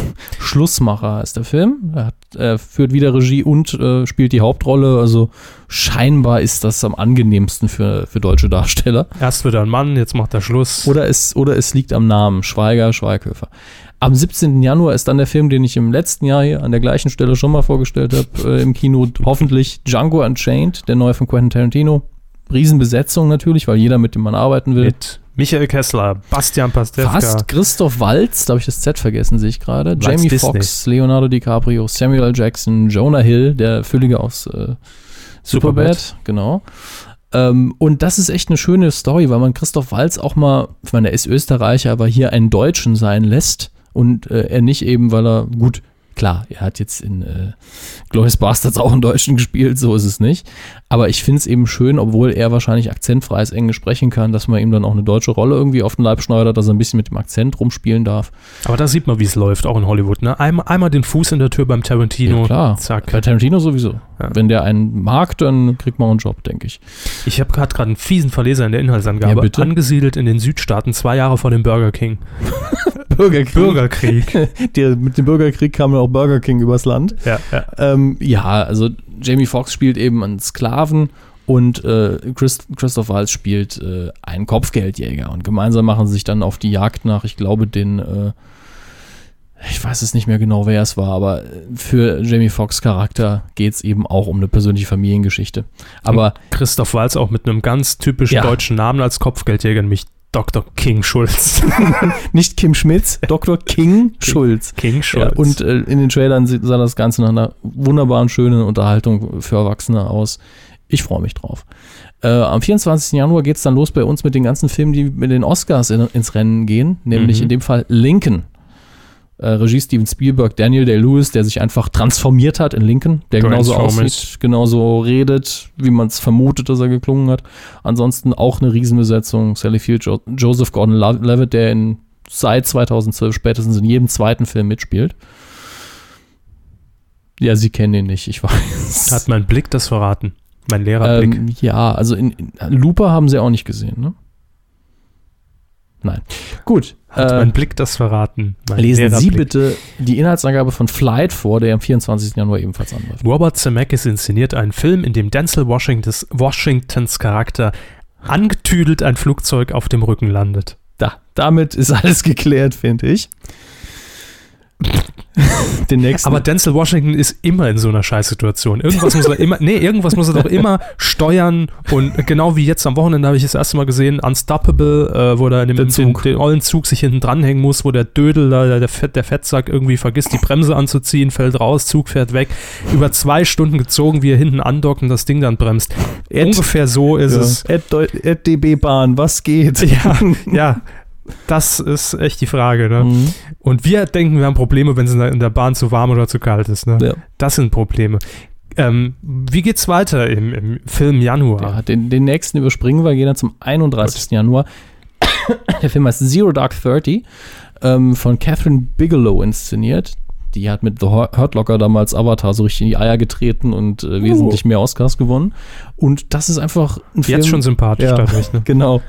Schlussmacher ist der Film. Er, hat, er führt wieder Regie und äh, spielt die Hauptrolle. Also scheinbar ist das am angenehmsten für, für deutsche Darsteller. Erst wird er ein Mann, jetzt macht er Schluss. Oder es, oder es liegt am Namen Schweiger, Schweighöfer. Am 17. Januar ist dann der Film, den ich im letzten Jahr hier an der gleichen Stelle schon mal vorgestellt habe, äh, im Kino hoffentlich Django Unchained, der neue von Quentin Tarantino. Riesenbesetzung natürlich, weil jeder mit dem man arbeiten will. Mit Michael Kessler, Bastian Pastewka. Fast Christoph Walz, da habe ich das Z vergessen, sehe ich gerade. Walz Jamie Disney. Foxx, Leonardo DiCaprio, Samuel L. Jackson, Jonah Hill, der Füllige aus äh, Superbad, genau. Ähm, und das ist echt eine schöne Story, weil man Christoph Walz auch mal, ich meine, er ist Österreicher, aber hier einen Deutschen sein lässt und äh, er nicht eben, weil er, gut, klar, er hat jetzt in äh, Glorious Bastards auch einen Deutschen gespielt, so ist es nicht. Aber ich finde es eben schön, obwohl er wahrscheinlich akzentfreies Englisch sprechen kann, dass man ihm dann auch eine deutsche Rolle irgendwie auf den Leib schneidert, dass er ein bisschen mit dem Akzent rumspielen darf. Aber da sieht man, wie es läuft, auch in Hollywood. Ne? Einmal, einmal den Fuß in der Tür beim Tarantino. Ja, klar. Zack. Bei Tarantino sowieso. Ja. Wenn der einen mag, dann kriegt man auch einen Job, denke ich. Ich habe gerade einen fiesen Verleser in der Inhaltsangabe. Ja, bitte. Angesiedelt in den Südstaaten, zwei Jahre vor dem Burger King. Bürgerkrieg. Bürgerkrieg. Der, mit dem Bürgerkrieg kam ja auch Burger King übers Land. ja, ja. Ähm, ja, also Jamie Foxx spielt eben einen Sklaven und äh, Chris, Christoph Waltz spielt äh, einen Kopfgeldjäger. Und gemeinsam machen sie sich dann auf die Jagd nach, ich glaube, den, äh, ich weiß es nicht mehr genau, wer es war, aber äh, für Jamie Foxx Charakter geht es eben auch um eine persönliche Familiengeschichte. Aber Christoph Walz auch mit einem ganz typisch Ja. deutschen Namen als Kopfgeldjäger, nämlich Dr. King Schulz. nicht Kim Schmitz, Dr. King Schulz. King Ja, und äh, in den Trailern sieht- sah das Ganze nach einer wunderbaren, schönen Unterhaltung für Erwachsene aus. Ich freue mich drauf. Äh, am 24. Januar geht es dann los bei uns mit den ganzen Filmen, die mit den Oscars in, ins Rennen gehen, nämlich Mhm. in dem Fall Lincoln. Äh, Regie Steven Spielberg, Daniel Day-Lewis, der sich einfach transformiert hat in Lincoln, der genauso Transformers. aussieht, genauso redet, wie man es vermutet, dass er geklungen hat. Ansonsten auch eine Riesenbesetzung. Sally Field, jo Joseph Gordon-Levitt, der in, seit 2012 spätestens in jedem zweiten Film mitspielt. Ja, Sie kennen ihn nicht, ich weiß. Hat mein Blick das verraten? Mein Lehrerblick. Ähm, ja, also in, in Looper haben sie auch nicht gesehen, ne? Nein. Gut. Hat äh, mein Blick das verraten? Mein lesen Sie Lehrerblick. bitte die Inhaltsangabe von Flight vor, der am 24. Januar ebenfalls anläuft. Robert Zemeckis inszeniert einen Film, in dem Denzel Washingtons, Washingtons Charakter angetüdelt ein Flugzeug auf dem Rücken landet. Da, damit ist alles geklärt, finde ich. Den nächsten. Aber Denzel Washington ist immer in so einer Scheißsituation. Irgendwas muss er immer, nee, irgendwas muss er doch immer steuern und genau wie jetzt am Wochenende habe ich das erste Mal gesehen, Unstoppable, äh, wo er in dem Der den, Zug. den ollen Zug sich hinten dranhängen muss, wo der Dödel, da, der, der, Fett, der Fettsack irgendwie vergisst, die Bremse anzuziehen, fällt raus, Zug fährt weg. Über zwei Stunden gezogen, wie er hinten andockt und das Ding dann bremst. Ungefähr so ist ja. es. Ad Deu- Ad DB Bahn, was geht? Ja, ja. Das ist echt die Frage. Ne? Mhm. Und wir denken, wir haben Probleme, wenn es in der- in der Bahn zu warm oder zu kalt ist. Ne? Ja. Das sind Probleme. Ähm, wie geht's weiter im, im Film Januar? Ja, den, den nächsten überspringen wir, gehen dann zum 31. Januar. Der Film heißt Zero Dark Thirty, ähm, von Catherine Bigelow inszeniert. Die hat mit The Hurt Hurt Locker damals Avatar so richtig in die Eier getreten und Oh. äh, wesentlich mehr Oscars gewonnen. Und das ist einfach ein Jetzt schon sympathisch Ja. dadurch. Ne? genau.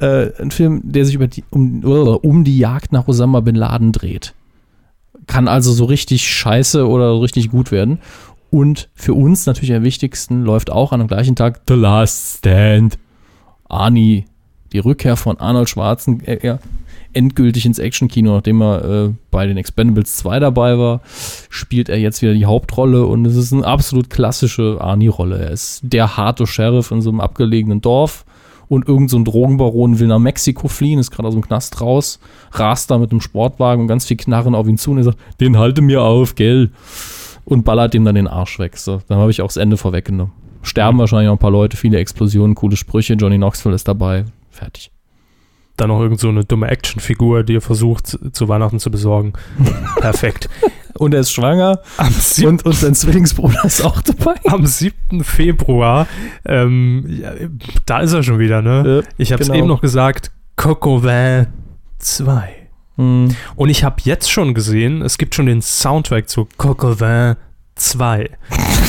Äh, ein Film, der sich über die, um, oder um die Jagd nach Osama bin Laden dreht. Kann also so richtig scheiße oder so richtig gut werden. Und für uns natürlich am wichtigsten läuft auch an dem gleichen Tag The Last Stand. Arnie, die Rückkehr von Arnold Schwarzenegger endgültig ins Actionkino, nachdem er äh, bei den Expendables 2 dabei war, spielt er jetzt wieder die Hauptrolle und es ist eine absolut klassische Arnie-Rolle. Er ist der harte Sheriff in so einem abgelegenen Dorf und irgend so ein Drogenbaron will nach Mexiko fliehen, ist gerade aus dem Knast raus, rast da mit einem Sportwagen und ganz viel Knarren auf ihn zu und er sagt, den halte mir auf, gell? Und ballert ihm dann den Arsch weg. So, dann habe ich auch das Ende vorweggenommen. Sterben wahrscheinlich auch ein paar Leute, viele Explosionen, coole Sprüche, Johnny Knoxville ist dabei, fertig. Dann noch irgend so eine dumme Actionfigur, die ihr versucht zu- zu Weihnachten zu besorgen. Perfekt. Und er ist schwanger Am, sieb und, und sein Zwillingsbruder ist auch dabei. am 7. Februar, ähm, ja, da ist er schon wieder. Ne? Äh, Ich habe es genau. eben noch gesagt, Coco Van 2. hm. Und ich habe jetzt schon gesehen, es gibt schon den Soundtrack zu Coquelin 2.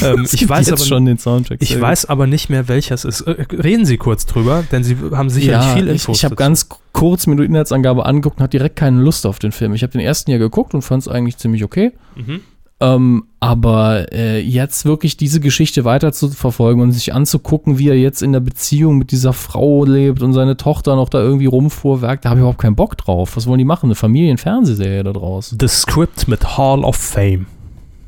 ähm, Es ich gibt weiß jetzt aber, schon den Soundtrack. ich sehr weiß aber nicht mehr, welcher es ist. Äh, reden Sie kurz drüber, denn Sie haben sicherlich viel ich- Infos. Ich, habe dazu. ganz k- kurz mir die Inhaltsangabe angeguckt und hatte direkt keine Lust auf den Film. Ich habe den ersten ja geguckt und fand es eigentlich ziemlich okay. Mhm. Ähm, aber äh, jetzt wirklich diese Geschichte weiter zu verfolgen und sich anzugucken, wie er jetzt in der Beziehung mit dieser Frau lebt und seine Tochter noch da irgendwie rumfuhrwerkt, da habe ich überhaupt keinen Bock drauf. Was wollen die machen? Eine Familienfernsehserie da draus? The Script mit Hall of Fame.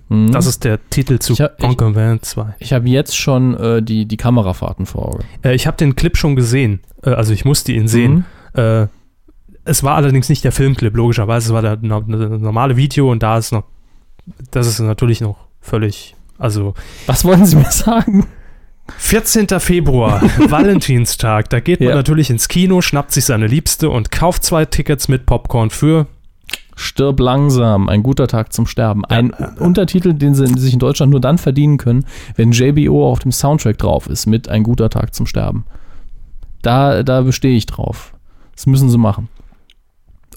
Mhm. Das ist der Titel zu Ich hab- ich- Conquerment 2. ich habe jetzt schon äh, die, die Kamerafahrten vor Augen. Äh, ich habe den Clip schon gesehen. Äh, also ich musste ihn sehen. Mhm. Äh, es war allerdings nicht der Filmclip, logischerweise. Es war der no- no- normale Video und da ist noch. Das ist natürlich noch völlig. Also. Was wollen Sie mir sagen? 14. Februar, Valentinstag. Da geht man Ja. natürlich ins Kino, schnappt sich seine Liebste und kauft zwei Tickets mit Popcorn für. Stirb langsam, ein guter Tag zum Sterben. Ein Untertitel, den sie sich in Deutschland nur dann verdienen können, wenn JBO auf dem Soundtrack drauf ist mit Ein guter Tag zum Sterben. Da, da bestehe ich drauf. Das müssen sie machen.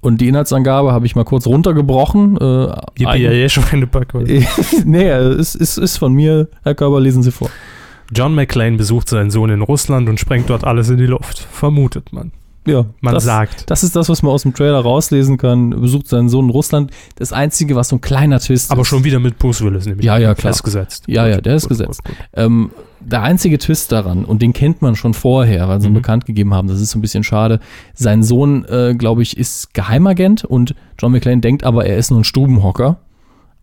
Und die Inhaltsangabe habe ich mal kurz runtergebrochen. Äh, eigen- Yippie, Schweinepackung. E- nee, äh, es ist, ist von mir. Herr Körber, lesen Sie vor. John McClane besucht seinen Sohn in Russland und sprengt dort alles in die Luft. Vermutet man. Ja, Man das, sagt. Das ist das, was man aus dem Trailer rauslesen kann. Besucht seinen Sohn in Russland. Das Einzige, was so ein kleiner Twist Aber ist. schon wieder mit Bruce Willis, nämlich. Ja, ja, klar. Der ist gesetzt. Ja, ja, der ist Gut, gesetzt. gut, gut. Ähm, der einzige Twist daran, und den kennt man schon vorher, weil sie ihn Mhm. bekannt gegeben haben, das ist so ein bisschen schade. Sein Sohn, äh, glaube ich, ist Geheimagent und John McClane denkt aber, er ist nur ein Stubenhocker.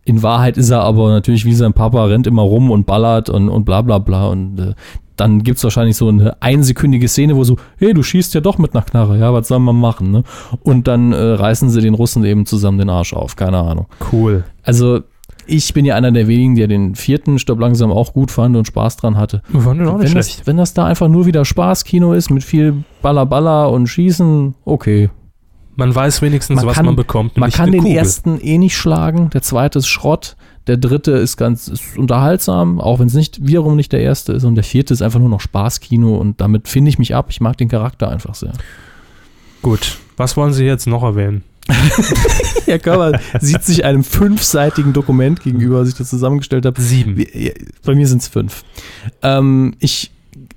In Wahrheit ist er aber natürlich wie sein Papa, rennt immer rum und ballert und, und bla bla bla. Und äh, dann gibt's wahrscheinlich so eine einsekündige Szene, wo so, hey, du schießt ja doch mit einer Knarre, ja, was soll man machen? Ne? Und dann äh, reißen sie den Russen eben zusammen den Arsch auf, keine Ahnung. Cool. Also ich bin ja einer der wenigen, der den vierten Stopp langsam auch gut fand und Spaß dran hatte. Wir waren auch nicht Wenn schlecht. das, wenn das da einfach nur wieder Spaßkino ist mit viel Baller Baller und Schießen, okay. Man weiß wenigstens, Also Man was kann- man bekommt. Man nämlich kann eine den Kugel. ersten eh nicht schlagen, der zweite ist Schrott, der dritte ist ganz ist unterhaltsam, auch wenn es nicht wiederum nicht der erste ist und der vierte ist einfach nur noch Spaßkino und damit finde ich mich ab. Ich mag den Charakter einfach sehr. Gut. Was wollen Sie jetzt noch erwähnen? Herr Körber sieht sich einem fünfseitigen Dokument gegenüber, was ich das zusammengestellt habe. Sieben. Wir- ja, Hm. Bei mir sind es fünf. Ähm, ich,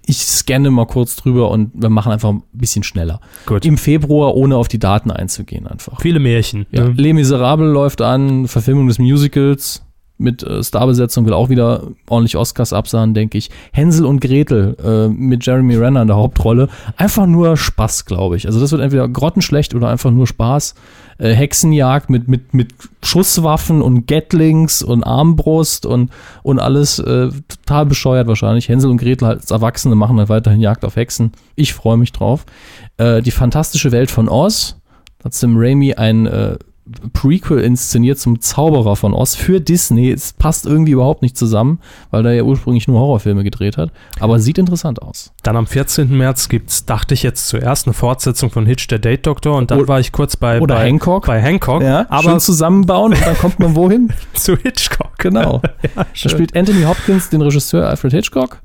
ich scanne mal kurz drüber und wir machen einfach ein bisschen schneller. Gut. Im Februar, ohne auf die Daten einzugehen, einfach. Viele Märchen. Ja. ne? Les Miserables läuft an, Verfilmung des Musicals mit äh, Starbesetzung will auch wieder ordentlich Oscars absahen, denke ich. Hänsel und Gretel äh, mit Jeremy Renner in der Hauptrolle. Einfach nur Spaß, glaube ich. Also das wird entweder grottenschlecht oder einfach nur Spaß. Äh, Hexenjagd mit, mit, mit Schusswaffen und Gatlings und Armbrust und, und alles äh, total bescheuert wahrscheinlich. Hänsel und Gretel als Erwachsene machen halt weiterhin Jagd auf Hexen. Ich freue mich drauf. Äh, die fantastische Welt von Oz. Da hat Sam Raimi ein äh, Prequel inszeniert zum Zauberer von Oz für Disney. Es passt irgendwie überhaupt nicht zusammen, weil der ja ursprünglich nur Horrorfilme gedreht hat. Aber sieht interessant aus. Dann am 14. März gibt's, dachte ich jetzt zuerst, eine Fortsetzung von Hitch der Date Doctor und dann Oder- war ich kurz bei, Oder bei, Hancock. bei Hancock, aber aber zusammenbauen und dann kommt man wohin? zu Hitchcock. Genau. da schön. spielt Anthony Hopkins den Regisseur Alfred Hitchcock.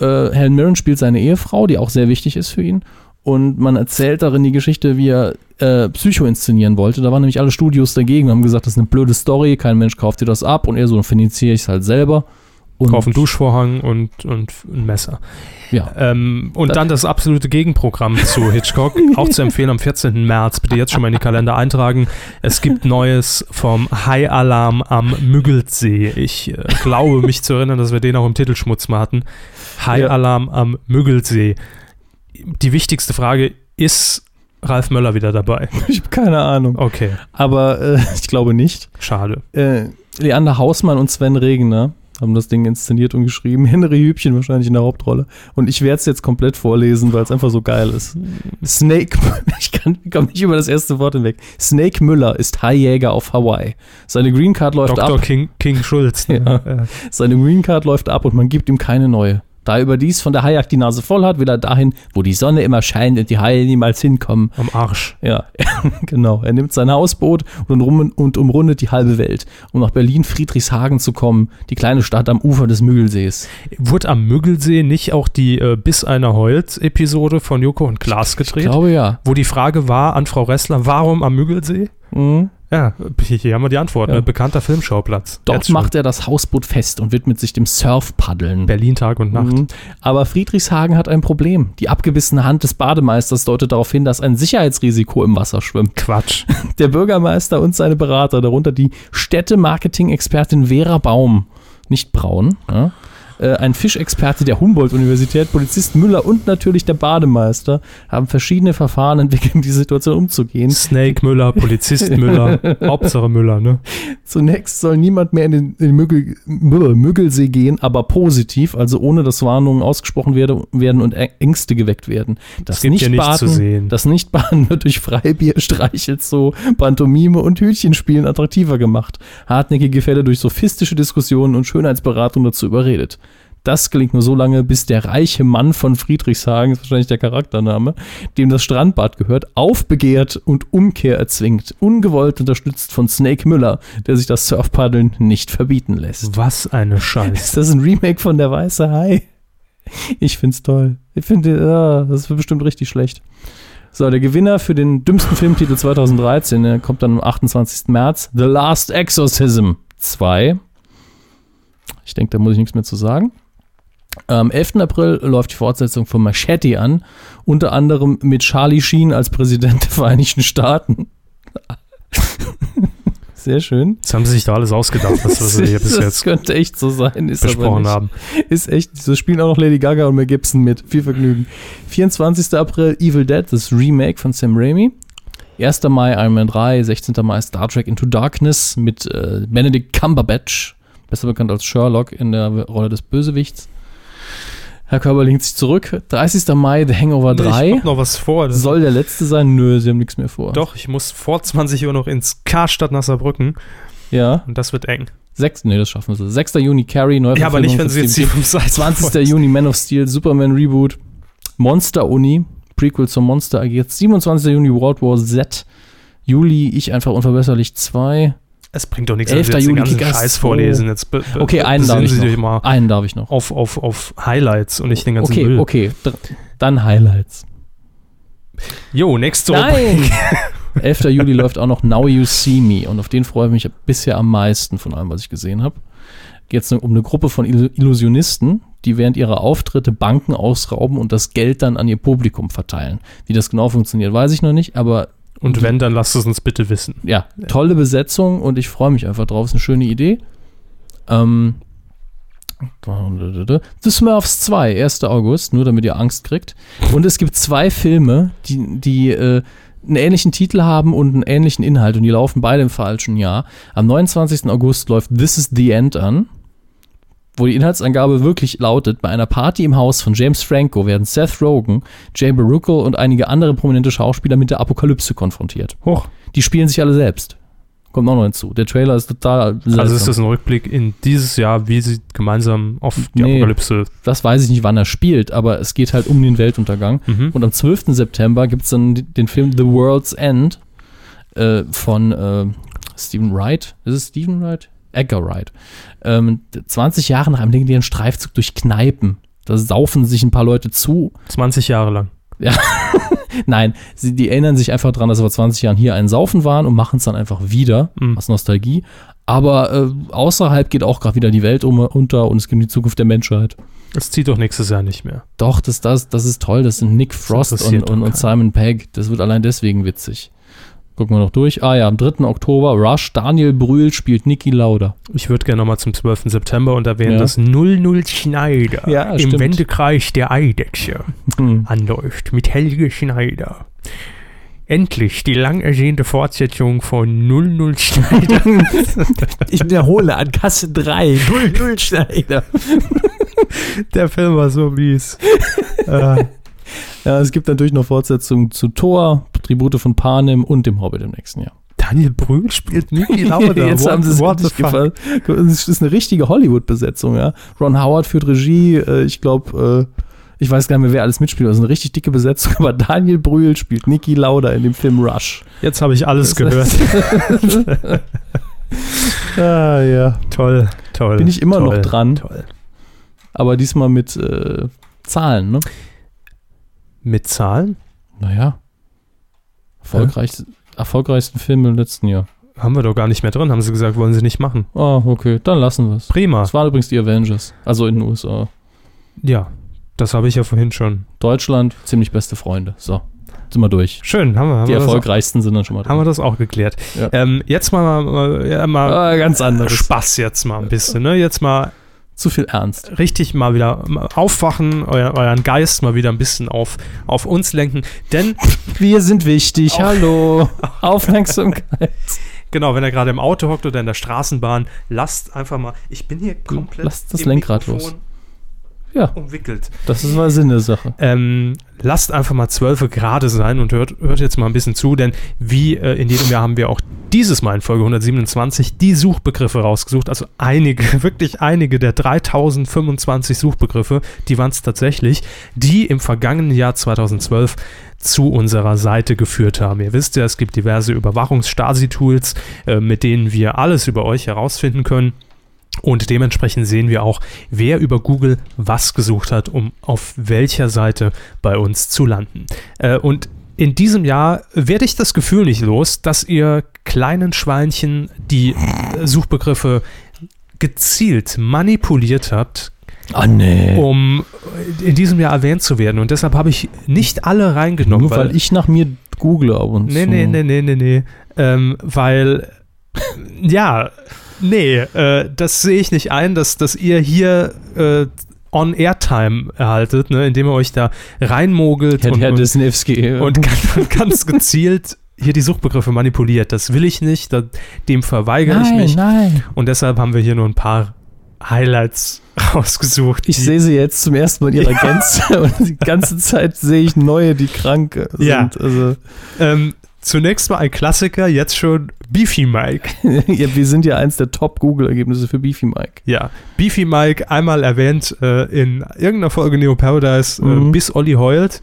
Äh, Helen Mirren spielt seine Ehefrau, die auch sehr wichtig ist für ihn. Und man erzählt darin die Geschichte, wie er äh, Psycho inszenieren wollte. Da waren nämlich alle Studios dagegen und haben gesagt, das ist eine blöde Story, kein Mensch kauft dir das ab. Und er so, dann finanziere ich es halt selber. Und Kauf einen Duschvorhang und, und ein Messer. Ja. Ähm, und Da- dann das absolute Gegenprogramm zu Hitchcock, auch zu empfehlen am 14. März. Bitte jetzt schon mal in die Kalender eintragen. Es gibt Neues vom High Alarm am Müggelsee. Ich äh, glaube, mich zu erinnern, dass wir den auch im Titelschmutz mal hatten. High Ja. Alarm am Müggelsee. Die wichtigste Frage ist Ralf Möller wieder dabei? Ich habe keine Ahnung. Okay, Aber äh, ich glaube nicht. schade. Äh, Leander Hausmann und Sven Regner haben das Ding inszeniert und geschrieben. Henry Hübchen wahrscheinlich in der Hauptrolle. Und ich werde es jetzt komplett vorlesen, weil es einfach so geil ist. Snake, ich kann, komme nicht über das erste Wort hinweg. Snake Müller ist Highjäger auf Hawaii. Seine Green Card läuft Dr. ab. King, King Schulz. ne? Äh, Seine Green Card läuft ab und man gibt ihm keine neue. Da er überdies von der Haijagd die Nase voll hat, will er dahin, wo die Sonne immer scheint und die Haie niemals hinkommen. Äh, am Arsch. Ja, genau. Er nimmt sein Hausboot und, rum und umrundet die halbe Welt, um nach Berlin-Friedrichshagen zu kommen, die kleine Stadt am Ufer des Müggelsees. Wurde am Müggelsee nicht auch die äh, Bis einer Holz-Episode von Joko und Klaas gedreht? ja. wo die Frage war an Frau Ressler, warum am Müggelsee? Mhm. Ja, hier, hier haben wir die Antwort. Ja. Ne? Bekannter Filmschauplatz. Dort Jetzt schon. macht er das Hausboot fest und widmet sich dem Surfpaddeln. Berlin Tag und Nacht. Mhm. Aber Friedrichshagen hat ein Problem. Die abgebissene Hand des Bademeisters deutet darauf hin, dass ein Sicherheitsrisiko im Wasser schwimmt. Quatsch. Der Bürgermeister und seine Berater, darunter die Städte-Marketing-Expertin Vera Baum, nicht Braun, ja, äh, ein Fischexperte der Humboldt-Universität, Polizist Müller und natürlich der Bademeister haben verschiedene Verfahren entwickelt, um die Situation umzugehen. Snake Müller, Polizist Müller, Hauptsache Müller, ne? Zunächst soll niemand mehr in den, in den Müggel, Müll- Müggelsee gehen, aber positiv, also ohne dass Warnungen ausgesprochen werde, werden und Ä- Ängste geweckt werden. Das gibt hier nichts Nichtbaden- zu sehen. Das Nichtbaden wird durch Freibier, Streichelzoo, Pantomime und Hütchenspielen attraktiver gemacht. Hartnäckige Fälle durch sophistische Diskussionen und Schönheitsberatung dazu überredet. Das gelingt nur so lange, bis der reiche Mann von Friedrichshagen, ist wahrscheinlich der Charaktername, dem das Strandbad gehört, aufbegehrt und Umkehr erzwingt. Ungewollt unterstützt von Snake Müller, der sich das Surfpaddeln nicht verbieten lässt. Was eine Scheiße. Ist das ein Remake von Der Weiße Hai? Ich find's toll. Ich finde, ah, das ist bestimmt richtig schlecht. So, der Gewinner für den dümmsten Filmtitel 2013 der kommt dann am 28. März. The Last Exorcism 2. Ich denke, da muss ich nichts mehr zu sagen. Am 11. April läuft die Fortsetzung von Machete an, unter anderem mit Charlie Sheen als Präsident der Vereinigten Staaten. Sehr schön. Jetzt haben sie sich da alles ausgedacht, was was wir hier bis das jetzt könnte echt so sein. Ist aber besprochen nicht. haben. Ist echt, so spielen auch noch Lady Gaga und Mel Gibson mit. Viel Vergnügen. 24. April Evil Dead, das Remake von Sam Raimi. 1. Mai Iron Man 3, 16. Mai Star Trek Into Darkness mit äh, Benedict Cumberbatch, besser bekannt als Sherlock in der Rolle des Bösewichts. Herr Körber lehnt sich zurück. 30. Mai The Hangover 3. Ich hab noch was vor. Das Soll der letzte sein? Nö, sie haben nichts mehr vor. Doch, ich muss vor 20 Uhr noch ins Karstadt Nasserbrücken Ja. und das wird eng. 6. Nee, das schaffen sie. 6. Juni Carrie, neue Ja, aber nicht, wenn sie jetzt hier vom Salz 20. Juni Man of Steel, Superman Reboot, Monster Uni, Prequel zum Monster agiert, 27. Juni World War Z, Juli Ich einfach unverbesserlich 2. Es bringt doch nichts, 11. wenn sie jetzt Juli den ganzen Kickers. Scheiß vorlesen. Jetzt be- be- Okay, einen darf besinnen Sie ich noch. sich mal Einen darf ich noch. auf, auf, auf Highlights und nicht den ganzen okay, Müll. okay, dr- dann Highlights. Jo, nächste Rubrik. Nein! 11. Juli läuft auch noch Now You See Me und auf den freue ich mich bisher am meisten von allem, was ich gesehen habe. Geht es um eine Gruppe von Illu- Illusionisten, die während ihrer Auftritte Banken ausrauben und das Geld dann an ihr Publikum verteilen. Wie das genau funktioniert, weiß ich noch nicht, aber Und wenn, dann lasst es uns bitte wissen. ja, tolle Besetzung und ich freue mich einfach drauf. Ist eine schöne Idee. Ähm, The Smurfs 2, 1. August, nur damit ihr Angst kriegt. Und es gibt zwei Filme, die, die äh, einen ähnlichen Titel haben und einen ähnlichen Inhalt und die laufen beide im falschen Jahr. Am 29. August läuft This is the End an, wo die Inhaltsangabe wirklich lautet, bei einer Party im Haus von James Franco werden Seth Rogen, Jay Baruchel und einige andere prominente Schauspieler mit der Apokalypse konfrontiert. Hoch. Die spielen sich alle selbst. Kommt auch noch hinzu. Der Trailer ist total Also seltsam. ist das ein Rückblick in dieses Jahr, wie sie gemeinsam auf die Nee. Apokalypse. das weiß ich nicht, wann er spielt, aber es geht halt um den Weltuntergang. Mhm. Und am 12. September gibt es dann die- den Film The World's End äh, von äh, Stephen Wright. Ist es Stephen Wright? Edgar Wright. Ähm, 20 Jahre nach einem legendären Streifzug durch Kneipen. Da saufen sich ein paar Leute zu. 20 Jahre lang. Nein, sie, die erinnern sich einfach daran, dass sie vor 20 Jahren hier einen Saufen waren und machen es dann einfach wieder Mhm. aus Nostalgie. Aber äh, außerhalb geht auch gerade wieder die Welt um, unter und es geht um die Zukunft der Menschheit. Das zieht doch nächstes Jahr nicht mehr. Doch, das, das, das ist toll. Das sind Nick Frost interessiert und, doch und, und Simon Pegg. Das wird allein deswegen witzig. Gucken wir noch durch. Ah ja, am 3. Oktober, Rush, Daniel Brühl spielt Niki Lauda. Ich würde gerne nochmal zum 12. September und erwähnen, Ja. dass 00 Schneider Ja, im stimmt. Wendekreis der Eidechse Hm. anläuft mit Helge Schneider. Endlich die lang ersehnte Fortsetzung von 00 Schneider. Ich wiederhole an Kasse 3, 00 Schneider. der Film war so mies. äh, Ja, es gibt natürlich noch Fortsetzungen zu Thor, Tribute von Panem und dem Hobbit im nächsten Jahr. Daniel Brühl spielt Niki Lauda. Jetzt haben sie es Genau, What the richtig fuck? gefallen. Es ist eine richtige Hollywood-Besetzung, ja. Ron Howard führt Regie, äh, ich glaube, äh, ich weiß gar nicht mehr, wer alles mitspielt. Das ist eine richtig dicke Besetzung, aber Daniel Brühl spielt Niki Lauda in dem Film Rush. Jetzt habe ich alles gehört. ah, ja. Toll, toll. Bin ich immer toll, noch dran, Toll. aber diesmal mit äh, Zahlen, ne? Mit Zahlen? Naja. Erfolgreich, Erfolgreichsten Film im letzten Jahr. Haben wir doch gar nicht mehr drin, haben sie gesagt, wollen sie nicht machen. Ah, okay, dann lassen wir es. Prima. Das waren übrigens die Avengers, also in den USA. Ja, das habe ich ja vorhin schon. Deutschland, ziemlich beste Freunde. So, sind wir durch. Schön, haben wir, haben Die wir, das, auch, erfolgreichsten sind dann schon mal haben wir das auch geklärt. Ja. Ähm, jetzt mal, mal, ja, mal Ah, ganz anderes. Spaß jetzt mal ein bisschen. Ne? Jetzt mal zu viel Ernst. richtig mal wieder aufwachen, euer, euren Geist mal wieder ein bisschen auf, auf uns lenken. Denn, Wir sind wichtig. Hallo. Aufmerksamkeit. genau, wenn ihr gerade im Auto hockt oder in der Straßenbahn, lasst einfach mal. Ich bin hier komplett. Hm, lasst das im Lenkrad Mikrofon Ja. Umwickelt. Das ist mal Sinn der Sache. Ähm, lasst einfach mal Zwölfe gerade sein und hört, hört jetzt mal ein bisschen zu, denn wie äh, in jedem Jahr haben wir auch dieses Mal in Folge 127 die Suchbegriffe rausgesucht. Also einige, wirklich einige der 3025 Suchbegriffe, die waren es tatsächlich, die im vergangenen Jahr 2012 zu unserer Seite geführt haben. Ihr wisst ja, es gibt diverse Überwachungs-Stasi-Tools, äh, mit denen wir alles über euch herausfinden können. Und dementsprechend sehen wir auch, wer über Google was gesucht hat, um auf welcher Seite bei uns zu landen. Äh, und in diesem Jahr werde ich das Gefühl nicht los, dass ihr kleinen Schweinchen die äh, Suchbegriffe gezielt manipuliert habt, Ah, nee. um in diesem Jahr erwähnt zu werden. Und deshalb habe ich nicht alle reingenommen. Nur weil ich nach mir google ab und Nee, zu. nee, nee, nee, nee, nee. Ähm, weil, ja, nee, äh, das sehe ich nicht ein, dass, dass ihr hier äh, On-Air-Time erhaltet, ne, indem ihr euch da reinmogelt Herr, und, Herr und, Disnevsky. und ganz, ganz gezielt hier die Suchbegriffe manipuliert. Das will ich nicht, da, dem verweigere nein, ich mich. nein. Und deshalb haben wir hier nur ein paar Highlights rausgesucht. Ich die- sehe sie jetzt zum ersten Mal in ihrer Gänze und die ganze Zeit sehe ich neue, die krank sind. Ja. Also, ähm, Zunächst mal ein Klassiker, jetzt schon Beefy Mike. ja, wir sind ja eins der Top-Google-Ergebnisse für Beefy Mike. Ja, Beefy Mike einmal erwähnt äh, in irgendeiner Folge Neo Paradise, äh, Mhm. bis Olli heult,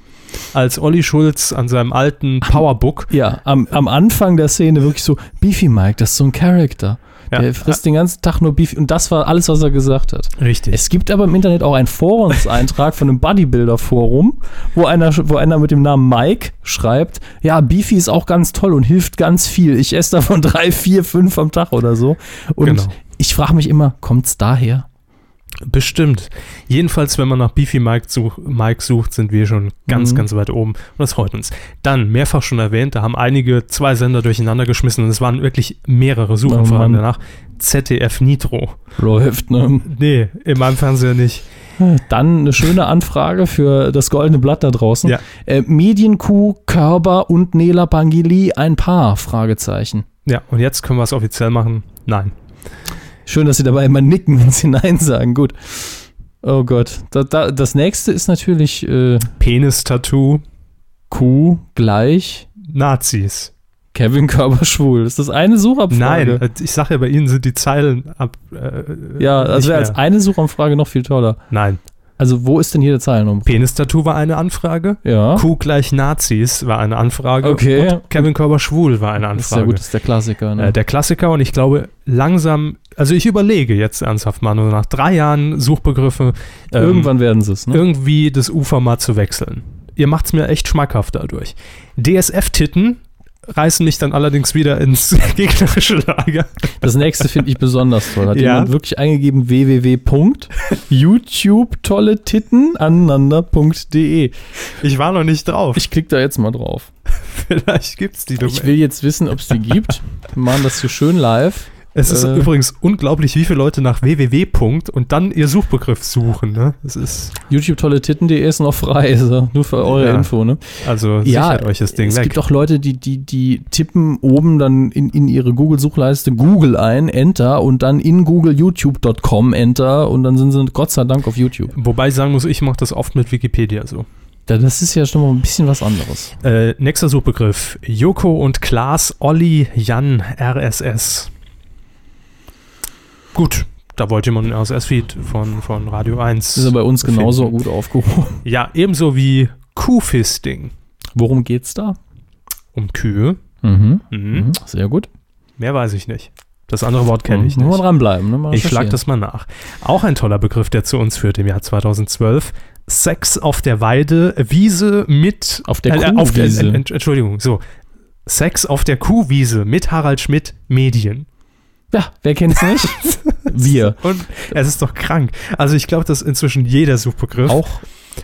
als Olli Schulz an seinem alten Powerbook. Ja, am, am Anfang der Szene wirklich so, Beefy Mike, das ist so ein Charakter. Ja. Der frisst den ganzen Tag nur Beefy. Und das war alles, was er gesagt hat. Richtig. Es gibt aber im Internet auch einen Forumseintrag von einem Bodybuilder-Forum, wo einer, wo einer mit dem Namen Mike schreibt, ja, Beefy ist auch ganz toll und hilft ganz viel. Ich esse davon drei, vier, fünf am Tag oder so. Und Genau. ich frage mich immer, kommt's daher? Bestimmt. Jedenfalls, wenn man nach Beefy Mike, such, Mike sucht, sind wir schon ganz, Mhm. ganz weit oben. Und das freut uns. Dann, mehrfach schon erwähnt, da haben einige zwei Sender durcheinander geschmissen und es waren wirklich mehrere Suchanfragen Oh Mann. danach. ZDF Nitro. Läuft, ne? Nee, in meinem Fernseher nicht. Dann eine schöne Anfrage für das goldene Blatt da draußen. Ja. Äh, Medienkuh, Körber und Nela Bangili, ein Paar? Fragezeichen. Ja, und jetzt können wir es offiziell machen. Nein. Schön, dass sie dabei immer nicken, wenn sie Nein sagen. Gut. Oh Gott. Da, da, das nächste ist natürlich äh, Penis-Tattoo, Kuh gleich Nazis. Kevin Körber schwul. Ist das eine Suchanfrage? Nein, äh, ich sage ja, bei Ihnen sind die Zeilen ab. Äh, Ja, das nicht wäre als mehr. eine Suchanfrage noch viel toller. Nein. Also, wo ist denn hier der Zeilenumfang? Penis-Tattoo war eine Anfrage. Ja. Kuh gleich Nazis war eine Anfrage. Oh. Okay. Und Kevin Körber schwul war eine Das ist ja Anfrage. gut, das ist der Klassiker. Ne? Äh, der Klassiker und ich glaube, langsam. Also, ich überlege jetzt ernsthaft mal, nur nach drei Jahren Suchbegriffe. ähm, Irgendwann werden sie es, ne? irgendwie das Ufer mal zu wechseln. Ihr macht's mir echt schmackhaft dadurch. DSF-Titten reißen mich dann allerdings wieder ins gegnerische Lager. Das nächste finde ich besonders toll. Hat Ja. jemand wirklich eingegeben www.youtube-tolle-titten aneinander.de. Ich war noch nicht drauf. E. Ich klicke da jetzt mal drauf. Vielleicht gibt's die Ich will jetzt wissen, ob es die gibt. Wir machen das hier schön live. Es ist Äh. übrigens unglaublich, wie viele Leute nach www. Punkt und dann ihr Suchbegriff suchen. Ne? Das ist youtube-tolle-titten.de ist noch frei. Also nur für eure Ja. Info, ne? also Ja, sichert euch das Ding es weg. gibt auch Leute, die, die, die tippen oben dann in, in ihre Google-Suchleiste Google ein, Enter und dann in Google youtube.com Enter und dann sind sie Gott sei Dank auf YouTube. Wobei ich sagen muss, ich mache das oft mit Wikipedia so. Da- Das ist ja schon mal ein bisschen was anderes. Äh, nächster Suchbegriff: Joko und Klaas, Olli, Jan, RSS. Gut, da wollte jemand einen RSS-Feed von, von Radio Das 1. ist ja bei uns genauso gut aufgehoben. Ja, ebenso wie Kuhfisting Worum geht's da? um Kühe. Mhm. Mhm. Mhm. Sehr gut. Mehr weiß ich nicht. Das andere Wort kenne ich Nur mal nicht. dranbleiben. Ne? Mal Ich schlag recherchieren. das mal nach. Auch ein toller Begriff, der zu uns führt im Jahr 2012. Sex auf der Weide, Wiese mit auf Äh, der äh, auf der, Kuhwiese. Ent- Entschuldigung, so. Sex auf der Kuhwiese mit Harald Schmidt, Medien. ja, wer kennt's nicht? Wir. Und es ist doch krank. Also ich glaube, dass inzwischen jeder Suchbegriff Auch,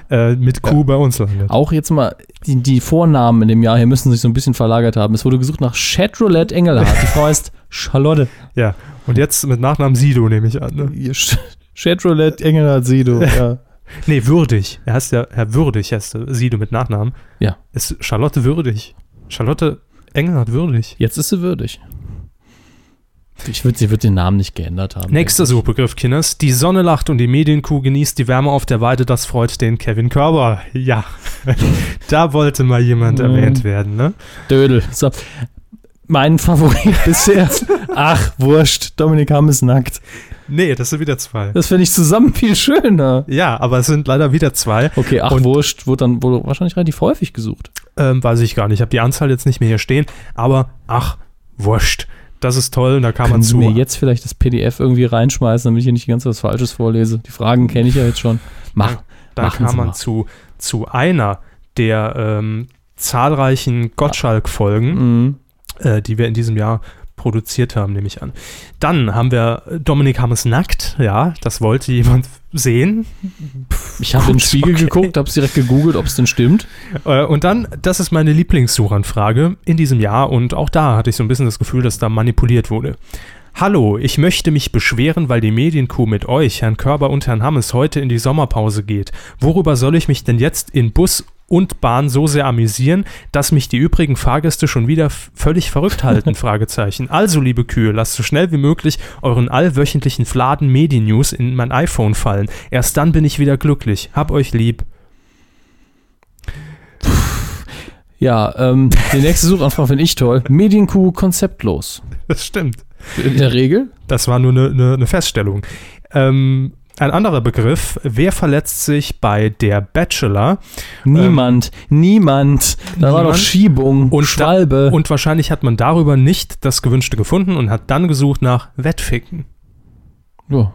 äh, mit Kuh bei uns landet. auch jetzt mal, die, die Vornamen in dem Jahr hier müssen sich so ein bisschen verlagert haben. Es wurde gesucht nach Chatroulette Engelhardt. Die Frau heißt Charlotte. Ja. Und jetzt mit Nachnamen Sido, nehme ich an. Ne? Ihr Sch- Shared Roulette, Engel hat Sido. Ja. Nee, Würdig. Er heißt ja Herr Würdig, heißt er. Sido mit Nachnamen. Ja. Ist Charlotte Würdig. Charlotte Engelhardt Würdig. Jetzt ist sie würdig. Ich würd, sie wird den Namen nicht geändert haben. Nächster denke Suchbegriff, Kinders. Die Sonne lacht und die Medienkuh genießt die Wärme auf der Weide. Das freut den Kevin Körber. Ja, da wollte mal jemand Mhm. erwähnt werden, ne? ich. Dödel. So. Mein Favorit bisher. Ach, Wurscht. Dominik Hamm ist nackt. Nee, das sind wieder zwei. Das finde ich zusammen viel schöner. Ja, aber es sind leider wieder zwei. Okay, ach, Und- Wurscht wurde dann wohl wahrscheinlich relativ häufig gesucht. Ähm, weiß ich gar nicht. Ich habe die Anzahl jetzt nicht mehr hier stehen. Aber ach, wurscht. Das ist toll. Da kann man Können Sie zu. mir jetzt vielleicht das PDF irgendwie reinschmeißen, damit ich hier nicht die ganze Zeit was Falsches vorlese? Die Fragen kenne ich ja jetzt schon. Mach. Da Machen kam Sie man mal. zu, zu einer der ähm, zahlreichen Gottschalk-Folgen, Mhm. äh, die wir in diesem Jahr produziert haben, nehme ich an. Dann haben wir Dominik Hammes nackt, ja, das wollte jemand sehen. Ich habe in den Gut, Spiegel okay. geguckt, habe es direkt gegoogelt, ob es denn stimmt. Äh, und dann, das ist meine Lieblingssuchanfrage in diesem Jahr und auch da hatte ich so ein bisschen das Gefühl, dass da manipuliert wurde. Hallo, ich möchte mich beschweren, weil die Medienkuh mit euch, Herrn Körber und Herrn Hammes, heute in die Sommerpause geht. Worüber soll ich mich denn jetzt in Bus und Bahn so sehr amüsieren, dass mich die übrigen Fahrgäste schon wieder f- völlig verrückt halten? Fragezeichen. Also, liebe Kühe, lasst so schnell wie möglich euren allwöchentlichen Fladen Medien-News in mein iPhone fallen. Erst dann bin ich wieder glücklich. Hab euch lieb. Ja, ähm, die nächste Suchanfrage finde ich toll. Medienkuh konzeptlos. Das stimmt. In der Regel? Das war nur eine, eine, eine Feststellung. Ähm, ein anderer Begriff, wer verletzt sich bei der Bachelor? Niemand, niemand. Da war Ähm. Niemand? doch Schiebung Und da- Schwalbe. Und wahrscheinlich hat man darüber nicht das Gewünschte gefunden und hat dann gesucht nach Wettficken. ja.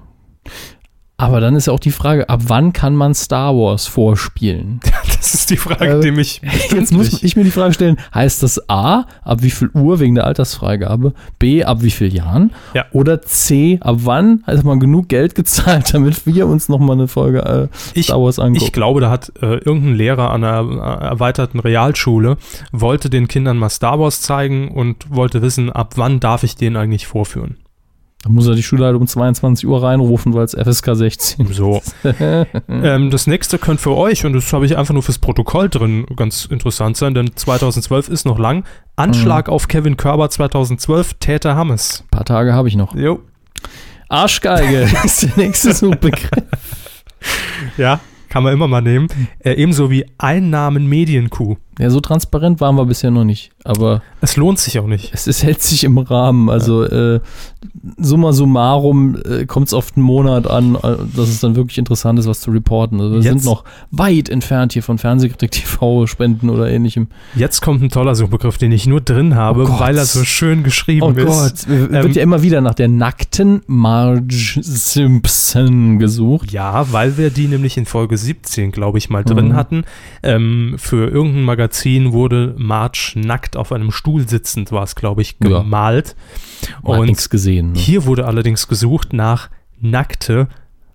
Aber dann ist ja auch die Frage, ab wann kann man Star Wars vorspielen? Das ist die Frage, Äh, die mich Jetzt muss ich mir die Frage stellen, heißt das A, ab wie viel Uhr wegen der Altersfreigabe, B, ab wie viel Jahren Ja. oder C, ab wann hat man genug Geld gezahlt, damit wir uns nochmal eine Folge äh, Ich- Star Wars angucken? Ich glaube, da hat äh, irgendein Lehrer an einer äh, erweiterten Realschule, wollte den Kindern mal Star Wars zeigen und wollte wissen, ab wann darf ich den eigentlich vorführen. da muss er die Schule halt um 22 Uhr reinrufen, weil es FSK 16 ist. So. ähm, das nächste könnte für euch, und das habe ich einfach nur fürs Protokoll drin, ganz interessant sein, denn 2012 ist noch lang. Mhm. Anschlag auf Kevin Körber 2012, Täter Hammes. Ein paar Tage habe ich noch. Jo. Arschgeige ist der nächste Suchbegriff. Ja, kann man immer mal nehmen. Äh, ebenso wie Einnahmen Medienkuh. Ja, so transparent waren wir bisher noch nicht, aber Es lohnt sich auch nicht. es, es hält sich im Rahmen. Also äh, summa summarum äh, kommt es auf den Monat an, äh, dass es dann wirklich interessant ist, was zu reporten. Also wir Jetzt- sind noch weit entfernt hier von Fernsehkritik TV, Spenden oder ähnlichem. Jetzt kommt ein toller Suchbegriff, den ich nur drin habe, Oh Gott. weil er so schön geschrieben Oh ist. Gott, w- wird Ähm, ja immer wieder nach der nackten Marge Simpson gesucht. Ja, weil wir die nämlich in Folge 17, glaube ich, mal drin Mhm. hatten. Ähm, für irgendein Magazin wurde Marge nackt auf einem Stuhl sitzend, war es, glaube ich, Ja. gemalt. Man hat Und nichts gesehen. Ne? hier wurde allerdings gesucht nach nackte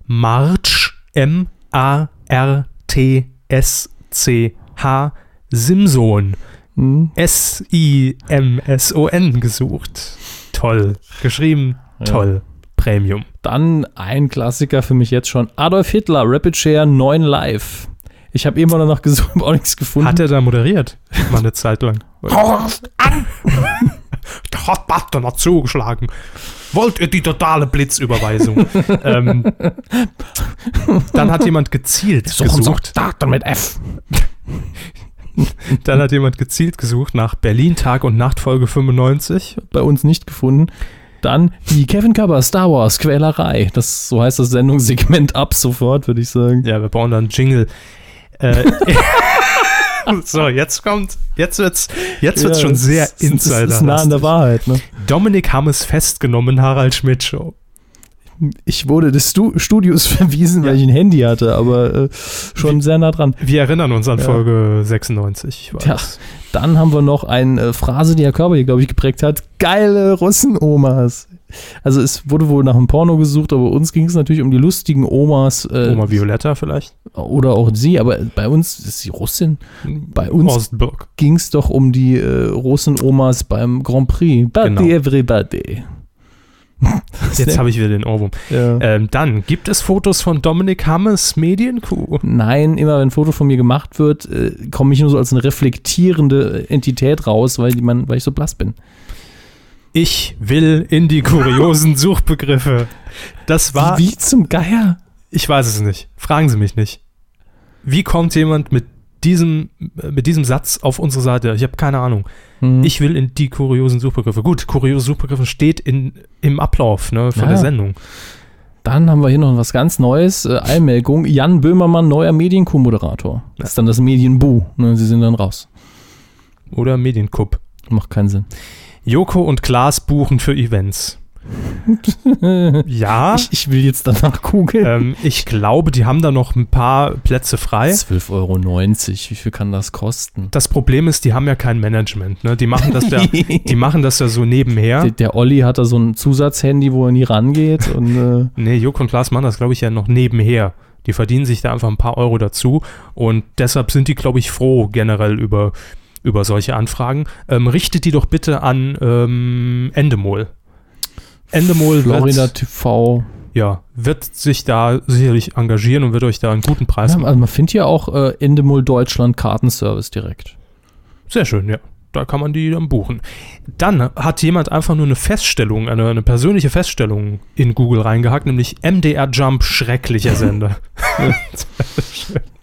Marge, M-A-R-T-S-C-H, Simson, Hm? S-I-M-S-O-N gesucht. Toll. Geschrieben, Ja. toll. Premium. Dann ein Klassiker für mich jetzt schon. Adolf Hitler, Rapid Share 9 Live. Ich habe eben mal danach gesucht, habe auch nichts gefunden. Hat er da moderiert? Mal eine Zeit lang. Horst an! Der Hotbutton hat zugeschlagen. Wollt ihr die totale Blitzüberweisung? ähm, dann hat jemand gezielt gesucht. Daten mit F. Dann hat jemand gezielt gesucht nach Berlin Tag und Nacht Folge 95. Bei uns nicht gefunden. Dann die Kevin Körber Star Wars Quälerei. Das, so heißt das Sendungssegment ab sofort, würde ich sagen. Ja, wir brauchen dann einen Jingle. Äh, so, jetzt kommt, jetzt wird's, jetzt wird's schon sehr das ist- Insider. Das ist nah an der Wahrheit. Ne? Dominik Hammes festgenommen, Harald Schmidt Show. Ich wurde des Stu Studios verwiesen, weil Ja. ich ein Handy hatte, aber äh, schon sehr nah dran. Wir erinnern uns an Ja. Folge 96. ich weiß. Tja, dann haben wir noch eine äh, Phrase, die Herr Körber hier, glaube ich, geprägt hat. Geile Russen-Omas. Also es wurde wohl nach einem Porno gesucht, aber uns ging es natürlich um die lustigen Omas äh, Oma Violetta vielleicht? oder auch sie, aber bei uns ist sie Russin. Hm. Bei Oh, uns Ostburg. ging es doch um die äh, Russen-Omas beim Grand Prix. Buddy Genau. everybody. Jetzt habe ich wieder den Ohrwurm. Ja. Ähm, dann gibt es Fotos von Dominik Hammes Medienkuh. Nein, immer wenn ein Foto von mir gemacht wird, äh, komme ich nur so als eine reflektierende äh, Entität raus, weil, die man, weil ich so blass bin. Ich will in die kuriosen Suchbegriffe. Das war. Wie zum Geier? Ich weiß es nicht. Fragen Sie mich nicht. Wie kommt jemand mit diesem, mit diesem Satz auf unsere Seite? Ich habe keine Ahnung. Hm. Ich will in die kuriosen Suchbegriffe. Gut, kuriose Suchbegriffe steht in, im Ablauf ne, von Ah Ja. der Sendung. Dann haben wir hier noch was ganz Neues, äh, Einmeldung. Jan Böhmermann, neuer Medienkuh-Moderator. Das ist dann das Medienbu. Ne? Sie sind dann raus. Oder Medienkupp. Macht keinen Sinn. Joko und Klaas buchen für Events. ja, Ich, ich will jetzt danach googeln. ähm, ich glaube, die haben da noch ein paar Plätze frei. 12,90 Euro. Wie viel kann das kosten? Das Problem ist, die haben ja kein Management. Ne? Die, machen das ja, die machen das ja so nebenher. Der, der Olli hat da so ein Zusatzhandy, wo er nie rangeht. Und, äh, Nee, Joko und Klaas machen das, glaube ich, ja noch nebenher. Die verdienen sich da einfach ein paar Euro dazu und deshalb sind die, glaube ich, froh generell über, über solche Anfragen. Ähm, richtet die doch bitte an ähm, Endemol. Endemol Florida wird, TV. ja, wird sich da sicherlich engagieren und wird euch da einen guten Preis Ja, machen. also man findet ja auch äh, Endemol Deutschland Kartenservice direkt. Sehr schön, ja. Da kann man die dann buchen. Dann hat jemand einfach nur eine Feststellung, eine, eine persönliche Feststellung in Google reingehackt, nämlich MDR Jump, schrecklicher Sender.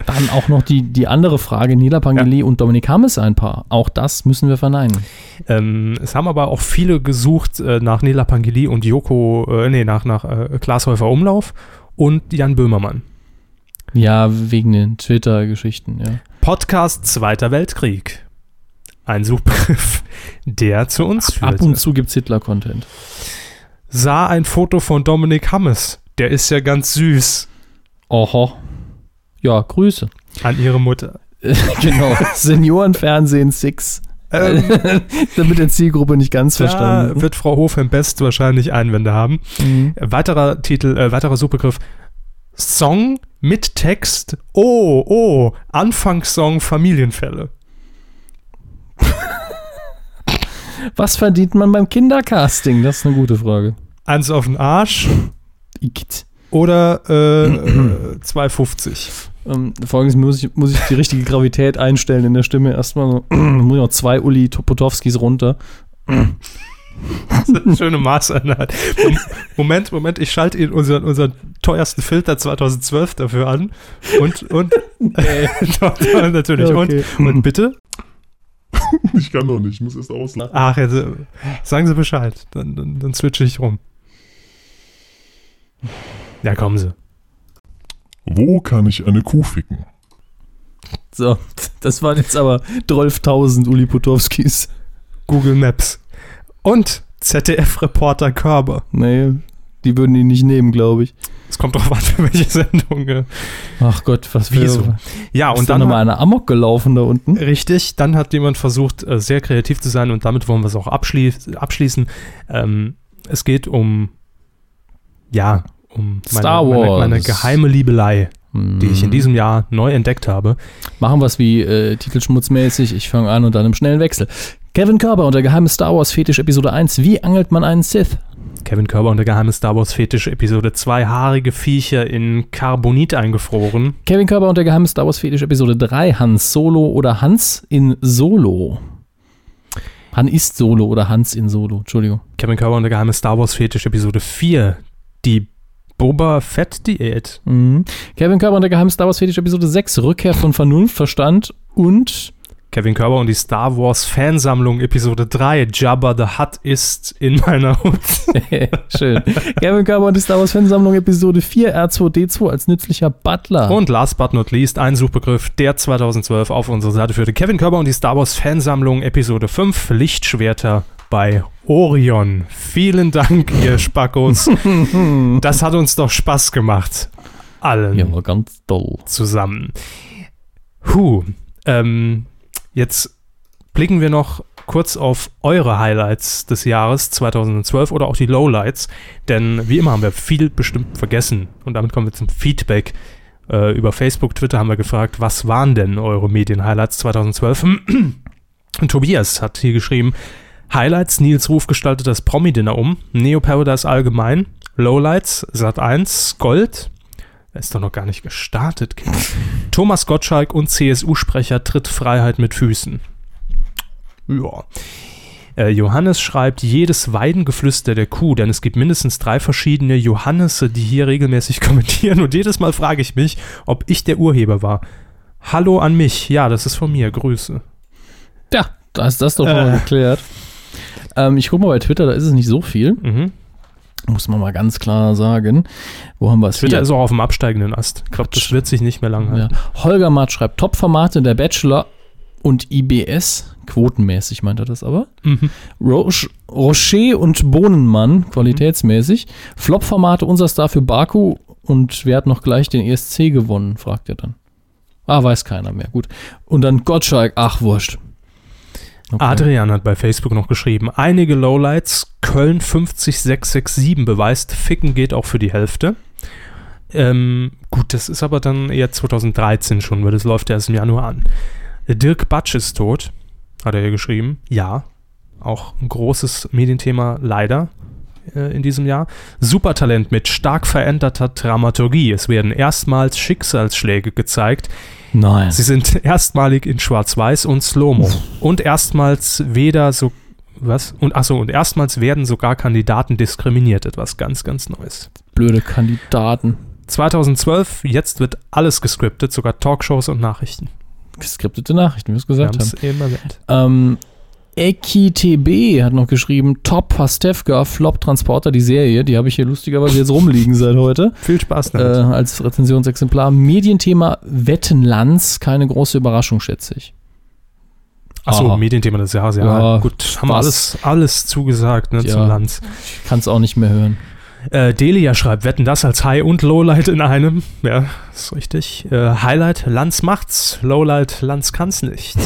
Dann auch noch die, die andere Frage, Nila Pangeli und Dominik Hammes ein Paar. Auch das müssen wir verneinen. Ähm, es haben aber auch viele gesucht äh, nach Nela Pangeli und Joko, äh, nee, nach, nach äh, Klaas Häufer Umlauf und Jan Böhmermann. Ja, wegen den Twitter-Geschichten, ja. Podcast Zweiter Weltkrieg. Ein Suchbegriff, der zu uns führt. Ab und zu gibt's Hitler-Content. Sah ein Foto von Dominik Hammes. Der ist ja ganz süß. Oho. Ja, Grüße. An ihre Mutter. genau. Seniorenfernsehen 6. Ähm, Damit der Zielgruppe nicht ganz da verstanden. wird Frau Hofheim Best wahrscheinlich Einwände haben. Mhm. Weiterer Titel, äh, weiterer Suchbegriff: Song mit Text. Oh, oh, Anfangssong Familienfälle. Was verdient man beim Kindercasting? Das ist eine gute Frage. Eins auf den Arsch Igitt. oder äh, äh, 2,50. Ähm, folgendes muss ich, muss ich die richtige Gravität einstellen in der Stimme. Erstmal so, muss ich noch zwei Uli Potowskis runter. Schöne Maßeinheit. Mom- Moment, Moment, ich schalte Ihnen unseren, unseren teuersten Filter 2012 dafür an. Und, und, äh, doch, doch, natürlich. Okay. Und, und bitte? Ich kann doch nicht, ich muss erst auslachen. Ach, jetzt, äh, sagen Sie Bescheid. Dann, dann, dann switche ich rum. Ja, kommen Sie. Wo kann ich eine Kuh ficken? So, das waren jetzt aber 12.000 Uli Potowskis. Google Maps. Und ZDF-Reporter Körber. Nee, die würden ihn nicht nehmen, glaube ich. Es kommt drauf an, für welche Sendung. äh. Ach Gott, was Wieso? für... Ja, Ist und dann nochmal einer Amok gelaufen da unten. Richtig, dann hat jemand versucht, äh, sehr kreativ zu sein und damit wollen wir es auch abschließ abschließen. Ähm, es geht um, ja, um Star Meine, meine Wars. Mhm. geheime Liebelei, Hm. die ich in diesem Jahr neu entdeckt habe. Machen wir es wie äh, titelschmutzmäßig. Ich fange an und dann im schnellen Wechsel. Kevin Körber und der geheime Star Wars Fetisch Episode 1. Wie angelt man einen Sith? Kevin Körber und der geheime Star Wars Fetisch Episode zwei haarige Viecher in Carbonit eingefroren. Kevin Körber und der geheime Star Wars Fetisch Episode 3. Hans Solo oder Hans in Solo? Han ist Solo oder Hans in Solo. Entschuldigung. Kevin Körber und der geheime Star Wars Fetisch Episode 4. Die Boba Fett Diät. Mhm. Kevin Körber und der geheime Star Wars Fetisch Episode 6. Rückkehr von Vernunft, Verstand und Kevin Körber und die Star Wars Fansammlung Episode 3. Jabba the Hutt ist in meiner Hut. Schön. Kevin Körber und die Star Wars Fansammlung Episode 4 R2D2 als nützlicher Butler. Und last but not least, ein Suchbegriff, der 2012 auf unsere Seite führte. Kevin Körber und die Star Wars Fansammlung Episode 5 Lichtschwerter bei Orion. Vielen Dank, ihr Spackos. Das hat uns doch Spaß gemacht. Allen Ja, war ganz toll. zusammen. Huh. Ähm, jetzt blicken wir noch kurz auf eure Highlights des Jahres 2012 oder auch die Lowlights, denn wie immer haben wir viel bestimmt vergessen und damit kommen wir zum Feedback. Äh, über Facebook, Twitter haben wir gefragt, was waren denn eure Medien-Highlights 2012? Und Tobias hat hier geschrieben, Highlights, Nils Ruf gestaltet das Promi-Dinner um. Neo Paradise allgemein. Lowlights, Sat 1, Gold. Er ist doch noch gar nicht gestartet, Kind. Thomas Gottschalk und CSU-Sprecher tritt Freiheit mit Füßen. Ja. Äh, Johannes schreibt jedes Weidengeflüster der Kuh, denn es gibt mindestens drei verschiedene Johannese, die hier regelmäßig kommentieren und jedes Mal frage ich mich, ob ich der Urheber war. Hallo an mich. Ja, das ist von mir. Grüße. Ja, da ist das doch schon Äh. mal geklärt. Ähm, ich gucke mal bei Twitter, da ist es nicht so viel. Mhm. Muss man mal ganz klar sagen. Wo haben wir es Twitter hier? ist auch auf dem absteigenden Ast. Ich glaube, das wird sich nicht mehr lang halten. ja. Holger Matt schreibt Top-Formate der Bachelor und IBS. Quotenmäßig meint er das aber. Mhm. Roche, Rocher und Bohnenmann, qualitätsmäßig. Flop-Formate, unser Star für Baku und wer hat noch gleich den ESC gewonnen, fragt er dann. Ah, weiß keiner mehr, gut. Und dann Gottschalk, ach, wurscht. Okay. Adrian hat bei Facebook noch geschrieben, einige Lowlights, Köln 50667 beweist, Ficken geht auch für die Hälfte. Ähm, gut, das ist aber dann eher 2013 schon, weil das läuft erst im Januar an. Dirk Batsch ist tot, hat er hier geschrieben. Ja, auch ein großes Medienthema leider äh, in diesem Jahr. Supertalent mit stark veränderter Dramaturgie. Es werden erstmals Schicksalsschläge gezeigt, Nein. Sie sind erstmalig in Schwarz-Weiß und Slow-Mo. Und erstmals weder so. Was? Und achso, und erstmals werden sogar Kandidaten diskriminiert. Etwas ganz, ganz Neues. Blöde Kandidaten. 2012, jetzt wird alles gescriptet, sogar Talkshows und Nachrichten. Geskriptete Nachrichten, wie wir es Wir gesagt haben's haben. eben erwähnt. Ähm, EkiTB hat noch geschrieben, Top Pastewka, Flop Transporter, die Serie, die habe ich hier lustigerweise jetzt rumliegen seit heute. Viel Spaß Äh, damit. als Rezensionsexemplar. Medienthema Wettenlands, keine große Überraschung, schätze ich. achso, aha. Medienthema des Jahres, ja. Ja, gut, haben wir was? alles, alles zugesagt, ne, zum Ja. Land. Ich kann es auch nicht mehr hören. Äh, Delia schreibt, wetten das als High und Lowlight in einem. Ja, ist richtig. Äh, Highlight, Lanz macht's. Lowlight, Lanz kann's nicht.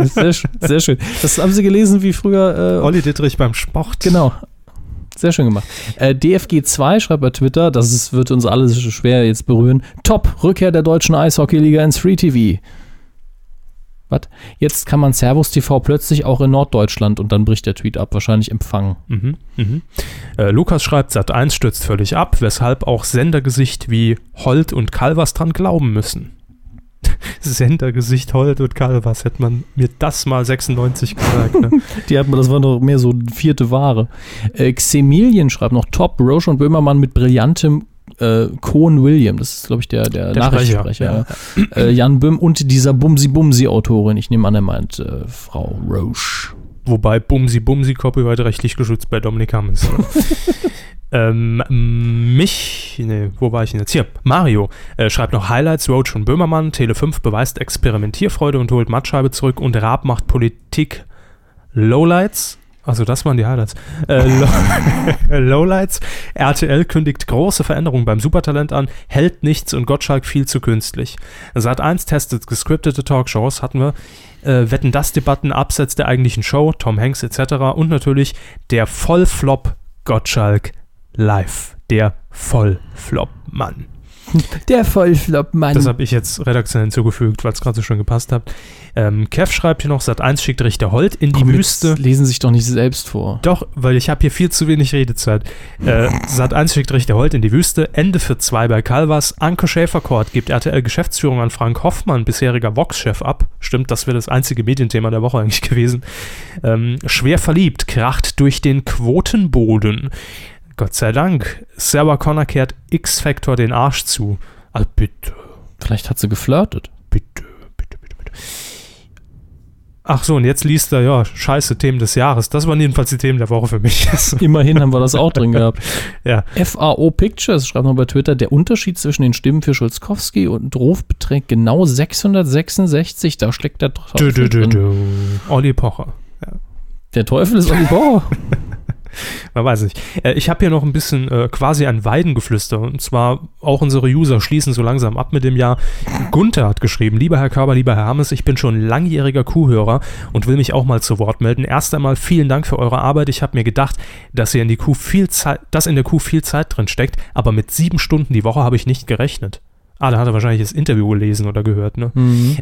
sehr, schön, sehr schön. Das haben sie gelesen wie früher. Äh, Olli Dittrich beim Sport. genau. Sehr schön gemacht. Äh, DFG2 schreibt bei Twitter, das ist, wird uns alle so schwer jetzt berühren. Top, Rückkehr der deutschen Eishockeyliga ins Free TV. Was? Jetzt kann man Servus TV plötzlich auch in Norddeutschland und dann bricht der Tweet ab. Wahrscheinlich empfangen. Mhm, mhm. Äh, Lukas schreibt, Sat 1 stürzt völlig ab, weshalb auch Sendergesicht wie Holt und Calvas dran glauben müssen. Sendergesicht, Holt und Calvas, hätte man mir das mal 96 gesagt. Ne? Die hatten, das war doch mehr so vierte Ware. Äh, Xemilien schreibt noch Top, Roche und Böhmermann mit brillantem äh, Cohen William. Das ist, glaube ich, der, der, Der Nachrichtensprecher. Äh, Jan Böhm und dieser Bumsi-Bumsi-Autorin. Ich nehme an, er meint äh, Frau Roche. Wobei Bumsi Bumsi Copyright rechtlich geschützt bei Dominik Hammers. ähm, mich, nee, wo war ich denn jetzt? Hier, Mario äh, schreibt noch Highlights, Roach und Böhmermann, Tele5 beweist Experimentierfreude und holt Mattscheibe zurück und Raab macht Politik Lowlights. Also das waren die Highlights. Äh, Low Lowlights. RTL kündigt große Veränderungen beim Supertalent an, hält nichts und Gottschalk viel zu künstlich. Sat1 testet gescriptete Talkshows, hatten wir äh, Wetten das Debatten abseits der eigentlichen Show, Tom Hanks etc. und natürlich der Vollflop Gottschalk live. Der Vollflop-Mann. Der Vollflop-Mann. Das habe ich jetzt redaktionell hinzugefügt, weil es gerade so schön gepasst hat. Ähm, Kev schreibt hier noch, Sat1 schickt Richter Holt in die Komm, jetzt Wüste. Lesen sich doch nicht selbst vor. Doch, weil ich habe hier viel zu wenig Redezeit. Äh, Sat 1 schickt Richter Holt in die Wüste, Ende für zwei bei Calvas, Anke Schäferkort gibt RTL-Geschäftsführung an Frank Hoffmann, bisheriger Vox-Chef, ab. Stimmt, das wäre das einzige Medienthema der Woche eigentlich gewesen. Ähm, schwer verliebt, kracht durch den Quotenboden. Gott sei Dank, Sarah Connor kehrt X-Factor den Arsch zu. Also bitte, Vielleicht hat sie geflirtet. bitte, bitte, bitte, bitte. Ach so, und jetzt liest er, ja, scheiße, Themen des Jahres. Das waren jedenfalls die Themen der Woche für mich. Immerhin haben wir das auch drin gehabt. Ja. FAO Pictures schreibt noch bei Twitter, der Unterschied zwischen den Stimmen für Schulzkowski und Ruf beträgt genau 666. Da steckt der Teufel Dö, dö, dö, drin. dö. Olli Pocher. Der Teufel ist Olli Bauer. Man weiß nicht. Äh, ich habe hier noch ein bisschen äh, quasi ein Weidengeflüster. Und zwar auch unsere User schließen so langsam ab mit dem Jahr. Gunther hat geschrieben, lieber Herr Körber, lieber Herr Hammes, ich bin schon langjähriger Kuhhörer und will mich auch mal zu Wort melden. Erst einmal vielen Dank für eure Arbeit. Ich habe mir gedacht, dass ihr in die Kuh viel Zeit, dass in der Kuh viel Zeit drin steckt, aber mit sieben Stunden die Woche habe ich nicht gerechnet. Ah, da hat er wahrscheinlich das Interview gelesen oder gehört, ne?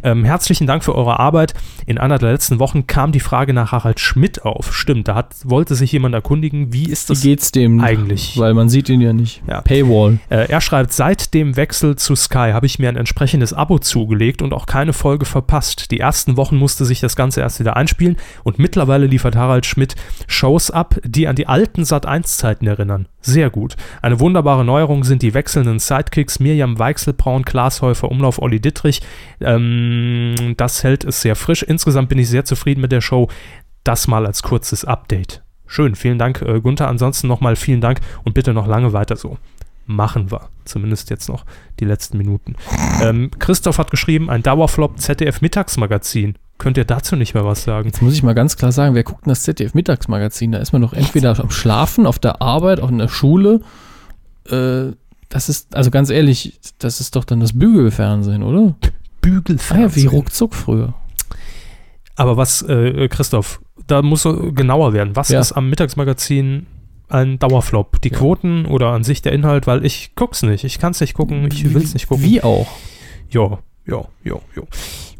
Ähm, herzlichen Dank für eure Arbeit. In einer der letzten Wochen kam die Frage nach Harald Schmidt auf. Stimmt, da hat, wollte sich jemand erkundigen, wie ist Wie das geht's dem? eigentlich? Weil man sieht ihn ja nicht. Ja. Paywall. Äh, er schreibt, seit dem Wechsel zu Sky habe ich mir ein entsprechendes Abo zugelegt und auch keine Folge verpasst. Die ersten Wochen musste sich das Ganze erst wieder einspielen und mittlerweile liefert Harald Schmidt Shows ab, die an die alten Sat1-Zeiten erinnern. Sehr gut. Eine wunderbare Neuerung sind die wechselnden Sidekicks Mirjam Weichselbraun, Klaas Häufer, Umlauf, Olli Dittrich. Ähm, das hält es sehr frisch. Insgesamt bin ich sehr zufrieden mit der Show. Das mal als kurzes Update. Schön, vielen Dank, äh, Gunther. Ansonsten nochmal vielen Dank und bitte noch lange weiter so machen wir. Zumindest jetzt noch die letzten Minuten. Ähm, Christoph hat geschrieben, ein Dauerflop ZDF Mittagsmagazin. Könnt ihr dazu nicht mehr was sagen? Jetzt muss ich mal ganz klar sagen, wer guckt denn das ZDF-Mittagsmagazin? Da ist man doch entweder am Schlafen, auf der Arbeit, auch in der Schule. Äh, das ist, also ganz ehrlich, das ist doch dann das Bügelfernsehen, oder? Ah Bügelfernsehen. ja, wie ruckzuck früher. Aber was, äh, Christoph, da muss er genauer werden. Was Ja. ist am Mittagsmagazin ein Dauerflop? Die Ja. Quoten oder an sich der Inhalt? Weil ich guck's nicht. Ich kann's nicht gucken. Ich will's nicht gucken. Wie auch. Ja, ja, ja, ja.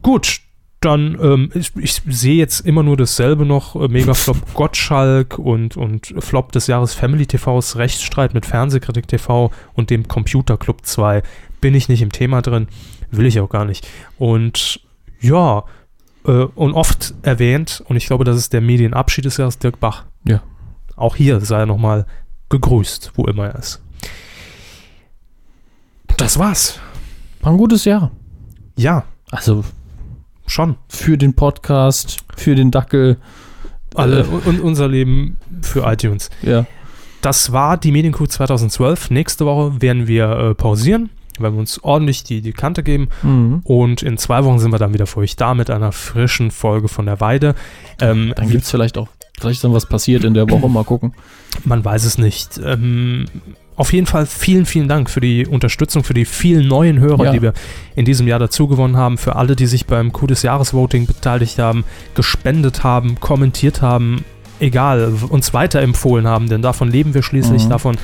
Gut, dann, ähm, ich, ich sehe jetzt immer nur dasselbe noch. äh, Megaflop Gottschalk und, und Flop des Jahres Family TVs, Rechtsstreit mit Fernsehkritik TV und dem Computerclub 2. Bin ich nicht im Thema drin, will ich auch gar nicht. Und ja, äh, und oft erwähnt, und ich glaube, das ist der Medienabschied des Jahres, Dirk Bach. Ja. Auch hier sei er nochmal gegrüßt, wo immer er ist. Das war's. War ein gutes Jahr. Ja, Also schon. für den Podcast, für den Dackel. Alle Äh, und unser Leben für iTunes. ja. Das war die Medienkuh 2012. Nächste Woche werden wir äh, pausieren, weil wir uns ordentlich die, die Kante geben. Mhm. Und in zwei Wochen sind wir dann wieder für euch da mit einer frischen Folge von der Weide. Ähm, Dann gibt es vielleicht auch, vielleicht ist dann was passiert in der Woche, mal gucken. man weiß es nicht. Ähm, auf jeden Fall vielen, vielen Dank für die Unterstützung, für die vielen neuen Hörer, Ja. die wir in diesem Jahr dazugewonnen haben, für alle, die sich beim Coup des Jahres-Voting beteiligt haben, gespendet haben, kommentiert haben, egal, w- uns weiterempfohlen haben, denn davon leben wir schließlich, Mhm. davon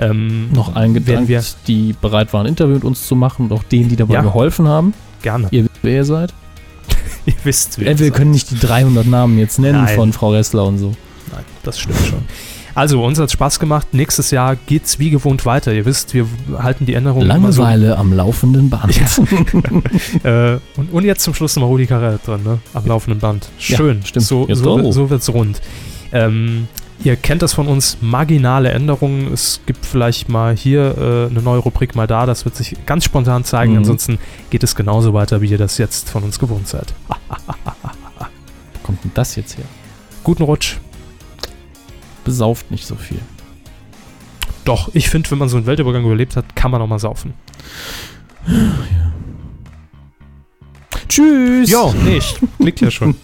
ähm, Noch einen Werden Gedanken, wir- die bereit waren, ein Interview mit uns zu machen und auch denen, die dabei Ja. geholfen haben. gerne. Ihr wisst, wer ihr seid. Ihr wisst, wer ihr Entweder seid. Äh, können nicht die 300 Namen jetzt nennen Nein. von Frau Ressler und so. Nein, das stimmt schon. Also, uns hat's Spaß gemacht. Nächstes Jahr geht's wie gewohnt weiter. Ihr wisst, wir halten die Änderungen immer so Langeweile am laufenden Band. Äh, und, und jetzt zum Schluss nochmal Rudi Carell dran, ne? Am laufenden Band. Ja, Schön. stimmt. So, Jetzt so, doch. wird, so wird's rund. Ähm, ihr kennt das von uns, marginale Änderungen. Es gibt vielleicht mal hier äh, eine neue Rubrik, mal da. Das wird sich ganz spontan zeigen. Mhm. Ansonsten geht es genauso weiter, wie ihr das jetzt von uns gewohnt seid. Wo kommt denn das jetzt her? Guten Rutsch. Besauft nicht so viel. Doch, ich finde, wenn man so einen Weltübergang überlebt hat, kann man auch mal saufen. Tschüss! Jo, nicht. Klickt ja schon.